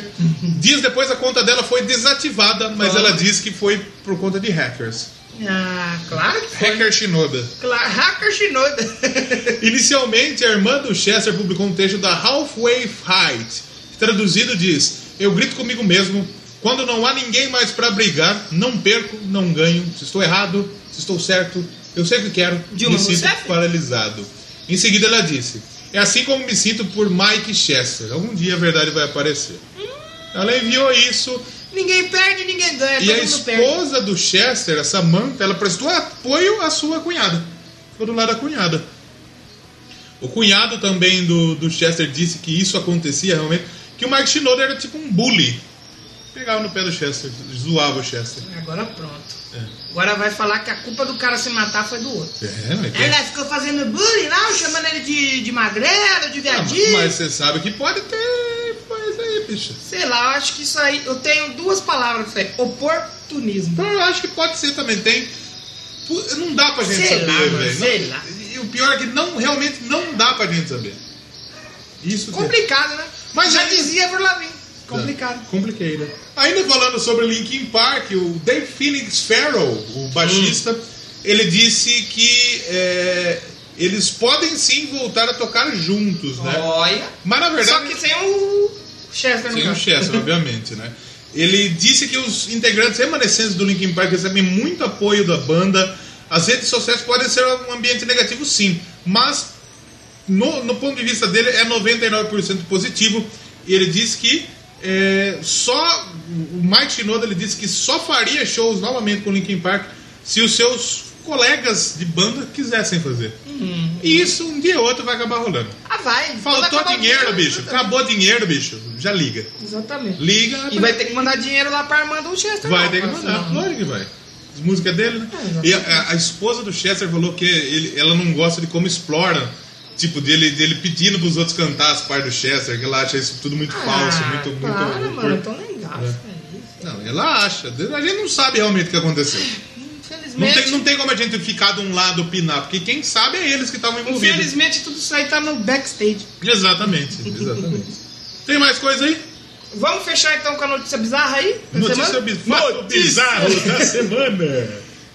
[SPEAKER 2] Dias depois a conta dela foi desativada, mas ela diz que foi por conta de hackers.
[SPEAKER 1] Ah, claro que foi.
[SPEAKER 2] Hacker Shinoda.
[SPEAKER 1] Cla- Hacker Shinoda.
[SPEAKER 2] Inicialmente, a irmã do Chester publicou um texto da Halfway Fight, que traduzido diz: Eu grito comigo mesmo, quando não há ninguém mais pra brigar, não perco, não ganho, se estou errado, se estou certo, eu sei o que quero,
[SPEAKER 1] Dilma
[SPEAKER 2] me sinto
[SPEAKER 1] Rousseff?
[SPEAKER 2] paralisado. Em seguida, ela disse: É assim como me sinto por Mike Chester, algum dia a verdade vai aparecer. Ela enviou isso
[SPEAKER 1] ninguém perde, ninguém ganha.
[SPEAKER 2] e
[SPEAKER 1] É todo
[SPEAKER 2] a
[SPEAKER 1] mundo perde.
[SPEAKER 2] esposa do Chester, a Samantha, ela prestou apoio à sua cunhada. Ficou do lado da cunhada. O cunhado também do, do Chester disse que isso acontecia realmente. Que o Mike Shinoda era tipo um bully. Pegava no pé do Chester, zoava o Chester.
[SPEAKER 1] Agora pronto. Agora vai falar que a culpa do cara se matar foi do outro.
[SPEAKER 2] É, mas, tem-
[SPEAKER 1] Ela ficou fazendo bullying lá, chamando ele de, de magrelo, de
[SPEAKER 2] Ah,
[SPEAKER 1] viadinho.
[SPEAKER 2] mas você sabe que pode ter coisa aí, bicho.
[SPEAKER 1] Sei lá, eu acho que isso aí. Eu tenho duas palavras pra isso aí. Oportunismo.
[SPEAKER 2] Então eu acho que pode ser também, tem. Pu- Não dá pra gente
[SPEAKER 1] Sei
[SPEAKER 2] saber,
[SPEAKER 1] lá, mano,
[SPEAKER 2] velho.
[SPEAKER 1] sei
[SPEAKER 2] Não-
[SPEAKER 1] lá.
[SPEAKER 2] E o pior é que não, realmente não dá pra gente saber. Isso tem.
[SPEAKER 1] Complicado, né?
[SPEAKER 2] Mas é
[SPEAKER 1] já
[SPEAKER 2] aí-
[SPEAKER 1] dizia Verlavin. Complicado.
[SPEAKER 2] Complicated. né? Ainda falando sobre Linkin Park, o Dave Phoenix Farrell, o baixista,
[SPEAKER 1] Hum.
[SPEAKER 2] ele disse que é, eles podem sim voltar a tocar juntos, né?
[SPEAKER 1] Olha.
[SPEAKER 2] Mas na
[SPEAKER 1] Só
[SPEAKER 2] verdade.
[SPEAKER 1] que sem o Chester no
[SPEAKER 2] Sem o
[SPEAKER 1] caso.
[SPEAKER 2] Chester, obviamente, né? Ele disse que os integrantes remanescentes do Linkin Park recebem muito apoio da banda. As redes sociais podem ser um ambiente negativo, sim, mas no, no ponto de vista dele é 99% positivo. E ele disse que é, só o Mike Shinoda ele disse que só faria shows novamente com o Linkin Park se os seus colegas de banda quisessem fazer. E isso um dia ou outro vai acabar rolando.
[SPEAKER 1] Ah, Uhum. vai. Quando
[SPEAKER 2] Faltou
[SPEAKER 1] acabar né? o
[SPEAKER 2] dinheiro,
[SPEAKER 1] dinheiro,
[SPEAKER 2] bicho. Acabou dinheiro, bicho. Já liga.
[SPEAKER 1] Exatamente.
[SPEAKER 2] Liga.
[SPEAKER 1] E vai ter que mandar dinheiro lá pra irmã do Chester. não,
[SPEAKER 2] Vai
[SPEAKER 1] É,
[SPEAKER 2] ter que
[SPEAKER 1] parceiro.
[SPEAKER 2] mandar. Claro que vai. As músicas dele, né? E a, a esposa do Chester falou que ele, ela não gosta de como explora. Tipo, dele, dele pedindo pros outros cantar as partes do Chester, que ela acha isso tudo muito
[SPEAKER 1] Ah,
[SPEAKER 2] falso, muito. muito
[SPEAKER 1] para, mano.
[SPEAKER 2] muito- É.
[SPEAKER 1] Então nem gasta isso.
[SPEAKER 2] Não, ela acha. A gente não sabe realmente o que aconteceu. Não
[SPEAKER 1] Infelizmente.
[SPEAKER 2] tem, não tem como a gente ficar de um lado opinar, porque quem sabe é eles que estavam envolvidos.
[SPEAKER 1] Infelizmente tudo isso aí tá no backstage.
[SPEAKER 2] Exatamente, exatamente. tem mais coisa aí?
[SPEAKER 1] Vamos fechar então com a notícia bizarra aí? da
[SPEAKER 2] Notícia
[SPEAKER 1] semana?
[SPEAKER 2] bi- fato bizarro da semana.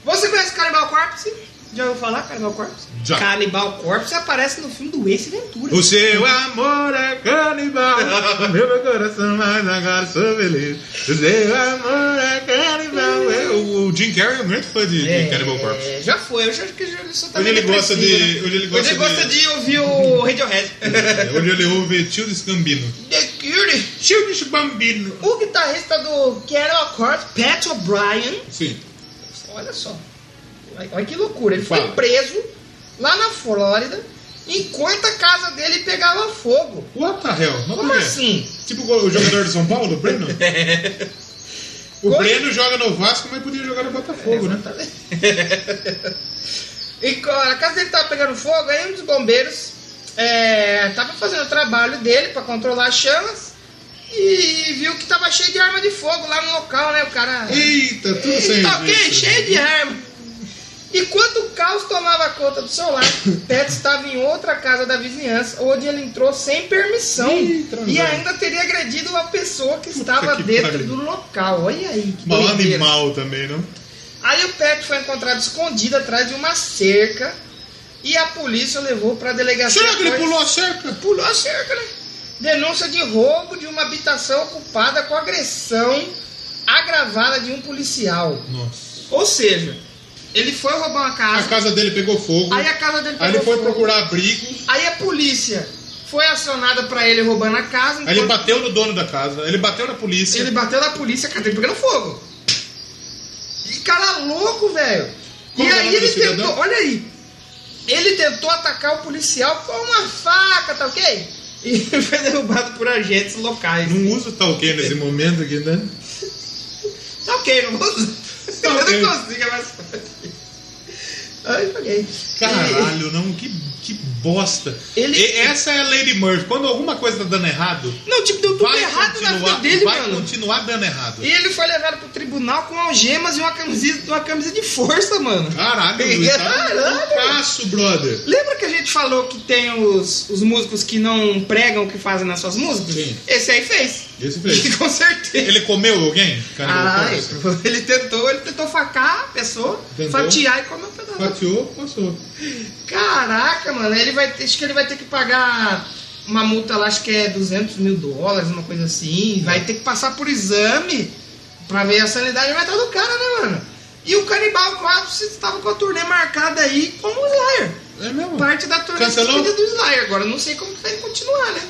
[SPEAKER 1] Você conhece Cannibal Corpse? Já ouviu falar Cannibal Corpse?
[SPEAKER 2] Já.
[SPEAKER 1] Cannibal Corpse aparece no filme do Ace Ventura.
[SPEAKER 2] O seu amor é canibal, o meu coração, mas agora sou feliz. O seu amor é canibal. É, o, o Jim Carrey é um grande fã de, de Cannibal Corpse.
[SPEAKER 1] É, já foi, eu já acho que já sou né?
[SPEAKER 2] Hoje ele gosta de. Hoje ele
[SPEAKER 1] Hoje
[SPEAKER 2] gosta,
[SPEAKER 1] ele gosta de ouvir o Radiohead.
[SPEAKER 2] de. Hoje É, ele ouve Tio Scambino.
[SPEAKER 1] The Cure.
[SPEAKER 2] Tio Scambino.
[SPEAKER 1] O guitarrista do Cannibal Corpse, Pat O'Brien,
[SPEAKER 2] Sim.
[SPEAKER 1] Olha só. Olha olha que loucura. Ele foi
[SPEAKER 2] Fala.
[SPEAKER 1] preso lá na Flórida enquanto a casa dele pegava fogo.
[SPEAKER 2] What the hell? Não
[SPEAKER 1] Como
[SPEAKER 2] é.
[SPEAKER 1] assim? É.
[SPEAKER 2] Tipo o jogador de São Paulo, o Breno? O
[SPEAKER 1] Como-
[SPEAKER 2] Breno joga no Vasco, mas podia jogar no Botafogo, né?
[SPEAKER 1] E co- a casa dele tava pegando fogo, aí um dos bombeiros é, tava fazendo o trabalho dele para controlar as chamas e viu que tava cheio de arma de fogo lá no local, né? O cara.
[SPEAKER 2] Eita, tudo sem
[SPEAKER 1] Tá ok,
[SPEAKER 2] juízo.
[SPEAKER 1] cheio de arma. Enquanto o caos tomava conta do seu lar, Pet estava em outra casa da vizinhança, onde ele entrou sem permissão
[SPEAKER 2] Ih, transar.
[SPEAKER 1] e ainda teria agredido uma pessoa que estava
[SPEAKER 2] que
[SPEAKER 1] dentro
[SPEAKER 2] pariu.
[SPEAKER 1] do local. Olha aí, que
[SPEAKER 2] Mal
[SPEAKER 1] doideira.
[SPEAKER 2] animal também, não?
[SPEAKER 1] Aí o Pet foi encontrado escondido atrás de uma cerca e a polícia o levou para a delegacia.
[SPEAKER 2] Será que ele
[SPEAKER 1] após-
[SPEAKER 2] pulou a cerca?
[SPEAKER 1] Pulou a cerca, né? Denúncia de roubo de uma habitação ocupada com agressão agravada de um policial.
[SPEAKER 2] Nossa.
[SPEAKER 1] Ou seja, ele foi roubar uma
[SPEAKER 2] A
[SPEAKER 1] casa,
[SPEAKER 2] casa dele pegou fogo.
[SPEAKER 1] Ah. aí a casa dele pegou
[SPEAKER 2] Aí ele foi
[SPEAKER 1] fogo.
[SPEAKER 2] procurar abrigo.
[SPEAKER 1] Aí a polícia foi acionada pra ele roubando a casa,
[SPEAKER 2] Aí ele
[SPEAKER 1] enquanto
[SPEAKER 2] bateu no dono da casa. Ele bateu na polícia.
[SPEAKER 1] ele bateu na polícia, a casa dele pegando fogo. E cara louco, velho.
[SPEAKER 2] Como
[SPEAKER 1] E
[SPEAKER 2] é o
[SPEAKER 1] aí
[SPEAKER 2] nome
[SPEAKER 1] ele
[SPEAKER 2] do cidadão?
[SPEAKER 1] tentou, olha aí. Ele tentou atacar o policial com uma faca, tá ok? E foi derrubado por agentes locais.
[SPEAKER 2] Não usa o talquê nesse momento aqui, né?
[SPEAKER 1] Tá ok, não vou usar.
[SPEAKER 2] Tá ok.
[SPEAKER 1] Eu não consigo mais. Ai, paguei.
[SPEAKER 2] Caralho, não. Que, que bosta.
[SPEAKER 1] Ele-
[SPEAKER 2] E- essa é a Lady Murphy. Quando alguma coisa tá dando errado,
[SPEAKER 1] Não, tipo, deu tudo
[SPEAKER 2] vai,
[SPEAKER 1] errado na vida
[SPEAKER 2] continuar,
[SPEAKER 1] dele,
[SPEAKER 2] vai
[SPEAKER 1] mano.
[SPEAKER 2] continuar dando errado.
[SPEAKER 1] E ele foi levado pro tribunal com algemas e uma camisa, uma camisa de força, mano.
[SPEAKER 2] Caralho, Luiz, tá
[SPEAKER 1] Caralho.
[SPEAKER 2] loucaço, brother.
[SPEAKER 1] Lembra que a gente falou que tem os, os músicos que não pregam o que fazem nas suas músicas?
[SPEAKER 2] Sim.
[SPEAKER 1] Esse aí fez.
[SPEAKER 2] Esse fez.
[SPEAKER 1] com certeza.
[SPEAKER 2] Ele comeu alguém?
[SPEAKER 1] Ah,
[SPEAKER 2] Carregou força.
[SPEAKER 1] ele tentou, ele tentou facar a pessoa,
[SPEAKER 2] Entendeu?
[SPEAKER 1] fatiar e comer um pedaço.
[SPEAKER 2] Fatiou, passou.
[SPEAKER 1] Caraca, mano, ele vai, acho que ele vai ter que pagar uma multa lá, acho que é 200 mil dólares, uma coisa assim. Vai ter que passar por exame pra ver a sanidade mental do cara, né, mano? E o Canibal Corpse estava com a turnê marcada aí como Slayer.
[SPEAKER 2] É mesmo?
[SPEAKER 1] Parte da turnê
[SPEAKER 2] Cancelou?
[SPEAKER 1] despedida do Slayer. Agora eu não sei como que vai continuar, né?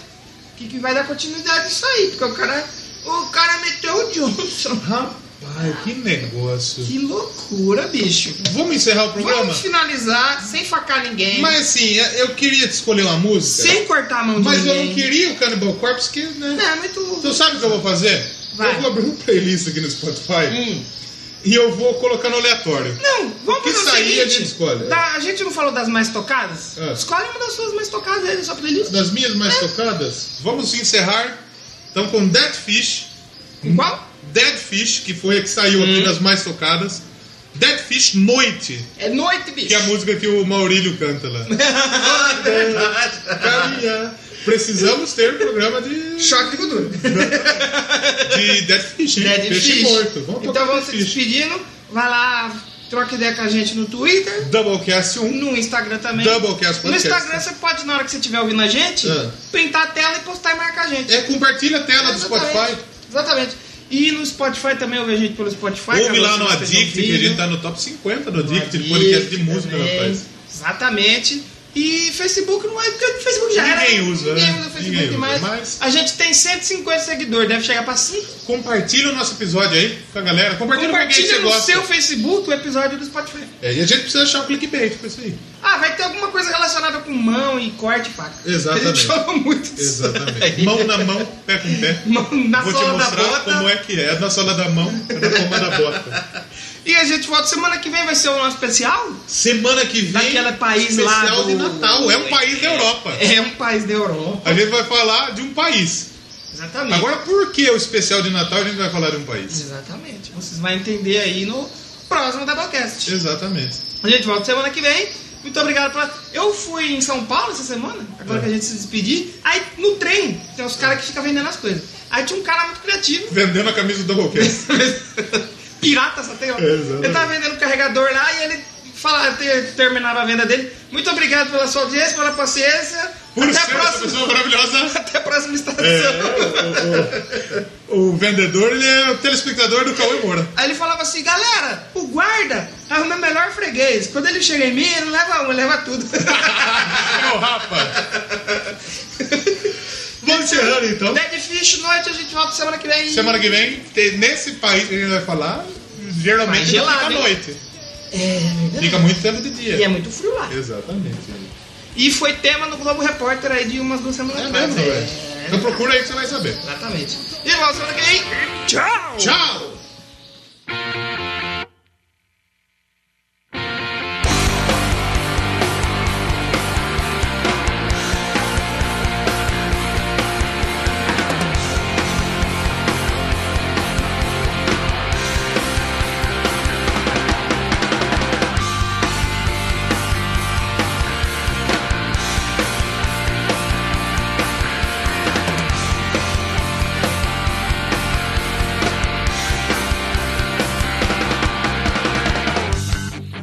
[SPEAKER 1] O que, que vai dar continuidade isso aí? Porque o cara, o cara meteu o Johnson.
[SPEAKER 2] Rapaz, que negócio.
[SPEAKER 1] Que loucura, bicho.
[SPEAKER 2] Vamos encerrar o programa?
[SPEAKER 1] Vamos finalizar sem facar ninguém,
[SPEAKER 2] Mas assim, eu queria te escolher uma música.
[SPEAKER 1] sem cortar a mão de
[SPEAKER 2] Mas eu
[SPEAKER 1] ninguém.
[SPEAKER 2] não queria o Cannibal Corpse, que, né?
[SPEAKER 1] É, muito.
[SPEAKER 2] Tu sabe o que eu vou fazer?
[SPEAKER 1] Vai.
[SPEAKER 2] Eu vou abrir uma playlist aqui no Spotify
[SPEAKER 1] Hum.
[SPEAKER 2] e eu vou colocar no aleatório.
[SPEAKER 1] Não, vamos
[SPEAKER 2] que
[SPEAKER 1] fazer o
[SPEAKER 2] sair,
[SPEAKER 1] seguinte.
[SPEAKER 2] a gente escolhe.
[SPEAKER 1] Tá, a gente não falou das mais tocadas?
[SPEAKER 2] É.
[SPEAKER 1] Escolhe uma das suas mais tocadas aí, só playlist.
[SPEAKER 2] Das minhas mais tocadas, vamos encerrar então com Dead Fish.
[SPEAKER 1] Qual? Hum.
[SPEAKER 2] Dead Fish, que foi a que saiu aqui das mais tocadas. Dead Fish Noite,
[SPEAKER 1] É noite, bicho.
[SPEAKER 2] que é a música que o Maurílio canta lá. Carinha. Precisamos ter um programa de,
[SPEAKER 1] Choque de cultura.
[SPEAKER 2] de Dead Fish, hein?
[SPEAKER 1] Dead
[SPEAKER 2] Peixe
[SPEAKER 1] Fish.
[SPEAKER 2] morto. Vamos
[SPEAKER 1] É então
[SPEAKER 2] tocar
[SPEAKER 1] vamos
[SPEAKER 2] Dead
[SPEAKER 1] se
[SPEAKER 2] Fish.
[SPEAKER 1] despedindo. Vai lá, troca ideia com a gente no Twitter.
[SPEAKER 2] Doublecast 1.
[SPEAKER 1] No Instagram também.
[SPEAKER 2] Doublecast
[SPEAKER 1] no
[SPEAKER 2] Podcast.
[SPEAKER 1] Instagram você pode, na hora que você estiver ouvindo a gente,
[SPEAKER 2] É.
[SPEAKER 1] printar a tela e postar e marcar a gente.
[SPEAKER 2] É, compartilha a tela do
[SPEAKER 1] Exatamente.
[SPEAKER 2] Spotify.
[SPEAKER 1] Exatamente. E no Spotify também ouve a gente pelo Spotify.
[SPEAKER 2] Ouve
[SPEAKER 1] caso
[SPEAKER 2] lá
[SPEAKER 1] você
[SPEAKER 2] no
[SPEAKER 1] não esteja
[SPEAKER 2] Addict, que a
[SPEAKER 1] ouvindo.
[SPEAKER 2] gente tá no top 50 do Addict,
[SPEAKER 1] Addict
[SPEAKER 2] podcast de música,
[SPEAKER 1] também.
[SPEAKER 2] rapaz.
[SPEAKER 1] né? Exatamente. E Facebook não é, porque o Facebook já
[SPEAKER 2] Ninguém
[SPEAKER 1] era.
[SPEAKER 2] usa,
[SPEAKER 1] Ninguém
[SPEAKER 2] né?
[SPEAKER 1] usa o Facebook
[SPEAKER 2] Ninguém usa,
[SPEAKER 1] mais.
[SPEAKER 2] mas-
[SPEAKER 1] A gente tem 150 seguidores, deve chegar pra 5.
[SPEAKER 2] Compartilha o nosso episódio aí com a galera. Compartilha,
[SPEAKER 1] Compartilha
[SPEAKER 2] com quem
[SPEAKER 1] no
[SPEAKER 2] você gosta.
[SPEAKER 1] seu Facebook o episódio do Spotify.
[SPEAKER 2] É, e a gente precisa achar um clickbait com isso aí.
[SPEAKER 1] Ah, vai ter alguma coisa relacionada com mão e corte, faca.
[SPEAKER 2] Exatamente.
[SPEAKER 1] A gente joga muito isso.
[SPEAKER 2] Exatamente. Mão na mão, pé com pé.
[SPEAKER 1] Mão na
[SPEAKER 2] Vou te
[SPEAKER 1] sola da
[SPEAKER 2] mostrar
[SPEAKER 1] bota.
[SPEAKER 2] como é que é. É na sola da mão, é na palma da bota.
[SPEAKER 1] E a gente volta semana que vem, vai ser o nosso especial?
[SPEAKER 2] Semana que vem,
[SPEAKER 1] Daquele país lá
[SPEAKER 2] especial
[SPEAKER 1] do-
[SPEAKER 2] de Natal. É um país da Europa.
[SPEAKER 1] É um país da Europa.
[SPEAKER 2] A gente vai falar de um país.
[SPEAKER 1] Exatamente.
[SPEAKER 2] Agora, por que o especial de Natal a gente vai falar de um país?
[SPEAKER 1] Exatamente. Vocês vão entender aí no próximo Doublecast.
[SPEAKER 2] Exatamente.
[SPEAKER 1] A gente volta semana que vem. Muito obrigado pela. Eu fui em São Paulo essa semana, agora
[SPEAKER 2] É.
[SPEAKER 1] que a gente se despedir. Aí no trem tem os caras que ficam vendendo as coisas. Aí tinha um cara muito criativo.
[SPEAKER 2] Vendendo a camisa do Doublecast.
[SPEAKER 1] Pirata só tem, ó.
[SPEAKER 2] Exatamente.
[SPEAKER 1] Ele tava vendendo carregador lá e ele falava, ter, terminava a venda dele. Muito obrigado pela sua audiência, pela paciência.
[SPEAKER 2] Por
[SPEAKER 1] Até a
[SPEAKER 2] ser essa
[SPEAKER 1] próxima.
[SPEAKER 2] pessoa maravilhosa.
[SPEAKER 1] Até a próxima estação.
[SPEAKER 2] É, o, o- o vendedor ele é o telespectador do Cauê Moura.
[SPEAKER 1] Aí ele falava assim, galera, o guarda é o meu melhor freguês. Quando ele chega em mim, ele não leva um, ele leva tudo.
[SPEAKER 2] É o Rafa. Vamos encerrando então.
[SPEAKER 1] Dead Fish, noite, a gente volta semana é que vem.
[SPEAKER 2] Semana que vem, te- nesse país que a gente vai falar, geralmente
[SPEAKER 1] Mas
[SPEAKER 2] não
[SPEAKER 1] gelado,
[SPEAKER 2] fica à
[SPEAKER 1] hein?
[SPEAKER 2] noite.
[SPEAKER 1] É,
[SPEAKER 2] Fica muito tempo de
[SPEAKER 1] e é
[SPEAKER 2] dia.
[SPEAKER 1] muito frio lá.
[SPEAKER 2] Exatamente.
[SPEAKER 1] E foi tema no Globo Repórter aí de umas duas semanas
[SPEAKER 2] É
[SPEAKER 1] atrás.
[SPEAKER 2] mesmo,
[SPEAKER 1] É,
[SPEAKER 2] velho. Então procura aí que você vai saber.
[SPEAKER 1] Exatamente. E volta semana que vem. Tchau!
[SPEAKER 2] Tchau!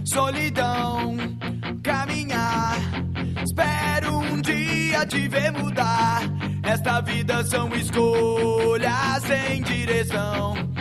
[SPEAKER 3] solidão, caminhar. Espero um dia te ver mudar. Nesta vida são escolhas sem direção.
[SPEAKER 7] um é um